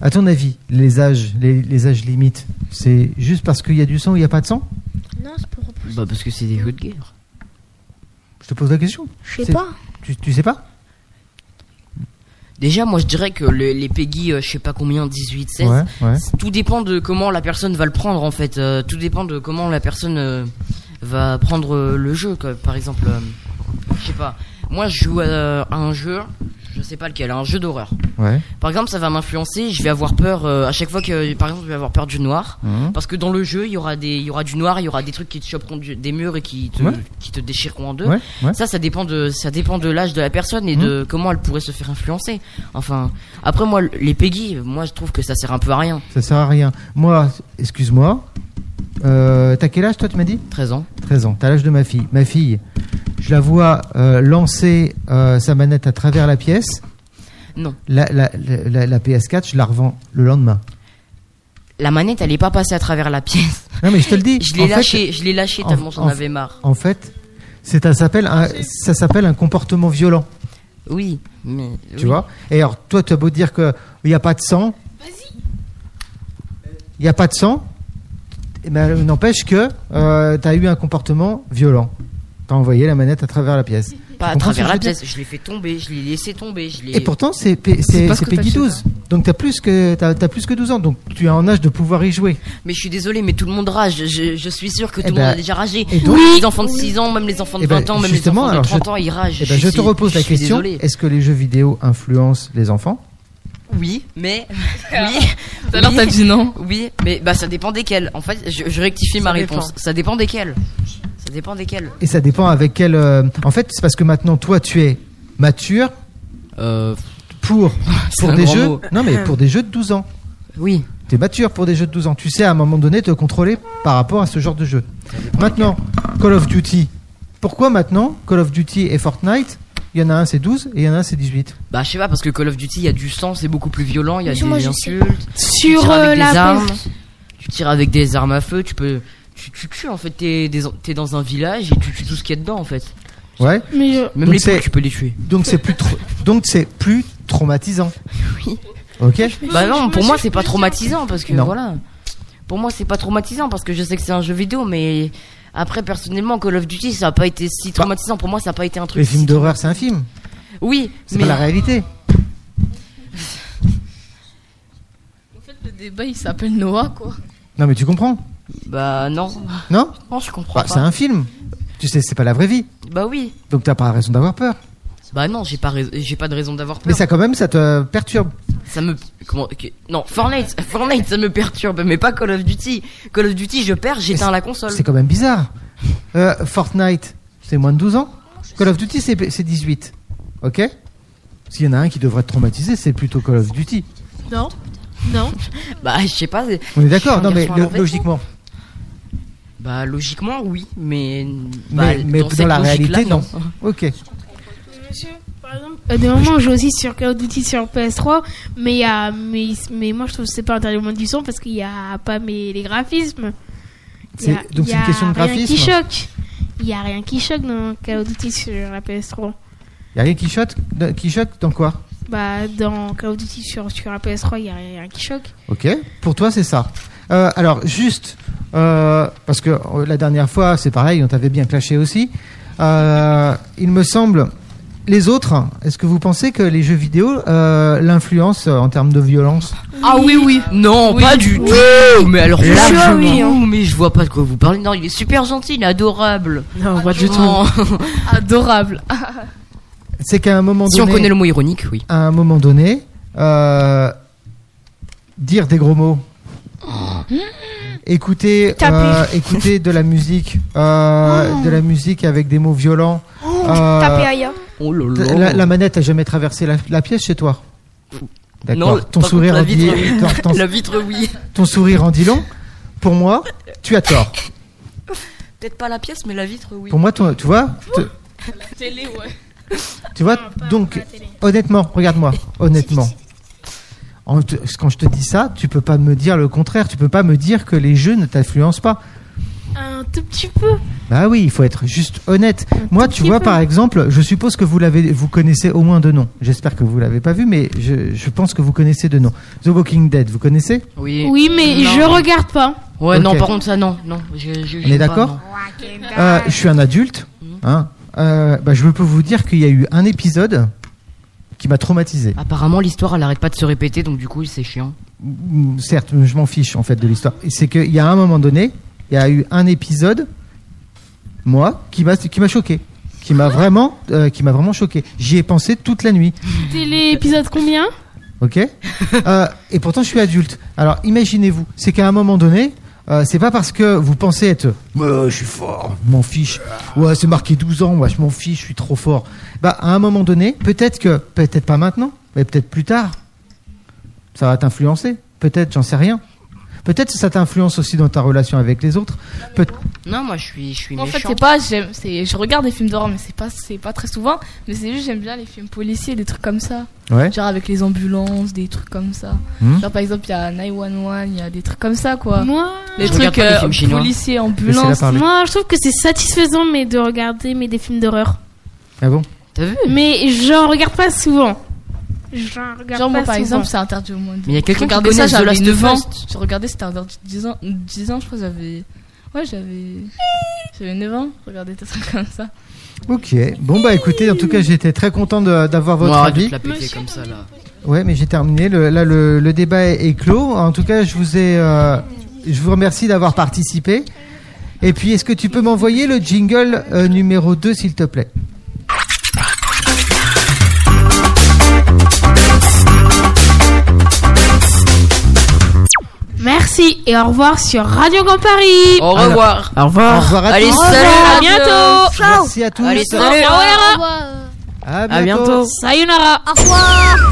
À ton avis, les âges, les, les âges limites, c'est juste parce qu'il y a du sang ou il y a pas de sang Non, c'est pour reproduire. Bah parce que c'est des jeux de guerre. Je te pose la question. Je sais C'est- pas. Tu, tu sais pas Déjà, moi je dirais que le- les Peggy, euh, je sais pas combien, 18, 16, Ouais, ouais. c- tout dépend de comment la personne va le prendre en fait. Euh, tout dépend de comment la personne euh, va prendre euh, le jeu. quoi. Par exemple, euh, je sais pas, moi je joue euh, à un jeu, je sais pas lequel, un jeu d'horreur. Ouais. Par exemple, ça va m'influencer, je vais avoir peur euh, à chaque fois que, par exemple, je vais avoir peur du noir. Mhm. Parce que dans le jeu, il y aura des, il y aura du noir, il y aura des trucs qui te choperont du- des murs et qui te, Ouais. qui te déchireront en deux. Ouais, ouais. Mmh. Ça, ça dépend de, ça dépend de l'âge de la personne et de comment elle pourrait se faire influencer. Enfin, après moi, les Peggy, moi je trouve que ça sert un peu à rien. Ça sert à rien. Moi, excuse-moi. Euh, T'as quel âge toi Tu m'as dit 13 ans. 13 ans. T'as l'âge de ma fille. Ma fille, je la vois euh, lancer euh, sa manette à travers la pièce. Non. La, la- la- la- la PS4, je la revends le lendemain. La manette, elle est pas passée à travers la pièce. Non, mais je te le dis. Je en l'ai fait- lâchée, je l'ai lâchée tellement j'en en- avais marre. En fait, c'est un- ça s'appelle un, ça s'appelle un comportement violent. Oui, mais. Tu Eh oui. vois Et alors, toi, tu as beau dire qu'il n'y a pas de sang. Il n'y a pas de sang. eh ben, N'empêche que tu as eu un comportement violent. Tu as envoyé la manette à travers la pièce. Pas Tu à comprends ce que travers je la veux dire pièce, je l'ai fait tomber, je l'ai laissé tomber, je l'ai. Et pourtant, c'est P- c'est- parce c'est que t'as hein. Peggy le 12. Donc, tu as, plus que- t'as- t'as plus que 12 ans. Donc, tu es en âge de pouvoir y jouer. Mais je suis désolé, mais tout le monde rage. Je, je suis sûr que Eh tout le ben, monde a déjà ragé. et donc- les enfants de 6 ans, même les enfants de Eh ben, 20 ans, même les justement, enfants de alors, 30 je- ans, ils ragent. Eh ben, je, te suis- repose la je suis question. désolé. Est-ce que les jeux vidéo influencent les enfants Oui, mais. Oui. Tout à l'heure, t'as dit non. Oui, mais bah, ça dépend desquels. En fait, je, je rectifie ma dépend. réponse. Ça dépend desquels. Ça dépend desquels. Et ça dépend avec quel. euh, En fait, c'est parce que maintenant, toi, tu es mature. Pour, Euh, c'est pour un des grand jeux. mot. Non, mais pour des jeux de 12 ans. Oui. Tu es mature pour des jeux de 12 ans. Tu sais à un moment donné te contrôler par rapport à ce genre de jeu. Maintenant, Call of Duty, Pourquoi maintenant Call of Duty et Fortnite, il y en a un c'est 12 et il y en a un c'est 18 Bah, je sais pas, parce que Call of Duty, il y a du sang, c'est beaucoup plus violent, il y a Sur moi, des je insultes. sais. tu Sur, tires avec euh, des la armes, porte. Tu tires avec des armes à feu, tu peux. Tu, tu tues en fait, t'es des- t'es dans un village et tu tues tout ce qu'il y a dedans en fait. Ouais. Mais je- Même les poules, tu peux les tuer. Donc c'est plus tra- donc c'est plus traumatisant. Oui. Ok. Bah non, pour moi c'est pas traumatisant parce que Non. voilà. Pour moi c'est pas traumatisant parce que je sais que c'est un jeu vidéo, mais après personnellement Call of Duty ça a pas été si traumatisant. Pour moi ça a pas été un truc. Bah. Les films si- d'horreur c'est un film. Oui, C'est mais- pas la réalité. Le débat, il s'appelle Noah, quoi. Non mais tu comprends Bah non. Non Non, je comprends Bah, pas. C'est un film. Tu sais c'est pas la vraie vie. Bah oui. Donc t'as pas raison d'avoir peur. Bah non, j'ai pas rais- j'ai pas de raison d'avoir peur. Mais ça quand même ça te perturbe. Ça me comment que- non Fortnite Fortnite ça me perturbe mais pas Call of Duty Call of Duty je perds j'éteins la console C'est quand même bizarre. Euh, Fortnite, c'est moins de 12 ans. Oh, Call of Duty, c'est c'est 18. Ok S'il y en a un qui devrait être traumatisé, c'est plutôt Call of Duty. Non. Non. bah je sais pas c'est- On je suis est d'accord un Non, mais garçon à le- l'envers. logiquement. bah logiquement oui mais bah, mais mais dans, cette la logique-là, réalité, non. Ok. Euh, Des moments, on joue aussi sur Call of Duty sur PS3, mais, il y a, mais, mais moi je trouve que c'est pas interdit au monde du son parce qu'il n'y a pas mes, les graphismes. Il y a- C'est- donc il y c'est une a question de rien qui graphisme choque. Il n'y a rien qui choque dans Call of Duty sur la PS3. Il y a rien qui choque, qui choque dans quoi Bah, dans Call of Duty sur, sur la PS3, il n'y a rien qui choque. Ok, pour toi c'est ça. Euh, alors juste, euh, parce que euh, la dernière fois c'est pareil, on t'avait bien clashé aussi. Euh, il me semble, les autres, est-ce que vous pensez que les jeux vidéo euh, l'influencent euh, en termes de violence Ah oui, oui. Non, Oui. pas du Oui. tout. Mais alors, Largement. largement. Oui, hein. mais je vois pas de quoi vous parlez. Non, il est super gentil, il est adorable. Non, pas du tout. adorable. C'est qu'à un moment Si donné... on connaît le mot ironique, oui. À un moment donné, euh, dire des gros mots. Écouter, Taper. euh, écouter de la musique, euh, de la musique avec des mots violents. euh, Oh. Taper ailleurs. Oh là là. La, la manette a jamais traversé la, la pièce chez toi Non, D'accord. Ton par contre, sourire la en dit vitre, oui. ton- ton- La vitre, oui. ton sourire en dit long. Pour moi, tu as tort. Peut-être pas la pièce, mais la vitre, oui. Pour moi, toi, tu vois, te- La télé, ouais. tu vois. donc, honnêtement, regarde-moi, honnêtement. En te- quand je te dis ça, tu peux pas me dire le contraire. Tu peux pas me dire que les jeux ne t'influencent pas. Un tout petit peu. Bah oui, il faut être juste honnête. Moi, tu petit vois, peu. par exemple, je suppose que vous l'avez, vous connaissez au moins deux noms. J'espère que vous l'avez pas vu, mais je, je pense que vous connaissez deux noms. The Walking Dead, vous connaissez Oui. Oui, mais Non. je regarde pas. Ah. Ouais, Ok. non, par contre, ça, non. non je, je- On je sais est pas, Mhm. d'accord non. Euh, Je suis un adulte. Hein Euh, bah, je peux vous dire qu'il y a eu un épisode qui m'a traumatisé. Apparemment, l'histoire, elle arrête pas de se répéter, donc du coup, c'est chiant. Mm, certes, mais je m'en fiche en fait de l'histoire. C'est qu'il y a un moment donné, il y a eu un épisode, moi, qui m'a qui m'a choqué, qui m'a vraiment, euh, qui m'a vraiment choqué. J'y ai pensé toute la nuit. C'était l'épisode combien Ok. Euh, et pourtant, je suis adulte. Alors, imaginez-vous, c'est qu'à un moment donné, euh, c'est pas parce que vous pensez être, Euh, je suis fort, je m'en fiche. Ouais, c'est marqué 12 ans, ouais, je m'en fiche, je suis trop fort. Bah, à un moment donné, peut-être que, peut-être pas maintenant, mais peut-être plus tard, ça va t'influencer. Peut-être, j'en sais rien. Peut-être que ça t'influence aussi dans ta relation avec les autres. Peut- Non, moi, je suis, je suis En fait, méchant. c'est pas, j'aime- c'est, je regarde des films d'horreur, mais c'est pas, c'est pas très souvent. Mais c'est juste, j'aime bien les films policiers, des trucs comme ça. Ouais. Genre avec les ambulances, des trucs comme ça. Hmm. Genre par exemple, il y a 911, il y a des trucs comme ça, quoi. Moi, les Je trucs regarde pas les euh, films chinois. policiers, Laissez-la ambulances. parler. Moi, je trouve que c'est satisfaisant mais de regarder mais des films d'horreur. Ah bon T'as vu Mais j'en regarde pas souvent. J'en regarde Genre, moi pas par souvent. exemple, c'est interdit au moins. de- Mais il y a quelqu'un Je qui regardais connaît ça, The j'avais Last 9 of ans. Us Je regardais, c'était interdit 10 ans, 10 ans, je crois, j'avais. Ouais, j'avais. J'avais 9 ans, je regardais des trucs comme ça. Ok. Bon bah écoutez, en tout cas, j'étais très content de- d'avoir votre Moi, arrête de avis. te la péter comme ça, là. Ouais, mais j'ai terminé. Le- là, le, le débat est, est clos. En tout cas, je vous ai, euh, je vous remercie d'avoir participé. Et puis, est-ce que tu peux m'envoyer le jingle euh, numéro 2, s'il te plaît Merci et au revoir sur Radio Grand Paris. Au revoir. Au revoir. Au revoir à Allez, tous. salut, à bientôt. Merci à tous. Allez, salut. À bientôt. Sayonara. Au revoir.